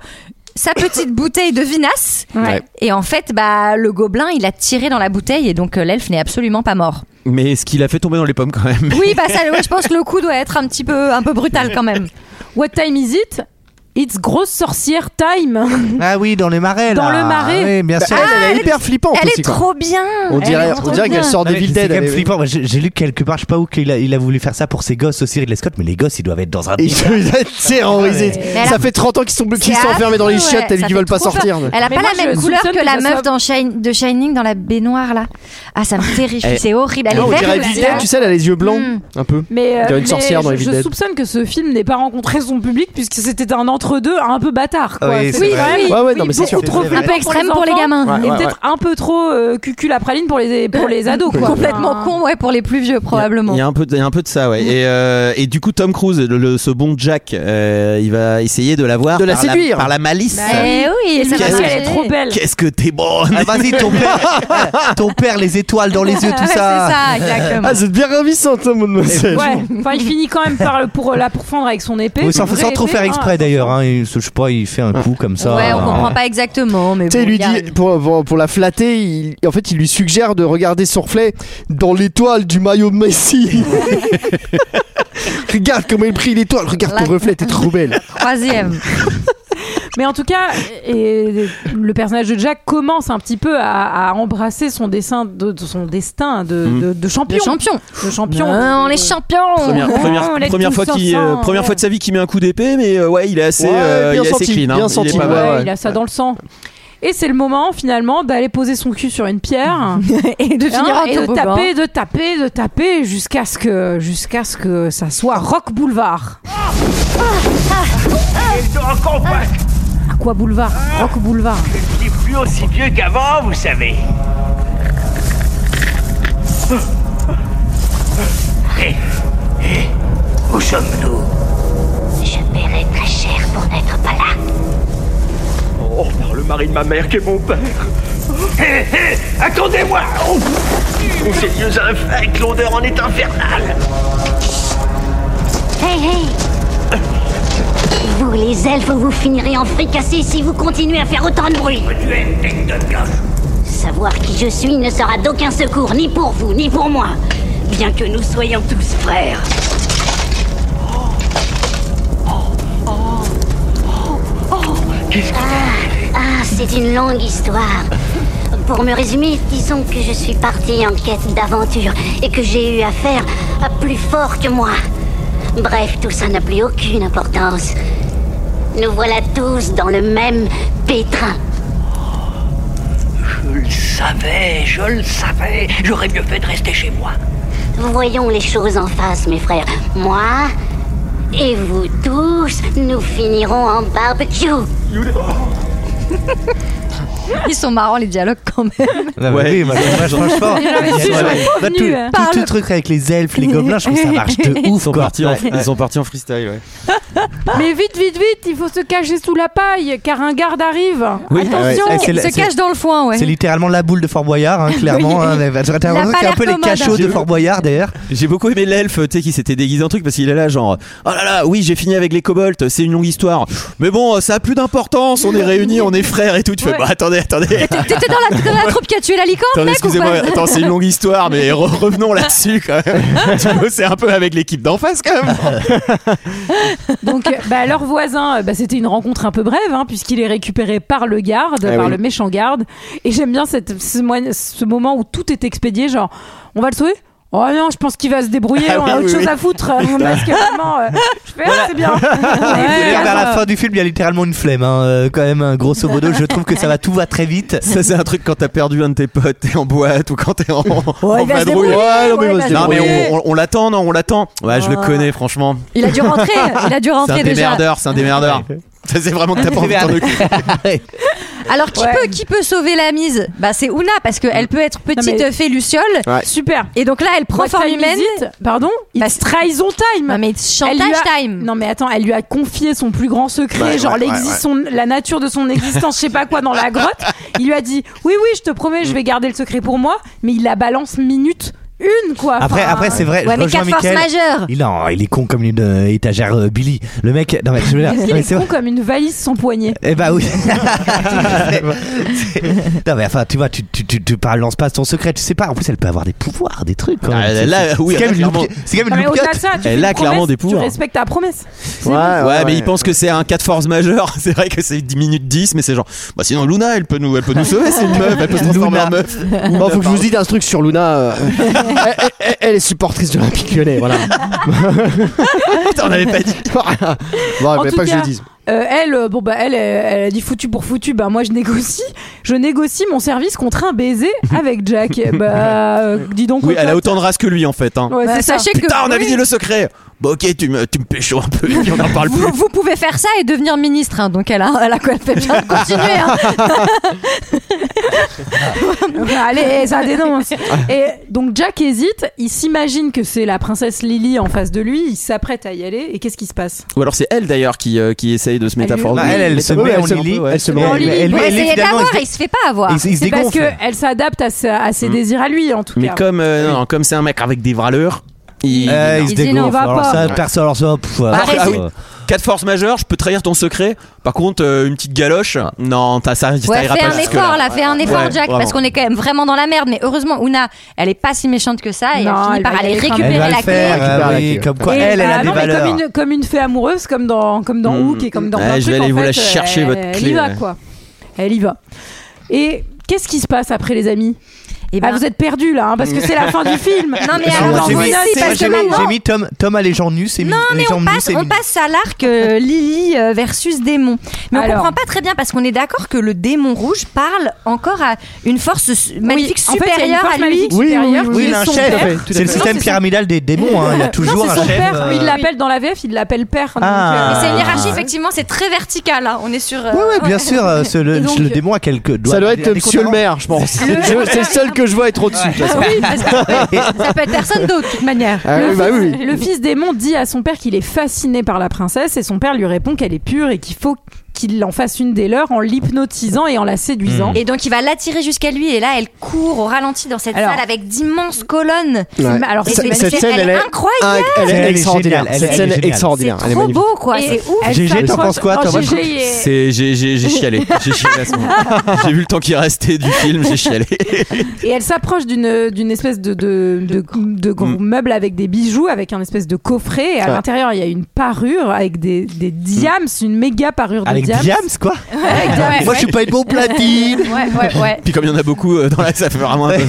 Speaker 7: sa petite bouteille de vinasse.
Speaker 1: Ouais.
Speaker 7: Et en fait, bah, le gobelin, il a tiré dans la bouteille et donc euh, l'elfe n'est absolument pas mort.
Speaker 10: Mais ce qu'il a fait tomber dans les pommes quand même.
Speaker 7: Oui, bah ça, ouais, je pense que le coup doit être un petit peu, un peu brutal quand même.
Speaker 1: What time is it It's grosse sorcière time.
Speaker 6: Ah oui, dans les marais,
Speaker 1: Dans
Speaker 6: là.
Speaker 1: le marais.
Speaker 6: Ah Oui, bien
Speaker 8: Bah,
Speaker 6: sûr.
Speaker 8: elle, elle est hyper flippante
Speaker 7: Elle
Speaker 8: aussi,
Speaker 7: est
Speaker 8: quoi.
Speaker 7: trop bien.
Speaker 8: On
Speaker 1: Elle
Speaker 8: dirait,
Speaker 1: est trop
Speaker 8: on dirait qu'elle
Speaker 1: bien.
Speaker 8: sort
Speaker 6: Non, mais
Speaker 8: d'Evil
Speaker 6: C'est
Speaker 8: Dead.
Speaker 6: quand même
Speaker 8: elle est-
Speaker 6: flippant. Moi, J'ai j'ai lu quelque part, je sais pas où, qu'il a, il a voulu faire ça pour ses gosses aussi, Ridley Scott, mais les gosses, ils doivent être dans un.
Speaker 8: Et ils sont terrorisés.
Speaker 7: Mais
Speaker 8: Ça
Speaker 7: alors-
Speaker 8: fait 30 ans qu'ils sont, qu'ils sont
Speaker 7: affreux,
Speaker 8: enfermés dans les
Speaker 7: ouais,
Speaker 8: chiottes
Speaker 7: ça
Speaker 8: et
Speaker 7: fait
Speaker 8: qu'ils veulent pas
Speaker 7: trop peur.
Speaker 8: sortir.
Speaker 7: Elle a
Speaker 1: Mais
Speaker 7: pas
Speaker 1: moi,
Speaker 7: la même
Speaker 1: je
Speaker 7: couleur
Speaker 1: soupçonne
Speaker 7: que
Speaker 1: que
Speaker 7: la
Speaker 1: ça
Speaker 7: meuf
Speaker 1: soit-
Speaker 7: dans Shine- de Shining dans la baignoire là. Ah ça me terrifie,
Speaker 10: Eh.
Speaker 7: c'est horrible. Elle
Speaker 8: Non,
Speaker 7: est
Speaker 8: Ah, on
Speaker 7: verte.
Speaker 8: dirait Evil Dead, tu sais, elle a les yeux blancs.
Speaker 7: Mm.
Speaker 8: Un peu.
Speaker 1: Mais, euh,
Speaker 8: Il y a une
Speaker 1: mais
Speaker 8: sorcière dans
Speaker 1: je,
Speaker 8: Evil
Speaker 1: je
Speaker 8: Dead.
Speaker 1: soupçonne que ce film n'ait pas rencontré son public puisque c'était un entre-deux un peu bâtard. Quoi.
Speaker 6: Oui, c'est
Speaker 1: C'était
Speaker 6: vrai.
Speaker 1: quand même-
Speaker 8: Ouais, ouais, non, mais c'est
Speaker 1: beaucoup
Speaker 8: sûr.
Speaker 1: trop
Speaker 6: Un peu
Speaker 1: violent pour les
Speaker 7: extrême pour les
Speaker 1: enfants
Speaker 7: gamins.
Speaker 1: Et peut-être un peu trop euh, cucul après ligne pour les, pour les ados. Quoi.
Speaker 7: Complètement
Speaker 1: Enfin,
Speaker 7: con, ouais, pour les plus vieux
Speaker 10: Il y a-
Speaker 7: probablement.
Speaker 10: Il y, a un peu, de- il y a un peu de ça, ouais. Et, euh, et du coup, Tom Cruise, le, le- ce bon Jack, euh, il va essayer de la voir,
Speaker 8: De la
Speaker 10: par
Speaker 8: séduire.
Speaker 10: par la malice.
Speaker 7: Eh oui,
Speaker 1: Et
Speaker 7: ça
Speaker 1: lui,
Speaker 7: va
Speaker 10: Qu'est-ce
Speaker 1: elle
Speaker 10: marcher.
Speaker 1: est
Speaker 7: marcher.
Speaker 1: trop belle.
Speaker 10: Qu'est-ce que t'es bonne
Speaker 6: Ah, vas-y, ton père, ton père, les étoiles dans les yeux, tout
Speaker 7: Ouais,
Speaker 6: ça.
Speaker 7: Ah, C'est ça, exactement.
Speaker 8: Ah, vous êtes bien ravissant, hein, mademoiselle.
Speaker 1: Ouais, enfin, il finit quand même par le, pour euh, la pourfendre avec son épée.
Speaker 6: Oui, sans,
Speaker 1: Son
Speaker 6: sans
Speaker 1: vraie
Speaker 6: trop
Speaker 1: épée.
Speaker 6: faire exprès
Speaker 1: Ah,
Speaker 6: d'ailleurs. hein. Il se- Je sais pas, il fait un coup comme ça.
Speaker 7: ouais, on
Speaker 6: euh,
Speaker 7: comprend pas exactement, mais
Speaker 8: Tu sais,
Speaker 7: bon,
Speaker 8: il lui
Speaker 7: regarde.
Speaker 8: dit, pour, pour, pour la flatter, il- en fait, il lui suggère de regarder son reflet dans l'étoile du maillot de Messi. Regarde comment il brille l'étoile, regarde ton
Speaker 7: Là.
Speaker 8: reflet, t'es trop belle.
Speaker 7: troisième.
Speaker 1: Ah. Mais en tout cas, et- le personnage de Jack commence un petit peu à, à embrasser son dessin de, de son destin de,
Speaker 6: Mm.
Speaker 1: de- de champion.
Speaker 7: Le champion.
Speaker 1: De champion.
Speaker 7: Ah, on est champion.
Speaker 10: Première,
Speaker 1: Oh,
Speaker 10: première,
Speaker 1: on l'a
Speaker 10: première
Speaker 1: tous
Speaker 10: fois, qu'il,
Speaker 1: ensemble,
Speaker 10: euh, première
Speaker 1: ouais.
Speaker 10: fois de sa vie qu'il met un coup d'épée, mais euh, ouais, il est assez,
Speaker 8: Ouais,
Speaker 10: euh,
Speaker 8: bien
Speaker 10: il est assez
Speaker 8: senti,
Speaker 10: clean. hein.
Speaker 8: bien
Speaker 10: Il est
Speaker 8: senti,
Speaker 10: pas
Speaker 1: Ouais,
Speaker 10: mal.
Speaker 8: ouais, ouais.
Speaker 1: Il a ça dans le sang. Et c'est le moment finalement d'aller poser son cul sur une pierre
Speaker 7: Et de finir
Speaker 1: hein,
Speaker 7: en
Speaker 1: et de
Speaker 7: toboggan.
Speaker 1: taper, de taper, de taper jusqu'à ce que jusqu'à ce que ça soit Rock Boulevard. À quoi Boulevard Rock Boulevard.
Speaker 13: Il est plus aussi vieux qu'avant, vous savez. Hé, hé, où sommes-nous
Speaker 12: Je paierai très cher pour n'être pas là.
Speaker 13: Oh, par le mari de ma mère qui est mon père. Hé, hé, attendez-moi Oh, oh, Ces lieux infects, l'odeur en est infernale
Speaker 12: Hey, hey
Speaker 2: Vous, les elfes, vous finirez en fricassé si vous continuez à faire autant de bruit.
Speaker 13: Tu es une tête de gosse.
Speaker 2: Savoir qui je suis ne sera d'aucun secours, ni pour vous, ni pour moi. Bien que nous soyons tous frères.
Speaker 12: Ah, c'est une longue histoire. Pour me résumer, disons que je suis partie en quête d'aventure et que j'ai eu affaire à plus fort que moi. Bref, tout ça n'a plus aucune importance. Nous voilà tous dans le même pétrin.
Speaker 13: Je le savais, je le savais. J'aurais mieux fait de rester chez moi.
Speaker 12: Voyons les choses en face, mes frères. Moi et vous tous, nous finirons en barbecue.
Speaker 7: Ils sont marrants les dialogues quand même.
Speaker 6: Ah, bah
Speaker 10: Ouais.
Speaker 6: oui, bah, moi, je- franchement, il y a-
Speaker 1: j'aurais
Speaker 6: bah, tout,
Speaker 1: venu, hein.
Speaker 6: tout- tout le truc avec les elfes, les gobelins, je trouve que ça marche de
Speaker 10: Ils
Speaker 6: ouf.
Speaker 10: sont,
Speaker 6: quoi.
Speaker 10: partis en,
Speaker 6: Ouais.
Speaker 10: ils sont partis en freestyle, ouais.
Speaker 1: Mais vite, vite, vite, il faut se cacher sous la paille car un garde arrive.
Speaker 6: Oui.
Speaker 7: Attention,
Speaker 6: Ouais, Eh, c'est
Speaker 7: ils
Speaker 6: la-
Speaker 7: se
Speaker 6: c'est-
Speaker 7: cachent dans le foin, ouais.
Speaker 6: C'est littéralement la boule de Fort Boyard, hein, clairement. hein. J'ai l'impression
Speaker 7: Il a
Speaker 6: que
Speaker 7: pas
Speaker 6: c'est un
Speaker 7: l'air
Speaker 6: peu les
Speaker 7: commode, hein.
Speaker 6: cachots de Fort Boyard d'ailleurs.
Speaker 10: J'ai beaucoup aimé l'elfe, tu sais, qui s'était déguisé en truc parce qu'il est là, genre, oh là là, oui, j'ai fini avec les kobolds, c'est une longue histoire. Mais bon, ça a plus d'importance, on est réunis, on est frères et tout. Tu fais,
Speaker 1: Ouais.
Speaker 10: bah attendez, attendez.
Speaker 7: T'étais dans, la- dans la troupe qui a tué la licorne,
Speaker 10: Attendez,
Speaker 7: mec, ou
Speaker 10: excusez-moi,
Speaker 7: pas
Speaker 10: attends, c'est une longue histoire, mais re- revenons là-dessus quand même. Tu bossais un peu avec l'équipe d'en face quand même.
Speaker 1: Donc, euh, bah, leur voisin, euh, bah, c'était une rencontre un peu brève, hein, puisqu'il est récupéré par le garde,
Speaker 8: Ah
Speaker 1: par
Speaker 8: oui.
Speaker 1: le méchant garde. Et j'aime bien cette, ce, moine- ce moment où tout est expédié, genre, on va le sauver Oh non, je pense qu'il va se débrouiller,
Speaker 10: Ah
Speaker 1: on
Speaker 10: oui,
Speaker 1: a autre
Speaker 10: oui,
Speaker 1: chose
Speaker 10: oui.
Speaker 1: à foutre. euh, parce que vraiment, euh, je fais, ah, c'est bien. Ouais,
Speaker 6: Et vers la
Speaker 1: voilà.
Speaker 6: fin du film, il y a littéralement une flemme, hein, euh, quand même, hein, grosso modo. Je trouve que ça va, tout va très vite.
Speaker 10: Ça, c'est un truc quand t'as perdu un de tes potes, t'es en boîte ou quand t'es en, en
Speaker 1: il va se
Speaker 10: vadrouille.
Speaker 1: débrouiller,
Speaker 8: Ouais, non, mais
Speaker 1: bah, ouais,
Speaker 8: il va
Speaker 1: il
Speaker 8: se
Speaker 1: va
Speaker 10: Non, mais
Speaker 1: débrouiller.
Speaker 10: on, on- on l'attend, non, on l'attend. Ouais, je le connais, franchement.
Speaker 7: Il a dû rentrer, il a dû
Speaker 10: C'est un
Speaker 7: rentrer déjà.
Speaker 10: démerdeur, c'est un démerdeur. Ça, c'est vraiment que t'as pas envie de t'en occuper.
Speaker 7: Alors qui,
Speaker 1: Ouais.
Speaker 7: peut, qui peut sauver la mise Bah c'est Ouna parce qu'elle peut être petite
Speaker 1: mais-
Speaker 7: euh, fée luciole
Speaker 1: Super.
Speaker 7: et donc là elle prend
Speaker 1: What
Speaker 7: forme
Speaker 1: time
Speaker 7: humaine.
Speaker 1: is it Pardon
Speaker 7: Bah,
Speaker 1: It's trahison time
Speaker 7: Non mais it's
Speaker 1: Elle
Speaker 7: chantage
Speaker 1: lui a-
Speaker 7: time.
Speaker 1: Non mais attends, elle lui a confié son plus grand secret,
Speaker 10: Ouais,
Speaker 1: genre
Speaker 10: ouais,
Speaker 1: l'exi-
Speaker 10: ouais, ouais.
Speaker 1: son- la nature de son existence, je sais pas quoi, dans la grotte. Il lui a dit oui oui, je te promets, je vais garder le secret pour moi, mais il la balance minute une quoi.
Speaker 6: Après,
Speaker 1: Enfin,
Speaker 6: après c'est vrai.
Speaker 7: Ouais
Speaker 6: je
Speaker 7: mais
Speaker 6: rejoins
Speaker 7: qu'à force
Speaker 6: Mickaël.
Speaker 7: majeure.
Speaker 6: Il, non, il est con comme une euh, étagère euh, Billy. Le mec. Non, mais je veux dire.
Speaker 1: Il
Speaker 6: non, mais
Speaker 1: est
Speaker 6: c'est
Speaker 1: con
Speaker 6: vrai.
Speaker 1: comme une valise sans poignet.
Speaker 6: Eh bah oui. non mais enfin, tu vois, tu, tu, tu, tu parles, lance pas ton secret, tu sais pas. En plus, elle peut avoir des pouvoirs, des trucs. quand
Speaker 10: Ah,
Speaker 6: même.
Speaker 10: là,
Speaker 6: C'est-
Speaker 10: là,
Speaker 6: c'est-
Speaker 10: oui,
Speaker 6: c'est quand même
Speaker 10: là,
Speaker 6: une
Speaker 10: clairement.
Speaker 6: loupi- c'est quand même
Speaker 1: Non,
Speaker 6: une
Speaker 1: mais au-delà de ça, tu
Speaker 6: loupiote.
Speaker 1: fais une promesse, Tu respectes ta promesse. C'est
Speaker 10: Ah Ouais,
Speaker 1: bon.
Speaker 10: mais ils pensent que c'est un 4 force majeure. C'est vrai que c'est 10 minutes 10, mais c'est genre. Bah sinon, Luna, elle peut nous, elle peut nous sauver, c'est une meuf, elle peut se transformer en meuf.
Speaker 8: Bon, faut que je vous dise un truc sur Luna. euh, elle, elle- elle- elle est supportrice de l'Olympique Lyonnais, voilà.
Speaker 10: Putain, on n'avait pas dit.
Speaker 8: bon,
Speaker 1: En
Speaker 8: mais
Speaker 1: tout
Speaker 8: pas que je
Speaker 1: cas,
Speaker 8: le dise.
Speaker 1: euh, elle, euh, bon bah elle, euh, elle a dit foutu pour foutu. Bah moi je négocie, je négocie mon service contre un baiser avec Jack. bah euh, dis donc.
Speaker 10: Oui,
Speaker 1: cocotte.
Speaker 10: elle a autant de race que lui en fait. Hein.
Speaker 1: Ouais, c'est ça.
Speaker 7: Bah, sachez que-
Speaker 10: Putain, on avait
Speaker 7: oui.
Speaker 10: dit le secret. Bah ok, tu me, tu me pécho un peu, et puis on n'en parle plus.
Speaker 7: Vous, vous pouvez faire ça et devenir ministre, hein, donc elle a, elle a quoi, elle fait bien de continuer. hein.
Speaker 1: Bah, allez, ça dénonce. Et donc Jack hésite, il s'imagine que c'est la princesse Lily en face de lui, il s'apprête à y aller et qu'est-ce qui se passe
Speaker 10: Ou alors c'est elle d'ailleurs qui, euh, qui essaye de se mettre à
Speaker 1: Elle-
Speaker 10: force.
Speaker 6: Bah, elle, elle se met en Lily.
Speaker 10: Elle se met
Speaker 1: en Lily.
Speaker 6: elle-
Speaker 7: Pour
Speaker 6: elle-
Speaker 7: essayer
Speaker 6: finalement,
Speaker 7: d'avoir,
Speaker 6: elle se-
Speaker 7: et il se fait pas avoir.
Speaker 6: il se- il se
Speaker 1: C'est parce
Speaker 6: dégonfle.
Speaker 1: qu'elle s'adapte à, sa- à ses désirs à lui en tout
Speaker 10: Mais
Speaker 1: cas.
Speaker 10: comme euh, non, non, comme c'est un mec avec des vraleurs, il.
Speaker 6: Euh, il
Speaker 1: Il
Speaker 6: se
Speaker 1: dit non, on
Speaker 6: dégonfle.
Speaker 1: va
Speaker 6: Alors
Speaker 1: pas.
Speaker 6: ça, personne, alors ça, pff,
Speaker 10: Ah,
Speaker 6: euh,
Speaker 10: ah oui. 4 forces majeures, je peux trahir ton secret. Par contre, euh, une petite galoche, non, t'as- ça, ça
Speaker 7: Ouais,
Speaker 10: ira
Speaker 7: fais
Speaker 10: pas
Speaker 7: un
Speaker 10: jusque-là.
Speaker 7: effort là, fais un effort
Speaker 10: Ouais,
Speaker 7: Jack,
Speaker 10: vraiment.
Speaker 7: parce qu'on est quand même vraiment dans la merde. Mais heureusement, Una, elle est pas si méchante que ça et
Speaker 1: Non,
Speaker 7: elle
Speaker 1: elle
Speaker 7: finit par
Speaker 1: va y
Speaker 7: aller
Speaker 1: aller quand
Speaker 7: récupérer
Speaker 6: elle va
Speaker 7: la
Speaker 6: le
Speaker 7: clé.
Speaker 6: faire.
Speaker 8: récupère
Speaker 6: ah
Speaker 8: la
Speaker 6: oui,
Speaker 8: clé.
Speaker 6: comme quoi,
Speaker 1: Et-
Speaker 6: elle, elle
Speaker 1: ah
Speaker 6: a des
Speaker 1: non, mais
Speaker 6: valeurs.
Speaker 1: Comme une, comme une fée amoureuse, comme dans, comme dans
Speaker 10: Mm.
Speaker 1: Hook et comme dans.
Speaker 10: Ouais,
Speaker 1: plein de
Speaker 10: je vais
Speaker 1: trucs,
Speaker 10: aller
Speaker 1: en
Speaker 10: vous
Speaker 1: fait,
Speaker 10: la
Speaker 1: euh,
Speaker 10: chercher, votre
Speaker 1: elle y
Speaker 10: clé,
Speaker 1: va
Speaker 10: ouais.
Speaker 1: quoi. Elle y va. Et qu'est-ce qui se passe après les amis
Speaker 7: Et
Speaker 1: Ah
Speaker 7: ben,
Speaker 1: vous êtes perdus là, hein, parce que c'est la fin du film.
Speaker 7: Non, mais
Speaker 1: Ils sont
Speaker 7: alors,
Speaker 1: dans
Speaker 6: J'ai
Speaker 7: vous
Speaker 1: une
Speaker 6: mis-
Speaker 7: aussi,
Speaker 1: note,
Speaker 7: c'est
Speaker 1: c'est
Speaker 7: parce
Speaker 6: j'ai
Speaker 7: que
Speaker 1: chelou.
Speaker 6: mis-
Speaker 7: maintenant-
Speaker 6: j'ai mis Tom, Tom a les jambes nues, c'est mis. Non, les
Speaker 7: on
Speaker 6: jambes nues,
Speaker 7: passe,
Speaker 6: c'est
Speaker 7: on
Speaker 6: mis-
Speaker 7: passe à l'arc euh, Lily euh, versus démon. Mais on
Speaker 1: Alors.
Speaker 7: comprend pas très bien parce qu'on est d'accord que le démon rouge parle encore à une force su- maléfique
Speaker 1: en fait, il y a une
Speaker 7: supérieure
Speaker 1: force
Speaker 7: à lui.
Speaker 1: maléfique
Speaker 8: Oui, oui,
Speaker 1: supérieure
Speaker 8: oui,
Speaker 1: qui
Speaker 6: Oui,
Speaker 1: est
Speaker 6: il a un
Speaker 1: son
Speaker 6: chef.
Speaker 1: père.
Speaker 6: C'est le système pyramidal des démons. hein. Il y a
Speaker 1: non,
Speaker 6: toujours un
Speaker 1: c'est son
Speaker 6: chef.
Speaker 1: père.
Speaker 6: euh,
Speaker 1: Il l'appelle dans la VF, il l'appelle père. donc,
Speaker 6: Ah.
Speaker 7: Mais
Speaker 1: euh,
Speaker 7: c'est une hiérarchie,
Speaker 6: Ah.
Speaker 7: effectivement, c'est très vertical. Hein. On est sur. euh,
Speaker 6: Ouais, ouais, bien sûr. euh, c'est le,
Speaker 1: Et donc,
Speaker 6: le démon a quelques doigts.
Speaker 8: Ça doit être
Speaker 6: des- des
Speaker 8: monsieur le maire, je pense. Je- C'est le seul que je vois être au-dessus. de toute façon.
Speaker 7: oui, parce que- ça peut être personne d'autre, de toute manière.
Speaker 8: Ah oui,
Speaker 1: le,
Speaker 8: bah
Speaker 1: fils,
Speaker 8: oui.
Speaker 1: le fils démon dit à son père qu'il est fasciné par la princesse et son père lui répond qu'elle est pure et qu'il faut qu'il en fasse une des leurs en l'hypnotisant et en la séduisant.
Speaker 7: Et donc il va l'attirer jusqu'à lui et là elle court au ralenti dans cette
Speaker 1: Alors.
Speaker 7: salle avec d'immenses colonnes.
Speaker 8: Ouais.
Speaker 1: ma- alors,
Speaker 7: Et
Speaker 1: c'est
Speaker 7: c'est-
Speaker 8: Cette-
Speaker 1: magnifique.
Speaker 8: Cette scène, elle est
Speaker 7: incroyable.
Speaker 8: inc- hein, elle
Speaker 6: Elle
Speaker 8: est
Speaker 6: est
Speaker 8: extraordinaire.
Speaker 6: géniale, elle
Speaker 8: Cette
Speaker 6: est
Speaker 8: scène est
Speaker 6: géniale.
Speaker 8: extraordinaire. Elle est
Speaker 7: Trop
Speaker 8: magnifique.
Speaker 7: beau quoi, c'est ouf.
Speaker 1: elle
Speaker 6: GG,
Speaker 1: s'approche-
Speaker 6: t'en penses quoi,
Speaker 1: Oh,
Speaker 6: Thomas
Speaker 1: GG, il est-
Speaker 10: C'est j'ai j'ai j'ai chialé, j'ai chialé à ce moment. J'ai vu le temps qui restait du film, j'ai chialé.
Speaker 1: Et elle s'approche d'une d'une espèce de, de, de, de gros meuble avec des bijoux, avec un espèce de coffret. Et à
Speaker 8: Ouais.
Speaker 1: l'intérieur, il y a une parure avec des, des diams, une méga parure de
Speaker 6: Avec
Speaker 1: diams.
Speaker 6: Diams, quoi
Speaker 7: Ouais, ouais,
Speaker 6: Moi, je suis pas une bon platine.
Speaker 7: ouais, ouais, ouais.
Speaker 10: Puis comme il y en a beaucoup euh, dans la ça fait vraiment un peu.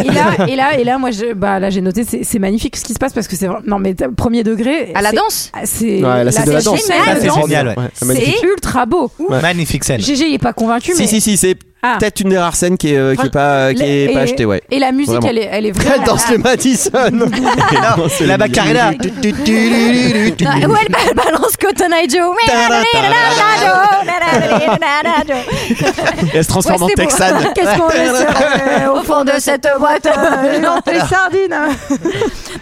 Speaker 1: Et là, et là, et là, moi, je, bah, là, j'ai noté, c'est c'est magnifique ce qui se passe parce que c'est vraiment- non, mais t'as- premier degré.
Speaker 7: À la
Speaker 1: c'est- Ah,
Speaker 7: danse.
Speaker 1: C'est
Speaker 8: Ouais, là, c'est de la danse.
Speaker 1: génial,
Speaker 7: Ça,
Speaker 1: la
Speaker 7: c'est
Speaker 1: danse.
Speaker 6: Ah, génial, ouais.
Speaker 8: magnifique.
Speaker 1: C'est ultra beau.
Speaker 6: Magnifique scène.
Speaker 1: GG, il est pas convaincu, mais.
Speaker 10: Si si si, c'est
Speaker 1: Ah.
Speaker 10: peut-être une des rares scènes qui est euh, qui est pas qui est
Speaker 1: Et-
Speaker 10: pas achetée, ouais.
Speaker 1: Et la musique,
Speaker 10: Vraiment.
Speaker 1: elle est, elle est
Speaker 8: Elle
Speaker 1: vraiment.
Speaker 8: danse le Madison.
Speaker 10: Non, c'est
Speaker 6: La
Speaker 10: le meilleur.
Speaker 6: Macarena.
Speaker 7: Non, ouais, elle ba- balance Cotton Eye Joe.
Speaker 10: Et Elle se transforme
Speaker 7: Ouais,
Speaker 10: en
Speaker 7: c'est beau.
Speaker 10: Texane.
Speaker 1: Qu'est-ce qu'on est sur, euh, au fond de cette boîte euh, géante les sardines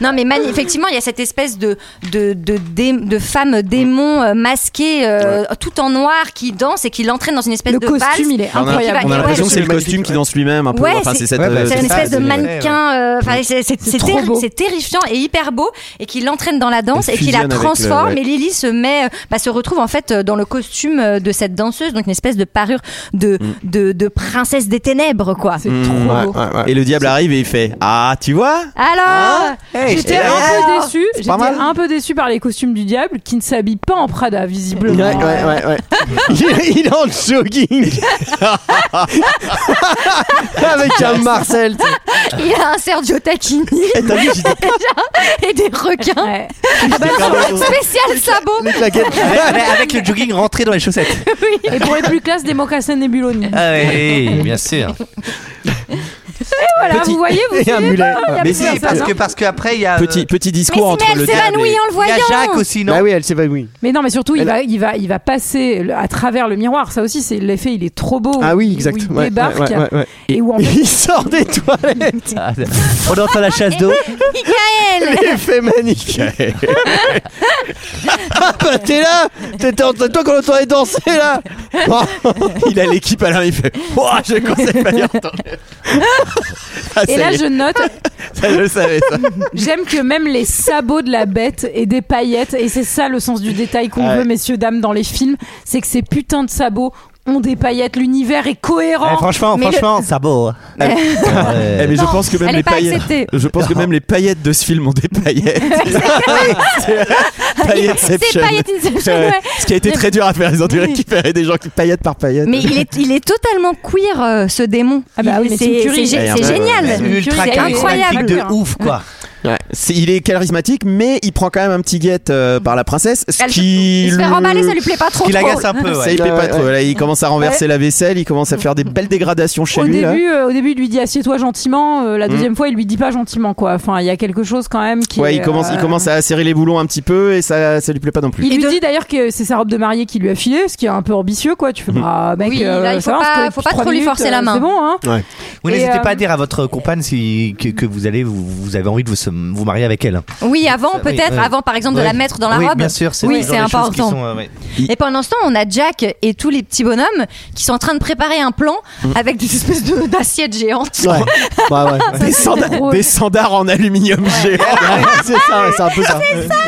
Speaker 7: Non, mais mani- effectivement, il y a cette espèce de, de, de, dé- de femme démon euh, masquée euh, tout en noir qui danse et qui l'entraîne dans une espèce
Speaker 1: Le
Speaker 7: de valse.
Speaker 1: costume, il est
Speaker 10: On a,
Speaker 1: incroyable.
Speaker 10: on a l'impression
Speaker 7: Ouais,
Speaker 10: que c'est le costume qui danse lui-même un peu.
Speaker 7: Ouais,
Speaker 10: enfin,
Speaker 7: c'est-
Speaker 10: c'est cette,
Speaker 6: Ouais, bah,
Speaker 10: euh,
Speaker 7: C'est
Speaker 10: cette
Speaker 7: une espèce
Speaker 10: phase.
Speaker 7: de
Speaker 6: ouais.
Speaker 7: mannequin, euh, enfin, c'est- c'est c'est
Speaker 1: trop
Speaker 7: terri-
Speaker 1: beau.
Speaker 7: c'est terrifiant et hyper beau, et qui l'entraîne dans la danse
Speaker 10: Elle
Speaker 7: et qui la
Speaker 10: fusionne avec le-
Speaker 7: transforme.
Speaker 10: ouais.
Speaker 7: Et Lily se met, euh, bah, se retrouve en fait euh, dans le costume euh, de cette danseuse, donc une espèce de parure de, de, de princesse des ténèbres, quoi.
Speaker 1: C'est trop beau.
Speaker 10: Et le diable arrive et il fait Ah, tu vois
Speaker 7: Alors,
Speaker 1: J'étais un peu déçu. J'étais
Speaker 10: mal.
Speaker 1: un peu déçu par les costumes du diable qui ne s'habillent pas en Prada
Speaker 8: Ouais,
Speaker 1: visiblement.
Speaker 8: ouais, ouais, ouais. Il, il est en jogging. Avec un Marcel. tu sais.
Speaker 7: il a un Sergio Tacchini et des requins
Speaker 1: Ouais.
Speaker 7: spécial sabot.
Speaker 8: Les claquettes.
Speaker 6: Avec avec le jogging rentré dans les chaussettes.
Speaker 1: Et pour être plus classe, Démocratie Nebuloni. Et
Speaker 6: Ah oui, bien sûr.
Speaker 1: voilà,
Speaker 10: Petit-
Speaker 1: vous voyez, vous
Speaker 8: Et un
Speaker 1: suivez
Speaker 8: mulet.
Speaker 1: pas, il y a
Speaker 10: Mais
Speaker 1: plus hein.
Speaker 10: si,
Speaker 1: à ça,
Speaker 6: Parce
Speaker 1: non
Speaker 6: que parce qu'après il y a euh,
Speaker 10: Petit, petit
Speaker 7: Mais
Speaker 10: discours
Speaker 7: si,
Speaker 10: entre
Speaker 7: mais elle
Speaker 10: le diable.
Speaker 7: s'évanouit
Speaker 10: et-
Speaker 7: en le
Speaker 6: il y
Speaker 7: voyant.
Speaker 6: a Jacques aussi non
Speaker 8: Bah oui, elle s'évanouit.
Speaker 1: Mais non, mais surtout, il
Speaker 8: Elle-
Speaker 1: va, il va, il va passer le- à travers le miroir. Ça aussi, c'est l'effet. Il est trop beau.
Speaker 8: Ah oui,
Speaker 1: Où
Speaker 8: exact.
Speaker 1: Il
Speaker 8: Ouais,
Speaker 1: débarque
Speaker 8: ouais, ouais, ouais.
Speaker 1: et où en fait,
Speaker 8: Il sort des toilettes.
Speaker 6: Ah, On entend la chasse d'eau.
Speaker 7: Michael.
Speaker 8: L'effet magnifique. ah bah t'es là. T'étais en toi quand on t'entendait danser là. Oh,
Speaker 10: Il a l'équipe à l'un, il fait Ouah, je conseille pas d'y retourner. Ah, ça
Speaker 1: et là,
Speaker 10: y est,
Speaker 1: je note,
Speaker 10: ça, je le savais ça.
Speaker 1: j'aime que même les sabots de la bête et des paillettes, et c'est ça le sens du détail qu'on
Speaker 8: Ouais.
Speaker 1: veut, messieurs, dames, dans les films, c'est que ces putains de sabots ont des paillettes, l'univers est cohérent.
Speaker 6: Eh,
Speaker 7: Oh,
Speaker 6: franchement,
Speaker 1: Mais le-
Speaker 6: franchement, ça hein. beau.
Speaker 1: Eh,
Speaker 10: Eh, mais je
Speaker 1: Non,
Speaker 10: pense que même
Speaker 1: elle
Speaker 10: les
Speaker 1: est pas
Speaker 10: paillettes.
Speaker 1: acceptée.
Speaker 10: Je pense que même les paillettes de ce film ont des paillettes.
Speaker 7: C'est
Speaker 10: Pailletteception.
Speaker 7: Paillette Inception, ouais.
Speaker 10: Ce qui a été très dur à faire. Ils ont dû récupérer des gens qui paillettes par paillettes.
Speaker 7: Mais il est, il est totalement queer euh, ce démon.
Speaker 1: bah oui,
Speaker 7: Il-
Speaker 1: mais
Speaker 7: c'est
Speaker 1: Tim Curry.
Speaker 7: c'est gé-
Speaker 10: Ouais, un
Speaker 7: c'est
Speaker 10: peu,
Speaker 7: génial.
Speaker 10: ouais.
Speaker 7: Tim Curry, C'est incroyable.
Speaker 6: de ouf quoi.
Speaker 10: Ouais. C'est- il est charismatique, mais il prend quand même un petit guette euh, par la princesse. Ce
Speaker 7: Elle-
Speaker 10: qui
Speaker 7: il se fait
Speaker 10: le-
Speaker 7: remballer, ça lui plaît pas trop,
Speaker 10: qui
Speaker 7: trop.
Speaker 10: l'agace un peu.
Speaker 7: Ouais.
Speaker 10: Ça lui plaît
Speaker 8: Ouais,
Speaker 10: pas
Speaker 8: ouais.
Speaker 10: trop. Là, il commence à renverser la vaisselle, il commence à faire des belles dégradations chez
Speaker 1: au
Speaker 10: lui. là.
Speaker 1: début, euh, au début, il lui dit assieds-toi gentiment. euh, la deuxième fois, il lui dit pas gentiment quoi. Enfin, il y a quelque chose quand même qui.
Speaker 10: Ouais,
Speaker 1: est,
Speaker 10: il commence, il
Speaker 1: euh,
Speaker 10: commence à serrer les boulons un petit peu et ça, ça lui plaît pas non plus.
Speaker 1: Il lui dit d'ailleurs que c'est sa robe de mariée qui lui a filé, ce qui est un peu ambitieux quoi. Tu fais
Speaker 10: Mm.
Speaker 1: bah mec,
Speaker 7: Oui,
Speaker 1: euh,
Speaker 7: là, il
Speaker 1: ça va,
Speaker 7: faut
Speaker 1: on se
Speaker 7: pas-
Speaker 1: connaît
Speaker 7: faut
Speaker 1: depuis
Speaker 7: pas
Speaker 1: trois
Speaker 7: trop lui
Speaker 1: minutes,
Speaker 7: forcer la
Speaker 1: euh,
Speaker 7: main.
Speaker 1: C'est bon hein.
Speaker 6: Vous
Speaker 1: Et,
Speaker 6: n'hésitez
Speaker 1: euh,
Speaker 6: pas à dire à votre compagne si, que, que vous allez vous, vous avez envie de vous, se- vous marier avec elle.
Speaker 7: Oui, avant
Speaker 6: oui,
Speaker 7: peut-être,
Speaker 6: ouais.
Speaker 7: avant par exemple de
Speaker 6: Ouais.
Speaker 7: la mettre dans la
Speaker 6: Oui,
Speaker 7: robe.
Speaker 6: bien sûr, c'est
Speaker 7: Oui,
Speaker 6: le genre
Speaker 7: c'est
Speaker 6: des choses qui
Speaker 7: important.
Speaker 6: sont, euh, ouais.
Speaker 7: Et pendant ce temps, on a Jack et tous les petits bonhommes qui sont en train de préparer un plan
Speaker 6: Mm.
Speaker 7: avec des espèces de- d'assiettes géantes.
Speaker 8: Ouais. Bah, ouais, ouais.
Speaker 10: Des, sanda-
Speaker 1: drôle.
Speaker 10: des standards en aluminium géant. Ah,
Speaker 8: c'est ça, ouais, c'est un peu ça.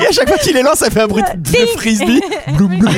Speaker 10: Et à chaque fois qu'il les lance, ça fait un bruit de de frisbee. Bloum, bloum.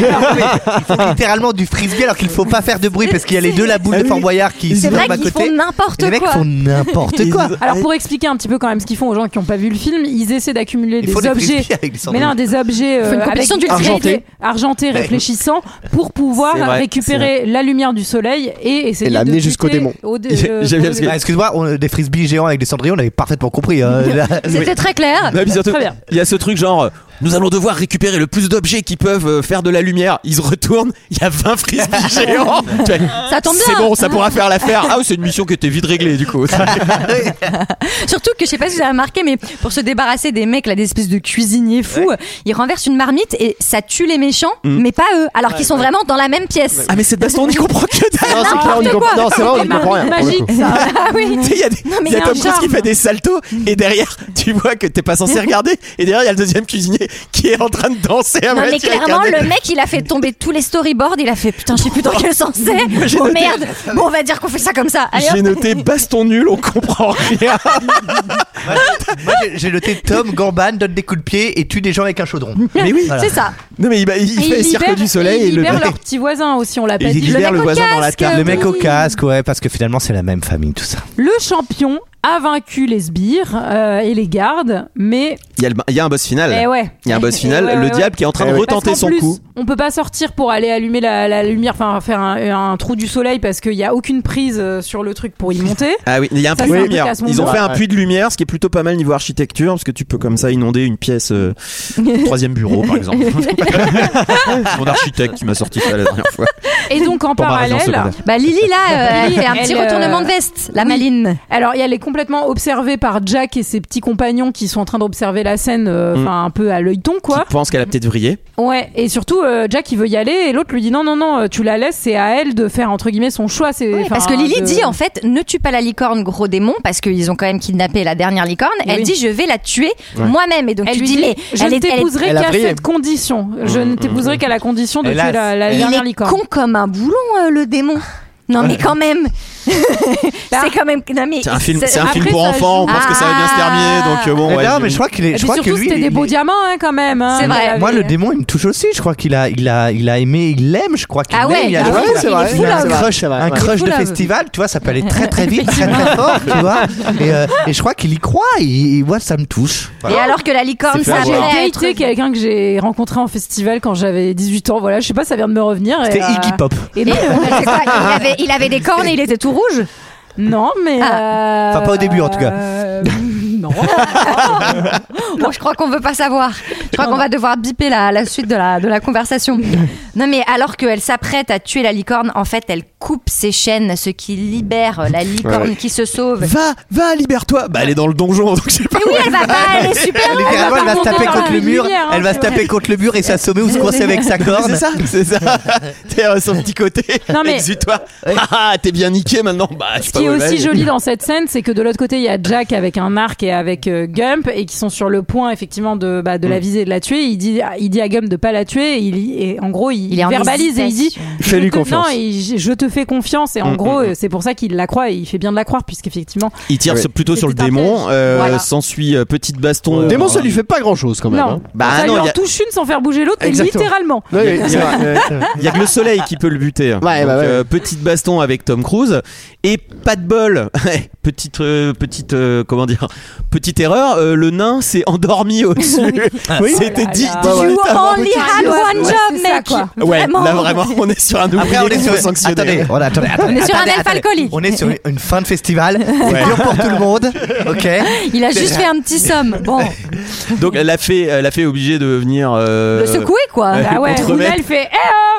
Speaker 6: C'est littéralement du frisbee alors qu'il faut pas faire de bruit parce qu'il y a les deux la boule de Fort Boyard qui se
Speaker 7: C'est vrai
Speaker 6: dorment à
Speaker 7: qu'ils
Speaker 6: côté. Et
Speaker 7: font
Speaker 6: les
Speaker 7: n'importe
Speaker 6: mecs
Speaker 7: quoi.
Speaker 6: font n'importe quoi.
Speaker 1: Alors pour expliquer un petit peu quand même ce qu'ils font aux gens qui n'ont pas vu le film, ils essaient d'accumuler
Speaker 6: Ils
Speaker 1: des
Speaker 6: font des
Speaker 1: objets,
Speaker 6: frisbees avec des
Speaker 1: mais non
Speaker 6: sandwichs.
Speaker 1: des objets euh,
Speaker 7: Ils font une compétition
Speaker 1: avec-
Speaker 7: d'ultra-
Speaker 1: argentés, argentés, réfléchissants, pour pouvoir
Speaker 10: C'est vrai,
Speaker 1: récupérer la lumière du soleil et essayer
Speaker 8: Et
Speaker 1: de
Speaker 8: l'amener jusqu'au
Speaker 1: buter
Speaker 8: démon.
Speaker 1: au dé-
Speaker 10: J'ai-
Speaker 1: euh,
Speaker 10: j'aime bien parce que-
Speaker 6: Ah, Excuse-moi, on- des frisbees géants avec des cendriers, on avait parfaitement compris. hein. Là-
Speaker 7: C'était très clair.
Speaker 10: Non, et puis surtout,
Speaker 1: Très bien.
Speaker 10: il y a ce truc genre, euh, nous allons devoir récupérer le plus d'objets qui peuvent euh, faire de la lumière. Ils retournent, il y a 20 frisbees géants. Tu fais,
Speaker 7: Ça tombe
Speaker 10: C'est
Speaker 7: bien.
Speaker 10: bon, ça pourra faire l'affaire. Ah, c'est une mission qui était vite réglée du coup.
Speaker 7: Surtout que je sais pas si vous avez remarqué, mais pour se débarrasser des mecs, là, des espèces de cuisiniers fous, ils renversent une marmite et ça tue les méchants,
Speaker 10: Mm.
Speaker 7: mais pas eux, alors qu'ils sont vraiment dans la même pièce.
Speaker 10: ah, mais cette baston, on n'y comprend que dalle.
Speaker 8: Non, c'est
Speaker 1: Ah,
Speaker 8: clair, on y
Speaker 7: N'importe
Speaker 8: comprend-
Speaker 7: quoi.
Speaker 8: non, c'est vrai, on y
Speaker 1: Mar-
Speaker 8: comprend rien. pour le
Speaker 1: magique
Speaker 8: coup.
Speaker 1: ça.
Speaker 7: Ah oui.
Speaker 10: Tu sais, Il y a, des-
Speaker 7: Non, mais
Speaker 10: il y
Speaker 7: il
Speaker 10: a
Speaker 7: y a un
Speaker 10: Tom Cruise qui
Speaker 7: charme.
Speaker 10: fait des saltos et derrière tu vois que t'es pas censé regarder et derrière il y a le deuxième cuisinier qui est en train de danser à
Speaker 7: Non mais
Speaker 10: moitié avec un
Speaker 7: clairement
Speaker 10: nez.
Speaker 7: le mec il a fait tomber tous les storyboards, il a fait putain je sais plus dans quel sens c'est.
Speaker 10: J'ai
Speaker 7: Oh
Speaker 10: noté-
Speaker 7: merde. Bon on va dire qu'on fait ça comme ça. Allez,
Speaker 10: J'ai
Speaker 7: hop.
Speaker 10: noté baston nul, on comprend rien.
Speaker 6: Moi, j'ai- j'ai noté Tom Gamban donne des coups de pied et tue des gens avec un chaudron.
Speaker 10: Mais oui.
Speaker 6: Voilà.
Speaker 7: C'est ça.
Speaker 10: Non mais il, bah, il
Speaker 1: Et
Speaker 10: fait
Speaker 1: ils
Speaker 10: cirque
Speaker 1: libèrent-
Speaker 10: du soleil et,
Speaker 1: ils
Speaker 10: le
Speaker 1: libèrent
Speaker 10: mec-
Speaker 1: leur petit voisin aussi, on l'a pas
Speaker 10: Et
Speaker 1: dit.
Speaker 10: il libère le,
Speaker 7: au
Speaker 10: voisin dans la
Speaker 7: casque.
Speaker 10: tarte.
Speaker 6: Le mec au casque, ouais, parce que finalement c'est la même famille, tout ça.
Speaker 1: Le champion a vaincu les sbires euh, et les gardes, mais
Speaker 10: Il y, a le- il y a un boss final.
Speaker 1: eh ouais.
Speaker 10: Il y a un boss final,
Speaker 1: Ouais, ouais,
Speaker 10: le
Speaker 1: ouais.
Speaker 10: diable qui est en
Speaker 6: Eh
Speaker 10: train de
Speaker 1: Parce
Speaker 10: retenter
Speaker 1: qu'en
Speaker 10: son
Speaker 1: plus,
Speaker 10: coup.
Speaker 1: On peut pas sortir pour aller allumer la, la lumière, enfin faire un, un trou du soleil parce qu'il y a aucune prise euh, sur le truc pour y monter.
Speaker 10: Ah oui, il y a un
Speaker 1: Ça,
Speaker 10: puits de
Speaker 1: c'est un
Speaker 10: lumière.
Speaker 1: truc à ce
Speaker 10: Ils ont
Speaker 1: moment-là.
Speaker 10: fait un puits de lumière, ce qui est plutôt pas mal niveau architecture, parce que tu peux comme ça inonder une pièce, euh, troisième bureau par exemple. C'est mon architecte qui m'a sorti ça la dernière fois.
Speaker 1: Et donc en
Speaker 6: Pour ma raison
Speaker 1: parallèle,
Speaker 6: secondaire.
Speaker 7: Bah Lily là, euh, elle fait un
Speaker 1: Elle,
Speaker 7: petit
Speaker 1: euh,
Speaker 7: retournement de veste, la
Speaker 1: oui.
Speaker 7: maline.
Speaker 1: alors il y a- elle est complètement observée par Jack et ses petits compagnons qui sont en train d'observer la scène, euh,
Speaker 10: Mm.
Speaker 1: enfin un peu à l'œil-ton quoi.
Speaker 10: Je pense qu'elle a peut-être vrillé.
Speaker 1: Ouais. Et surtout euh, Jack il veut y aller et l'autre lui dit non non non, euh, tu la laisses, c'est à elle de faire entre guillemets son choix. C'est
Speaker 7: Oui,
Speaker 1: enfin,
Speaker 7: parce que Lily
Speaker 1: de-
Speaker 7: dit en fait ne tue pas la licorne gros démon parce qu'ils ont quand même kidnappé la dernière licorne. Elle
Speaker 1: Oui.
Speaker 7: dit je vais la tuer moi-même et donc
Speaker 1: Elle
Speaker 7: tu
Speaker 1: lui
Speaker 7: dis
Speaker 1: dit,
Speaker 7: mais
Speaker 1: je
Speaker 7: elle
Speaker 1: ne
Speaker 7: est- elle est
Speaker 1: t'épouserai
Speaker 8: elle a
Speaker 1: qu'à
Speaker 8: vrillé.
Speaker 1: cette condition. Je
Speaker 10: Mm,
Speaker 1: ne t'épouserai qu'à la condition de
Speaker 6: Hélas.
Speaker 1: tuer la, la
Speaker 6: Il
Speaker 1: dernière
Speaker 7: Il est
Speaker 1: licorne.
Speaker 7: con comme un boulon, euh, le démon. Non, mais quand même.
Speaker 1: Bah,
Speaker 7: c'est quand même. Non, mais.
Speaker 10: C'est un film,
Speaker 7: ça-
Speaker 10: c'est un
Speaker 1: après,
Speaker 10: film pour
Speaker 1: ça Ah.
Speaker 10: enfants. On
Speaker 7: joue. Ah.
Speaker 10: pense que ça va bien se terminer. Donc euh, bon.
Speaker 6: Eh
Speaker 10: ouais,
Speaker 6: non,
Speaker 10: je-
Speaker 6: mais je crois qu'il est.
Speaker 1: Et
Speaker 6: Je
Speaker 1: puis
Speaker 6: crois
Speaker 1: Ah, surtout,
Speaker 6: que lui,
Speaker 1: c'était
Speaker 6: il
Speaker 1: des beaux
Speaker 6: est-
Speaker 1: diamants hein, quand même. hein.
Speaker 7: C'est vrai.
Speaker 1: Il avait-
Speaker 6: Moi, le démon, il me touche aussi. Je crois qu'il a, il a, il a aimé, il l'aime. Je crois qu'il
Speaker 7: Ah ouais,
Speaker 6: l'aime, il a-
Speaker 7: bah
Speaker 8: Ouais,
Speaker 7: oui,
Speaker 8: c'est
Speaker 7: il
Speaker 8: vrai,
Speaker 7: est
Speaker 8: c'est
Speaker 7: full
Speaker 8: vrai,
Speaker 7: love.
Speaker 8: c'est vrai, c'est vrai,
Speaker 6: un
Speaker 8: ouais.
Speaker 1: full
Speaker 6: crush de
Speaker 1: love.
Speaker 6: festival, tu vois, ça peut aller très très vite, très très fort, tu vois. Et, euh, et je crois qu'il y croit, il, il- ouais, ça me touche.
Speaker 7: Et
Speaker 6: Voilà.
Speaker 7: alors que la licorne,
Speaker 10: bah. C'est
Speaker 7: ça
Speaker 10: fait avoir.
Speaker 7: pourrait
Speaker 1: J'ai
Speaker 7: être-
Speaker 1: daté quelqu'un que j'ai rencontré en festival quand j'avais 18 ans. Voilà, je sais pas, ça vient de me revenir. et,
Speaker 6: C'était
Speaker 1: euh,
Speaker 6: Iggy Pop.
Speaker 1: et
Speaker 7: Et,
Speaker 1: non,
Speaker 7: euh, c'est quoi, il, avait, il avait des cornes et il était tout rouge.
Speaker 1: non, mais.
Speaker 7: Ah.
Speaker 1: euh,
Speaker 6: Enfin, pas au début, en tout cas.
Speaker 1: euh, non.
Speaker 7: Bon, je crois qu'on veut pas savoir. Je crois qu'on va devoir biper la, la suite de la, de la conversation. Non, mais alors qu'elle s'apprête à tuer la licorne, en fait, elle coupe ses chaînes, ce qui libère la licorne qui se sauve.
Speaker 10: Va, va, libère-toi. Bah elle est dans le donjon. Donc je sais pas.
Speaker 7: Mais oui, elle va pas, elle est super.
Speaker 6: Littéralement, elle va se
Speaker 1: monter
Speaker 6: taper
Speaker 1: dans
Speaker 6: contre
Speaker 1: la
Speaker 6: le mur,
Speaker 1: lumière, hein,
Speaker 6: elle va
Speaker 1: c'est
Speaker 6: se taper contre le mur et s'assommer ou se coincer avec sa
Speaker 10: C'est
Speaker 6: corne.
Speaker 10: ça, c'est ça. T'es à son petit côté.
Speaker 1: Non, mais-
Speaker 10: Exutoire. Ah, ah, t'es bien niqué maintenant. Bah, je sais
Speaker 1: Ce
Speaker 10: pas
Speaker 1: qui est
Speaker 10: où elle va,
Speaker 1: aussi
Speaker 10: mais-
Speaker 1: joli dans cette scène, c'est que de l'autre côté, il y a Jack avec un arc et avec euh, Gump et qui sont
Speaker 6: Mm.
Speaker 1: sur le point effectivement de, bah, de la viser et de la tuer. Il dit, il dit à Gump de pas la tuer. Et, il, et en gros, il, il,
Speaker 7: Il est en
Speaker 1: verbalise et il dit
Speaker 7: hésitation.
Speaker 1: je
Speaker 8: Fais-lui
Speaker 1: te-
Speaker 8: confiance.
Speaker 1: non, et je, je te fais confiance.
Speaker 10: Mm,
Speaker 1: Et en gros, euh, c'est pour ça qu'il la croit et il fait bien de la croire, puisqu'effectivement.
Speaker 10: Il tire
Speaker 1: Ouais.
Speaker 10: ce- plutôt sur le
Speaker 1: C'était un
Speaker 10: démon,
Speaker 1: piège.
Speaker 10: euh,
Speaker 1: Voilà.
Speaker 10: s'ensuit euh, petite baston.
Speaker 8: Le démon, ça
Speaker 10: Euh,
Speaker 8: lui fait pas grand chose quand même.
Speaker 1: Non,
Speaker 8: hein.
Speaker 10: Bah
Speaker 1: ça
Speaker 10: non,
Speaker 1: lui
Speaker 10: il
Speaker 1: en
Speaker 10: y a-
Speaker 1: touche une sans faire bouger l'autre, mais
Speaker 8: Exactement.
Speaker 1: littéralement.
Speaker 8: Ouais, ouais, c'est vrai, ouais, c'est vrai.
Speaker 10: Il y a que le soleil qui peut le buter.
Speaker 8: Ouais,
Speaker 10: Donc,
Speaker 8: bah ouais.
Speaker 10: euh, petite baston avec Tom Cruise et pas de bol. petite euh, petite euh, comment dire petite erreur. euh, le nain s'est endormio au-dessus.
Speaker 8: Oui.
Speaker 10: C'était dit.
Speaker 7: You only had one job,
Speaker 1: c'est ça,
Speaker 7: mec.
Speaker 1: quoi.
Speaker 10: Ouais, là vraiment, on est sur un ouvrier
Speaker 6: Après, on
Speaker 10: qui
Speaker 6: est
Speaker 10: se
Speaker 6: sur,
Speaker 10: fait sanctionner.
Speaker 6: attendez, on, attendez, attendez,
Speaker 7: On est sur un
Speaker 6: attendez,
Speaker 7: elfe
Speaker 6: attendez.
Speaker 7: alcoolique.
Speaker 6: On est sur une- une fin de festival. C'est dur pour tout le monde. Ok.
Speaker 7: Il a juste fait un petit somme. Bon,
Speaker 10: Donc la fée, euh, la fée est obligée de venir. euh,
Speaker 7: le secouer quoi.
Speaker 10: Ouais.
Speaker 1: Ah ouais,
Speaker 10: Contre
Speaker 1: Luna,
Speaker 10: mec.
Speaker 1: elle fait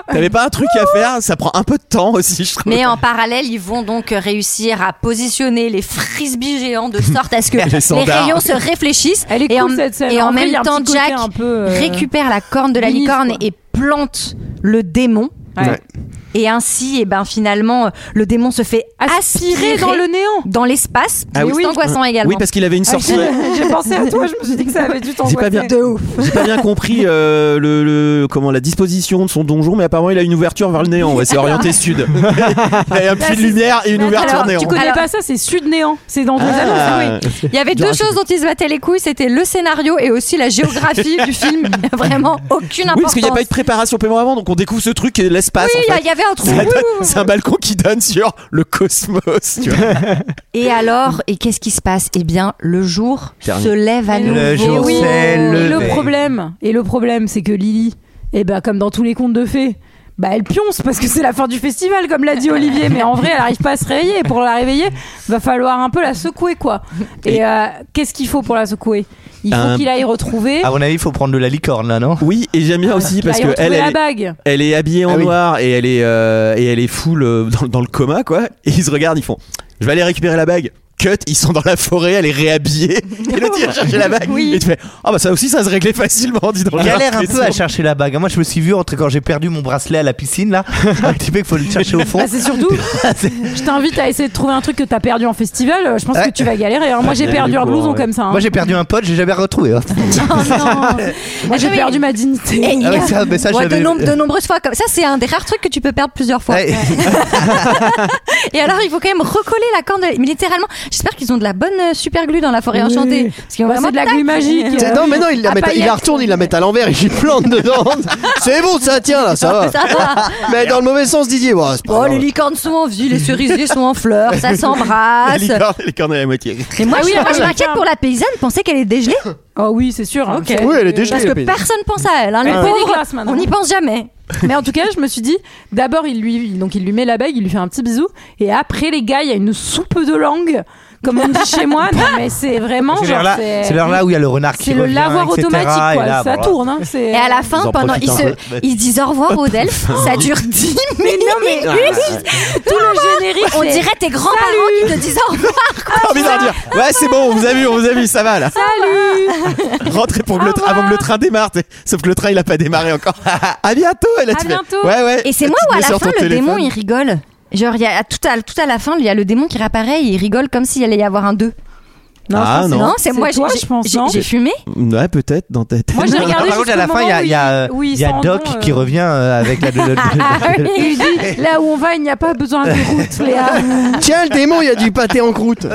Speaker 1: Eh,
Speaker 10: T'avais pas un truc à faire Ça prend un peu de temps aussi, je trouve.
Speaker 7: Mais en parallèle, ils vont donc euh, réussir à positionner les frisbees géants de sorte à ce que
Speaker 10: Les
Speaker 7: les
Speaker 10: standards.
Speaker 7: rayons se réfléchissent.
Speaker 1: Elle est
Speaker 7: et
Speaker 1: cool,
Speaker 7: en,
Speaker 1: cette scène.
Speaker 7: Et en,
Speaker 1: En vrai, il y a
Speaker 7: même
Speaker 1: un
Speaker 7: temps,
Speaker 1: petit côté
Speaker 7: Jack
Speaker 1: un peu, euh,
Speaker 7: récupère la corne de la
Speaker 1: Denise,
Speaker 7: licorne
Speaker 1: quoi.
Speaker 7: et plante le démon.
Speaker 1: Ouais.
Speaker 8: Ouais.
Speaker 7: Et ainsi, et ben finalement, euh, le démon se fait aspirer
Speaker 1: aspirer dans le néant. Ah,
Speaker 7: dans l'espace.
Speaker 10: Ah
Speaker 7: Mais
Speaker 10: oui.
Speaker 7: c'est angoissant également.
Speaker 10: Oui, parce qu'il avait une sortie.
Speaker 1: J'ai pensé à toi, je me suis dit que ça avait du temps.
Speaker 10: J'ai pas bien, j'ai pas bien compris euh, le, le- comment la disposition de son donjon, mais apparemment il a une ouverture vers le néant. Ouais, c'est orienté sud. il y a un puits de lumière et une
Speaker 1: Mais
Speaker 10: ouverture
Speaker 7: alors,
Speaker 10: néant.
Speaker 1: Tu connais
Speaker 7: Alors-
Speaker 1: pas ça, c'est Sud Néant. C'est
Speaker 10: Ah.
Speaker 1: dans des annonces, oui.
Speaker 7: Il y avait deux choses dont ils se battaient les couilles, c'était le scénario et aussi la géographie du film. Il n'y a vraiment aucune importance.
Speaker 10: Oui, parce qu'il n'y a pas eu de préparation paiement avant, donc on découvre ce truc et l'espace.
Speaker 7: Oui, il y
Speaker 10: en
Speaker 7: a-
Speaker 10: fait.
Speaker 7: il y avait un trou.
Speaker 10: Ça
Speaker 7: Oui, oui,
Speaker 10: donne-
Speaker 7: oui.
Speaker 10: C'est un balcon qui donne sur le cosmos. Tu vois.
Speaker 7: Et alors, et qu'est-ce qui se passe Eh bien, le jour
Speaker 10: Dernier.
Speaker 7: se lève à
Speaker 1: Et
Speaker 7: nouveau.
Speaker 6: Le jour
Speaker 1: oui.
Speaker 6: s'est
Speaker 1: Et
Speaker 6: levé.
Speaker 1: le problème, et le problème, c'est que Lily, eh ben, comme dans tous les contes de fées, bah elle pionce parce que c'est la fin du festival, comme l'a dit Olivier. Mais en vrai, elle arrive pas à se réveiller. Et pour la réveiller, va falloir un peu la secouer, quoi. Et euh, qu'est-ce qu'il faut pour la secouer Il faut
Speaker 10: Un-
Speaker 1: qu'il aille retrouver.
Speaker 6: À mon avis, il faut prendre de la licorne là, non
Speaker 10: Oui, et j'aime bien aussi
Speaker 1: qu'il
Speaker 10: parce
Speaker 1: aille
Speaker 10: que
Speaker 1: retrouver
Speaker 10: elle,
Speaker 1: la
Speaker 10: elle, est-
Speaker 1: bague.
Speaker 10: elle est habillée en
Speaker 8: Ah oui.
Speaker 10: noir et elle est euh, et elle est full euh, dans, dans le coma quoi. Et ils se regardent, ils font. Je vais aller récupérer la bague. Cut, ils sont dans la forêt, elle est réhabillée. Et l'autre il va chercher la bague.
Speaker 1: Oui.
Speaker 10: Et tu fais, ah bah ça aussi ça se réglait facilement, dis donc.
Speaker 6: Galère un
Speaker 10: J'ai
Speaker 6: peu à
Speaker 10: l'impression.
Speaker 6: chercher la bague. Moi, je me suis vu entre quand j'ai perdu mon bracelet à la piscine là. Un petit peu qu'il faut le chercher au fond.
Speaker 1: Bah, c'est surtout, je t'invite à essayer de trouver un truc que t'as perdu en festival. Euh, Je pense
Speaker 6: Ouais.
Speaker 1: que tu vas galérer. Alors, moi, j'ai perdu un blouson comme ça. hein.
Speaker 6: Moi, j'ai perdu un pote, j'ai jamais retrouvé. hein.
Speaker 7: Oh
Speaker 10: Ah
Speaker 7: non
Speaker 1: Moi, j'ai perdu ma dignité.
Speaker 7: Et il y a-
Speaker 6: Ah ouais, ça, mais ça,
Speaker 7: Ouais, de,
Speaker 6: j'avais-
Speaker 7: nombre- de nombreuses fois comme ça c'est un des rares trucs que tu peux perdre plusieurs fois
Speaker 6: Ouais.
Speaker 7: et alors il faut quand même recoller la corne de- mais littéralement j'espère qu'ils ont de la bonne euh, super glue dans la forêt
Speaker 1: Oui.
Speaker 7: enchantée parce qu'ils ont
Speaker 1: Bah,
Speaker 7: vraiment
Speaker 1: c'est de la
Speaker 7: tac.
Speaker 1: glue magique.
Speaker 8: C'est- Non, mais non,
Speaker 10: ah,
Speaker 8: il la,
Speaker 1: À
Speaker 8: met- il
Speaker 1: paillettes.
Speaker 8: la retourne, il la met à l'envers et il plante dedans. C'est bon, ça tient là, ça va.
Speaker 7: Ça va.
Speaker 8: Mais dans le mauvais sens, Didier. Bon, c'est pas
Speaker 7: Oh,
Speaker 8: grave.
Speaker 7: les licornes sont en vie, les cerisiers sont en fleurs, ça s'embrasse.
Speaker 10: Les cornes- les cornes à la moitié.
Speaker 7: Et moi,
Speaker 1: Ah oui,
Speaker 7: je, moi,
Speaker 1: ah
Speaker 7: je
Speaker 1: oui.
Speaker 7: m'inquiète pour la paysanne, pensez qu'elle est dégelée.
Speaker 1: Oh oui, c'est sûr. hein.
Speaker 7: Ok.
Speaker 8: Oui, elle est dégelée.
Speaker 7: Parce que
Speaker 8: la paysanne.
Speaker 7: personne pense à elle. Hein,
Speaker 1: Elle
Speaker 7: les
Speaker 1: fait des
Speaker 7: pauvres,
Speaker 1: glaces, maintenant.
Speaker 7: on n'y pense jamais.
Speaker 1: Mais en tout cas, je me suis dit, d'abord, il lui, donc il lui met la bague, il lui fait un petit bisou, et après, les gars, il y a une soupe de langue, comme on dit chez moi. Non, mais c'est vraiment.
Speaker 6: C'est
Speaker 1: genre,
Speaker 6: l'heure là,
Speaker 1: c'est-
Speaker 6: c'est l'heure là où il y a le renard qui
Speaker 1: C'est le
Speaker 6: revient,
Speaker 1: lavoir
Speaker 6: etc.,
Speaker 1: automatique,
Speaker 6: et
Speaker 1: quoi.
Speaker 6: là,
Speaker 1: ça
Speaker 6: voilà.
Speaker 1: tourne. hein, c'est-
Speaker 7: Et à la fin,
Speaker 10: Ils en
Speaker 7: pendant, ils,
Speaker 10: profitent un
Speaker 7: se,
Speaker 10: peu.
Speaker 7: ils se disent au revoir aux elfes. Ça dure 10 minutes.
Speaker 1: Non, mais tout le générique.
Speaker 7: On
Speaker 1: c'est-
Speaker 7: dirait tes grands-parents qui te disent au revoir. quoi.
Speaker 8: Ah,
Speaker 10: J'ai envie de leur dire, ouais c'est bon, on vous a vu, on vous a vu, ça va là.
Speaker 1: Salut
Speaker 10: Rentrez pour que le tra- avant que le train démarre. t'es- Sauf que le train il a pas démarré encore. à bientôt. Elle a
Speaker 1: À
Speaker 10: tu fais,
Speaker 1: bientôt.
Speaker 10: Ouais ouais.
Speaker 7: Et c'est
Speaker 10: Tu
Speaker 7: moi
Speaker 10: te
Speaker 7: où à
Speaker 10: mets
Speaker 7: la
Speaker 10: sur
Speaker 7: fin,
Speaker 10: ton
Speaker 7: le démon,
Speaker 10: téléphone.
Speaker 7: il rigole. Genre, il y a, à- tout, à, tout à la fin, il y a le démon qui réapparaît et il rigole comme s'il allait y avoir un 2.
Speaker 1: Non,
Speaker 10: Ah,
Speaker 1: ça,
Speaker 10: non.
Speaker 7: Non, c'est moi,
Speaker 1: toi,
Speaker 7: j'ai-
Speaker 1: je pense,
Speaker 7: j'ai-
Speaker 1: non
Speaker 7: J'ai fumé.
Speaker 10: Ouais peut-être dans ta tête.
Speaker 1: Moi, j'ai regardé.
Speaker 6: Par contre, à la
Speaker 1: jusqu'au
Speaker 6: fin, il y a,
Speaker 1: moment
Speaker 6: il y a,
Speaker 1: où il-
Speaker 6: il y a
Speaker 1: où il
Speaker 6: Doc
Speaker 1: s'en
Speaker 6: qui
Speaker 1: va, euh.
Speaker 6: revient euh, avec la. le- le- le-
Speaker 1: Et il dit, là où on va, il n'y a pas besoin de route, Léa.
Speaker 8: Tiens, le démon, il y a du pâté en croûte.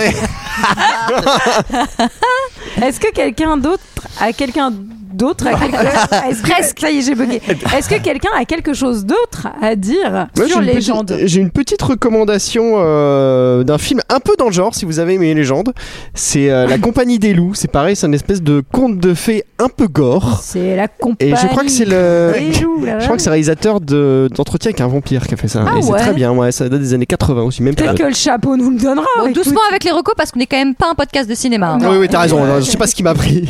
Speaker 1: Est-ce que quelqu'un d'autre a quelqu'un d'autre à quelque- Est-ce que- Ça y est, j'ai bugué. Est-ce que quelqu'un a quelque chose d'autre à dire sur
Speaker 8: Moi, j'ai une
Speaker 1: légende
Speaker 8: petite- J'ai une petite recommandation euh, d'un film un peu dans le genre, si vous avez aimé Légende. C'est euh, La Compagnie des Loups. C'est pareil, c'est une espèce de conte de fées un peu gore.
Speaker 1: C'est la compagnie.
Speaker 8: Et je crois que c'est le.
Speaker 1: des loups, là, là.
Speaker 8: Je crois que c'est le réalisateur de- d'entretien avec un vampire qui a fait ça.
Speaker 1: Ah
Speaker 8: et c'est
Speaker 1: ouais.
Speaker 8: très bien, ouais, ça date des années 80 aussi, même
Speaker 1: Peut-être que le chapeau nous le donnera.
Speaker 7: Bon,
Speaker 1: écoute.
Speaker 7: Oh, doucement avec les recos parce qu'on n'est quand même pas un podcast de cinéma.
Speaker 10: Ah
Speaker 7: hein.
Speaker 8: Oui, oui, t'as raison, je sais pas ce qui m'a pris.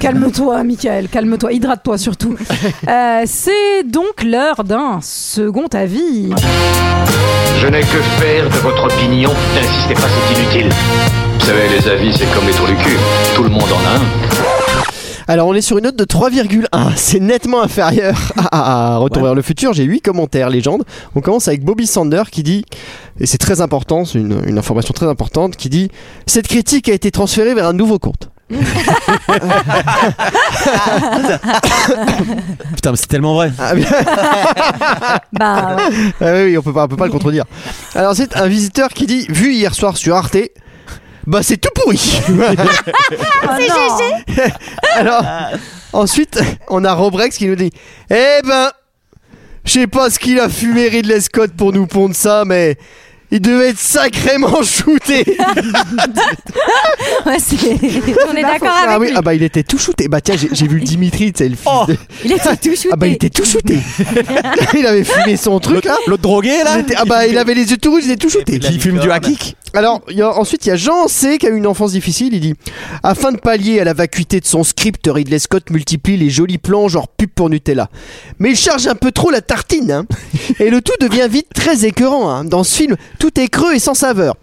Speaker 1: Calme-toi, Michael, calme-toi, hydrate-toi surtout. Euh, c'est donc l'heure d'un second avis.
Speaker 9: Je n'ai que faire de votre opinion. N'insistez pas, c'est inutile.
Speaker 5: Vous savez, les avis, c'est comme les trous du cul. Tout le monde en a un.
Speaker 8: Alors, on est sur une note de 3,1. C'est nettement inférieur à, à Retour vers le futur. J'ai 8 commentaires légende. On commence avec Bobby Sander qui dit, et c'est très important, c'est une, une information très importante, qui dit Cette critique a été transférée vers un nouveau compte.
Speaker 14: Ah, Putain, mais c'est tellement vrai.
Speaker 7: bah,
Speaker 10: Ah oui, oui, on peut pas, on peut pas le contredire. Alors ensuite, un visiteur qui dit vu hier soir sur Arte. Bah c'est tout pourri.
Speaker 1: oh
Speaker 7: c'est GG
Speaker 10: Alors ensuite, on a Robrex qui nous dit "Eh ben, je sais pas ce qu'il a fumé Ridley Scott pour nous pondre ça, mais il devait être sacrément shooté."
Speaker 7: Ouais, c'est- On est d'accord
Speaker 10: ah
Speaker 7: avec
Speaker 10: oui,
Speaker 7: lui. Oh.
Speaker 10: ah bah il était tout shooté. Bah tiens, j'ai j'ai vu Dimitri, c'est le fils. de-
Speaker 7: Il était tout shooté.
Speaker 10: Ah bah il était tout shooté. il avait fumé son truc là.
Speaker 14: L'autre drogué
Speaker 10: Il
Speaker 14: là
Speaker 10: était- ah bah il avait les yeux tout rouges, il était tout shooté.
Speaker 14: Qui fume du hakik
Speaker 10: Alors, il y a- ensuite, il y a Jean C qui a eu une enfance difficile. Il dit Afin de pallier à la vacuité de son script, Ridley Scott multiplie les jolis plans, genre pub pour Nutella. Mais il charge un peu trop la tartine, hein. et le tout devient vite très écœurant. hein. Dans ce film, tout est creux et sans saveur.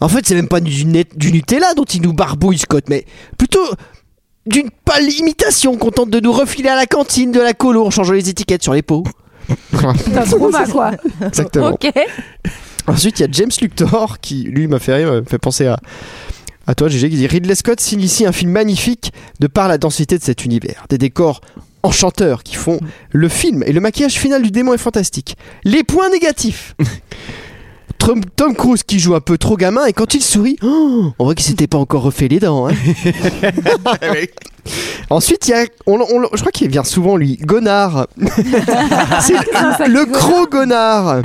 Speaker 10: En fait, c'est même pas du, net- du Nutella dont il nous barbouille, Scott, mais plutôt d'une pâle imitation qu'on tente de nous refiler à la cantine de la colo en changeant les étiquettes sur les pots.
Speaker 1: Putain, trauma, quoi.
Speaker 10: Exactement.
Speaker 7: Ok.
Speaker 10: Ensuite, il y a James Luctor qui, lui, m'a fait rire, me fait penser à, à toi, GG, qui dit Ridley Scott signe ici un film magnifique de par la densité de cet univers. Des décors enchanteurs qui font le film et le maquillage final du démon est fantastique. Les points négatifs Tom, Tom Cruise qui joue un peu trop gamin et quand il sourit, oh, on voit qu'il s'était pas encore refait les dents. hein. Ensuite, il y a, on- on- je crois qu'il vient souvent lui, Gonard. C'est le, le gros Gonard.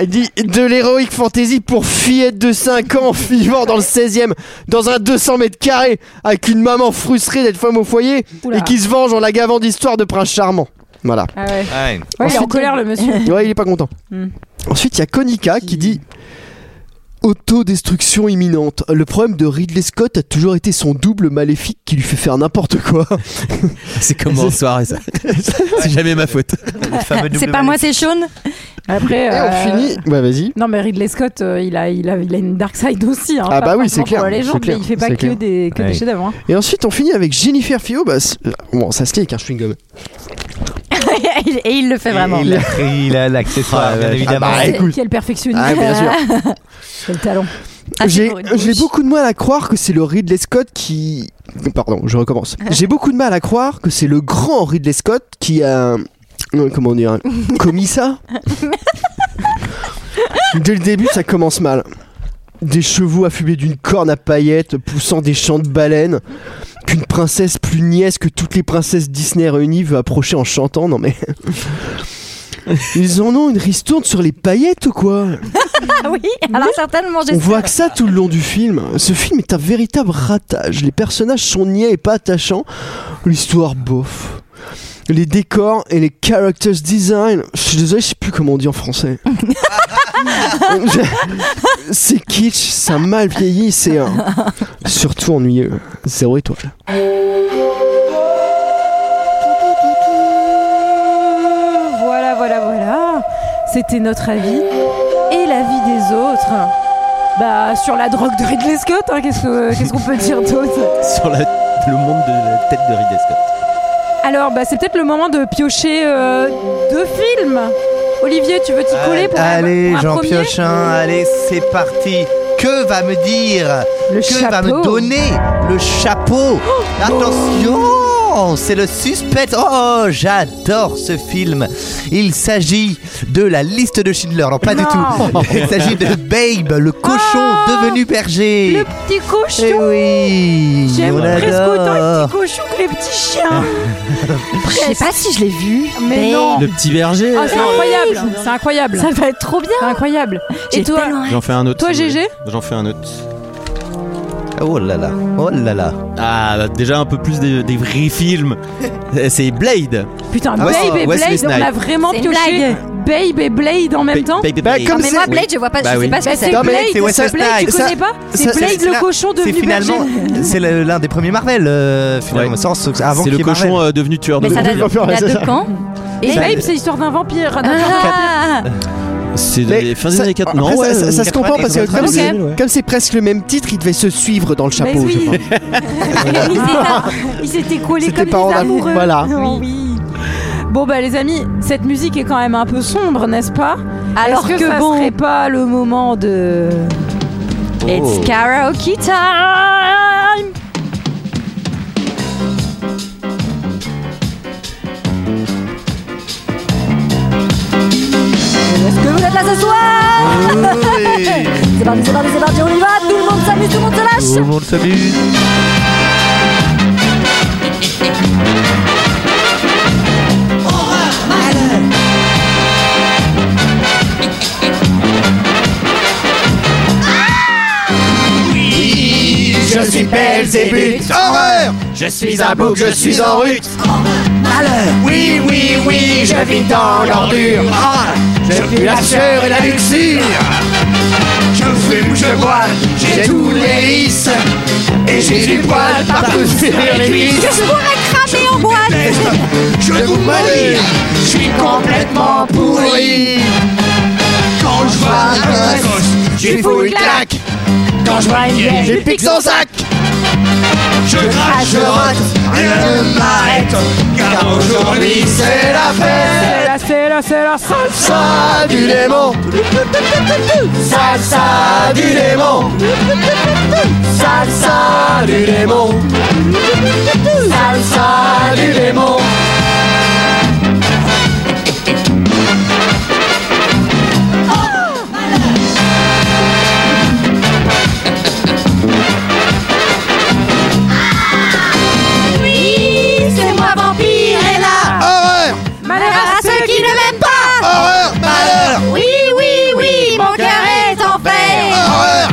Speaker 10: Il dit de l'héroïque fantasy pour fillette de 5 ans vivant dans le 16e, dans un 200 mètres carrés, Ah, avec une maman frustrée d'être femme au foyer
Speaker 1: Oula.
Speaker 10: et qui se venge en la gavant d'histoires de prince charmant. Voilà.
Speaker 1: Ah ouais.
Speaker 14: Ouais.
Speaker 1: Ouais, il est en
Speaker 10: Ensuite-
Speaker 1: colère, le monsieur.
Speaker 10: Ouais, il est pas content.
Speaker 1: Hmm.
Speaker 10: Ensuite, il y a Konika qui dit autodestruction imminente. Le problème de Ridley Scott a toujours été son double maléfique qui lui fait faire n'importe quoi.
Speaker 14: C'est comme en soirée ça. C'est jamais ma faute.
Speaker 7: C'est pas moi, c'est Sean.
Speaker 1: Après.
Speaker 10: Et
Speaker 1: euh,
Speaker 10: on finit. Ouais, vas-y.
Speaker 1: Non, mais Ridley Scott, euh, il, a, il, a, il a une dark side aussi. hein. Pas
Speaker 10: Ah bah oui,
Speaker 1: forcément
Speaker 10: c'est clair,
Speaker 1: Pour la légende,
Speaker 10: c'est clair,
Speaker 1: mais il fait pas
Speaker 10: c'est
Speaker 1: que
Speaker 10: clair.
Speaker 1: des, que
Speaker 14: Ouais.
Speaker 1: des chefs-d'œuvre. hein.
Speaker 10: Et ensuite, on finit avec Jennifer Fio. Bah, c'est- bon, ça se lit avec un chewing-gum.
Speaker 7: Et il le fait vraiment.
Speaker 6: Il a pris la- l'accessoire,
Speaker 14: Ah,
Speaker 6: bien
Speaker 14: ouais.
Speaker 6: évidemment.
Speaker 10: Ah,
Speaker 1: Quel-
Speaker 10: écoute.
Speaker 1: Quel perfectionniste.
Speaker 10: Ah, bien sûr.
Speaker 1: Quel talent.
Speaker 7: Ah, c'est
Speaker 10: J'ai
Speaker 7: pour une
Speaker 10: j'ai
Speaker 7: bouche.
Speaker 10: beaucoup de mal à croire que c'est le Ridley Scott qui. Pardon, je recommence. J'ai beaucoup de mal à croire que c'est le grand Ridley Scott qui a. euh, Comment dire un- Commis ça Dès le début, ça commence mal. Des chevaux affumés d'une corne à paillettes, poussant des chants de baleine, qu'une princesse plus niaise que toutes les princesses Disney réunies veut approcher en chantant. Non mais. Ils en ont une ristourne sur les paillettes ou quoi
Speaker 7: Ah oui, alors certainement, j'ai
Speaker 10: on voit que ça tout le long du film. Ce film est un véritable ratage. Les personnages sont niais et pas attachants. L'histoire bof. Les décors et les characters design. Je suis désolé, je sais plus comment on dit en français. c'est kitsch, ça a mal vieilli, c'est euh, surtout ennuyeux. Zéro étoile.
Speaker 1: Euh, Voilà, voilà, voilà. C'était notre avis et l'avis des autres. Bah, sur la drogue de Ridley Scott, hein, qu'est-ce que- qu'est-ce qu'on peut dire d'autre
Speaker 14: Sur la- le monde de la tête de Ridley Scott.
Speaker 1: Alors, bah, c'est peut-être le moment de piocher euh, deux films. Olivier, tu veux t'y coller pour un-
Speaker 6: Ah, allez,
Speaker 1: pour un
Speaker 6: Jean
Speaker 1: premier
Speaker 6: Piochin, allez, c'est parti. Que va me dire
Speaker 1: Le
Speaker 6: Que va
Speaker 1: chapeau. Oh.
Speaker 6: me donner le chapeau Attention c'est le suspense. Oh, j'adore ce film. Il s'agit de la liste de Schindler. Non, pas du
Speaker 1: Non.
Speaker 6: tout. Il s'agit de Babe, le cochon
Speaker 1: Ah.
Speaker 6: devenu berger.
Speaker 1: Le petit
Speaker 6: Eh
Speaker 1: cochon
Speaker 6: oui,
Speaker 1: J'aime
Speaker 6: on
Speaker 1: presque autant les
Speaker 6: adore.
Speaker 1: petits cochons que les petits chiens.
Speaker 7: Je sais pas si je l'ai vu.
Speaker 1: Mais
Speaker 7: mais-
Speaker 1: non.
Speaker 14: Le petit berger.
Speaker 1: Ah, c'est incroyable. C'est incroyable.
Speaker 7: Ben, Ça va être trop bien.
Speaker 1: C'est incroyable.
Speaker 7: J'ai
Speaker 1: Et toi
Speaker 7: tellement hâte.
Speaker 14: J'en fais un autre.
Speaker 1: Toi,
Speaker 14: si vous
Speaker 1: GG?
Speaker 14: voulez. J'en fais un autre.
Speaker 6: Oh là là, oh là là.
Speaker 14: Ah, bah, déjà un peu plus des, des vrais films. C'est Blade.
Speaker 1: Putain,
Speaker 14: Ah,
Speaker 1: Babe
Speaker 14: Wesley-
Speaker 1: et
Speaker 14: Wesley
Speaker 1: Blade, on
Speaker 14: Snipes.
Speaker 1: a vraiment
Speaker 7: C'est une
Speaker 1: pioché Babe et Blade en même
Speaker 14: Ba-
Speaker 1: temps.
Speaker 14: Baby
Speaker 10: Bah,
Speaker 14: Blade.
Speaker 10: comme-
Speaker 7: Non, Ah, mais
Speaker 10: c'est-
Speaker 7: moi, Blade, je vois pas,
Speaker 14: Bah
Speaker 7: je
Speaker 14: oui.
Speaker 7: sais pas ce
Speaker 1: Bah,
Speaker 7: que
Speaker 1: c'est
Speaker 7: c'est.
Speaker 10: Non,
Speaker 1: Blade,
Speaker 10: mais
Speaker 6: c'est Wesley
Speaker 1: c'est Blade, tu
Speaker 6: Snipes.
Speaker 1: connais pas
Speaker 6: Ça,
Speaker 1: C'est Blade
Speaker 6: c'est
Speaker 1: le
Speaker 6: là-
Speaker 1: cochon
Speaker 6: C'est
Speaker 1: devenu
Speaker 6: finalement,
Speaker 1: berger.
Speaker 6: c'est le- l'un des premiers Marvel, euh, finalement,
Speaker 14: Ouais.
Speaker 6: sans- avant
Speaker 14: C'est
Speaker 6: qu'il
Speaker 14: le
Speaker 6: y ait
Speaker 14: cochon
Speaker 6: Marvel.
Speaker 14: euh, devenu tueur
Speaker 7: Mais
Speaker 14: de
Speaker 7: ça
Speaker 14: vampires.
Speaker 7: date il y a
Speaker 10: c'est ça.
Speaker 7: deux camps.
Speaker 1: Et
Speaker 6: Ça-
Speaker 1: Babe, c'est l'histoire d'un vampire. d'un vampire.
Speaker 7: Ah
Speaker 14: C'est
Speaker 10: Mais
Speaker 14: euh, des fins des
Speaker 10: ça-
Speaker 14: années 4.
Speaker 10: après,
Speaker 14: Non,
Speaker 10: ça,
Speaker 14: ouais.
Speaker 10: ça- ça se comprend parce que comme
Speaker 6: 93,
Speaker 10: c'est
Speaker 6: ouais.
Speaker 10: comme c'est presque le même titre, il devait se suivre dans le
Speaker 1: Mais
Speaker 10: chapeau.
Speaker 1: oui.
Speaker 10: je pense.
Speaker 1: Ils étaient- Ils s'étaient collés comme
Speaker 10: C'était
Speaker 1: des
Speaker 10: pas en amour,
Speaker 1: amoureux.
Speaker 10: voilà.
Speaker 1: Oh, oui. Bon bah les amis, cette musique est quand même un peu sombre, n'est-ce pas
Speaker 7: Alors
Speaker 1: Est-ce que,
Speaker 7: que
Speaker 1: ça
Speaker 7: bon.
Speaker 1: serait pas le moment de
Speaker 10: Oh.
Speaker 7: It's karaoke time à ce soir C'est parti, c'est parti, c'est parti, on y va, tout le monde s'amuse, tout le monde se
Speaker 15: Tout
Speaker 7: lâche
Speaker 15: le monde s'amuse.
Speaker 10: Oui, je suis Belzébuth. Horreur Je suis un bouc, je suis en rut. Malheur Oui, oui, oui, je vis dans l'ordure. Ah, je fuis la sueur et la luxure. Je fume, je bois, j'ai tous les vices. Et j'ai du poil partout sur les cuisses.
Speaker 7: Je pourrais cramer en boîte
Speaker 10: Je vous maudis, je suis complètement pourri. Quand je vois un gosse, j'ai fous une claque. Quand je vois une vieille, j'ai pique son sac. Je crache, je rote, rien ne m'arrête. Car aujourd'hui, c'est la fête.
Speaker 1: C'est là, c'est là, c'est
Speaker 10: Ça du démon. Salsa du démon. Salsa du démon. Salsa du démon.
Speaker 7: Ah, Oui, c'est moi vampire et là
Speaker 10: Horreur
Speaker 7: Malheur à ceux qui ne m'aiment pas
Speaker 10: Horreur Malheur
Speaker 7: Oui, oui, oui, mon cœur est en paix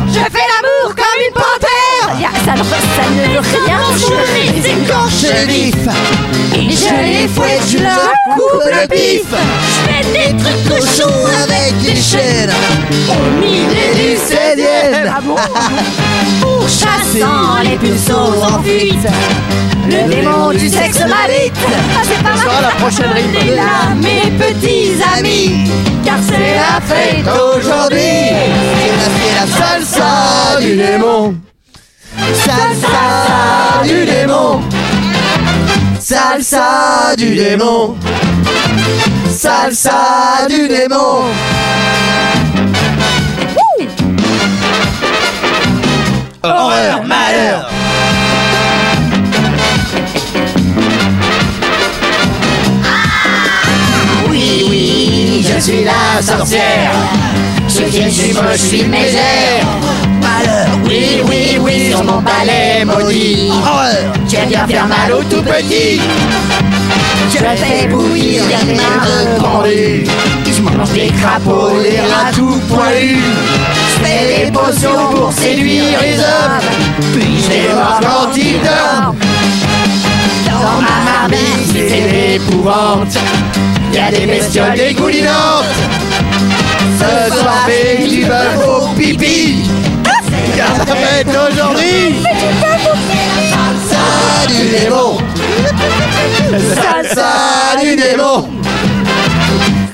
Speaker 7: Je fais l'amour comme une panthère Ya, ça, ne- ça ne veut rien Je les écorche
Speaker 10: Je biffe
Speaker 7: Et je les fouette, je leur coupe le bif Je fais des trucs cochons avec des chaînes Au milieu du
Speaker 10: Cédienne
Speaker 7: Ah, Pourchassant les pulsos en fuite Le démon du sexe malite Ah, c'est pas mal.
Speaker 10: la prochaine rime.
Speaker 7: Venez là, mes petits amis Car c'est la fête
Speaker 10: Aujourd'hui, c'est la salsa du démon Salsa du démon Salsa du démon Salsa du démon Horreur, malheur Ah Oui, oui, je suis la sorcière. Ce qui est suis moche, je suis mésère. Malheur, oui, oui, oui, sur mon palais maudit. Horreur, j'aime bien faire mal aux tout petits. Je fais
Speaker 7: Ah
Speaker 10: bouillir les mains pendues. Je mange des crapauds, les rats tout poilus. Je fais des potions pour séduire les hommes. Puis je les vois quand ils dorment. Dans ma marmite, c'est l'épouvante. Y'a des bestioles dégoulinantes Ce soir fait du bœuf au pipi Car la fête aujourd'hui Salsa du démon Salsa du démon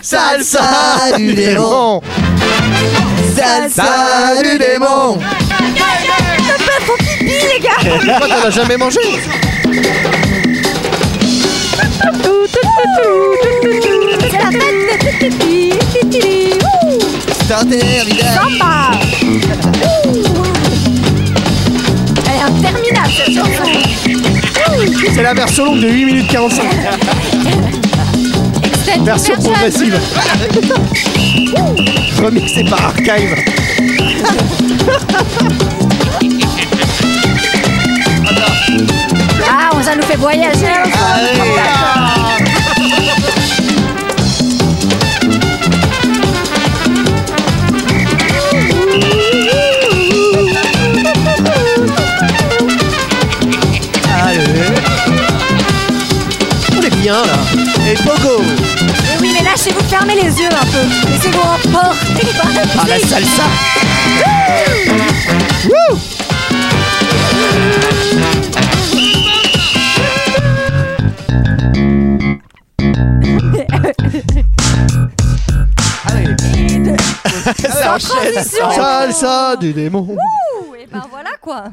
Speaker 10: Salsa du démon Salsa du démon
Speaker 7: les gars
Speaker 16: Pourquoi t'en as jamais mangé
Speaker 7: C'est la fête de pipi, titili, ouh. Samba. Ouh. Elle est interminable cette chanson
Speaker 16: C'est la version longue de 8 minutes 45.
Speaker 7: Extrait d'une
Speaker 16: Version
Speaker 7: version.
Speaker 16: progressive. Remixée par Archive.
Speaker 7: Ah, on ça nous fait voyager
Speaker 16: Ah. On est bien là. Et Pogo
Speaker 7: Mais Eh oui, mais lâchez-vous, fermez les yeux un peu Laissez-vous emporter par la musique
Speaker 16: Par Ah, la salsa.
Speaker 7: Wouh
Speaker 16: Ça
Speaker 7: transition.
Speaker 16: Salsa du démon.
Speaker 7: Ouh, Et ben voilà quoi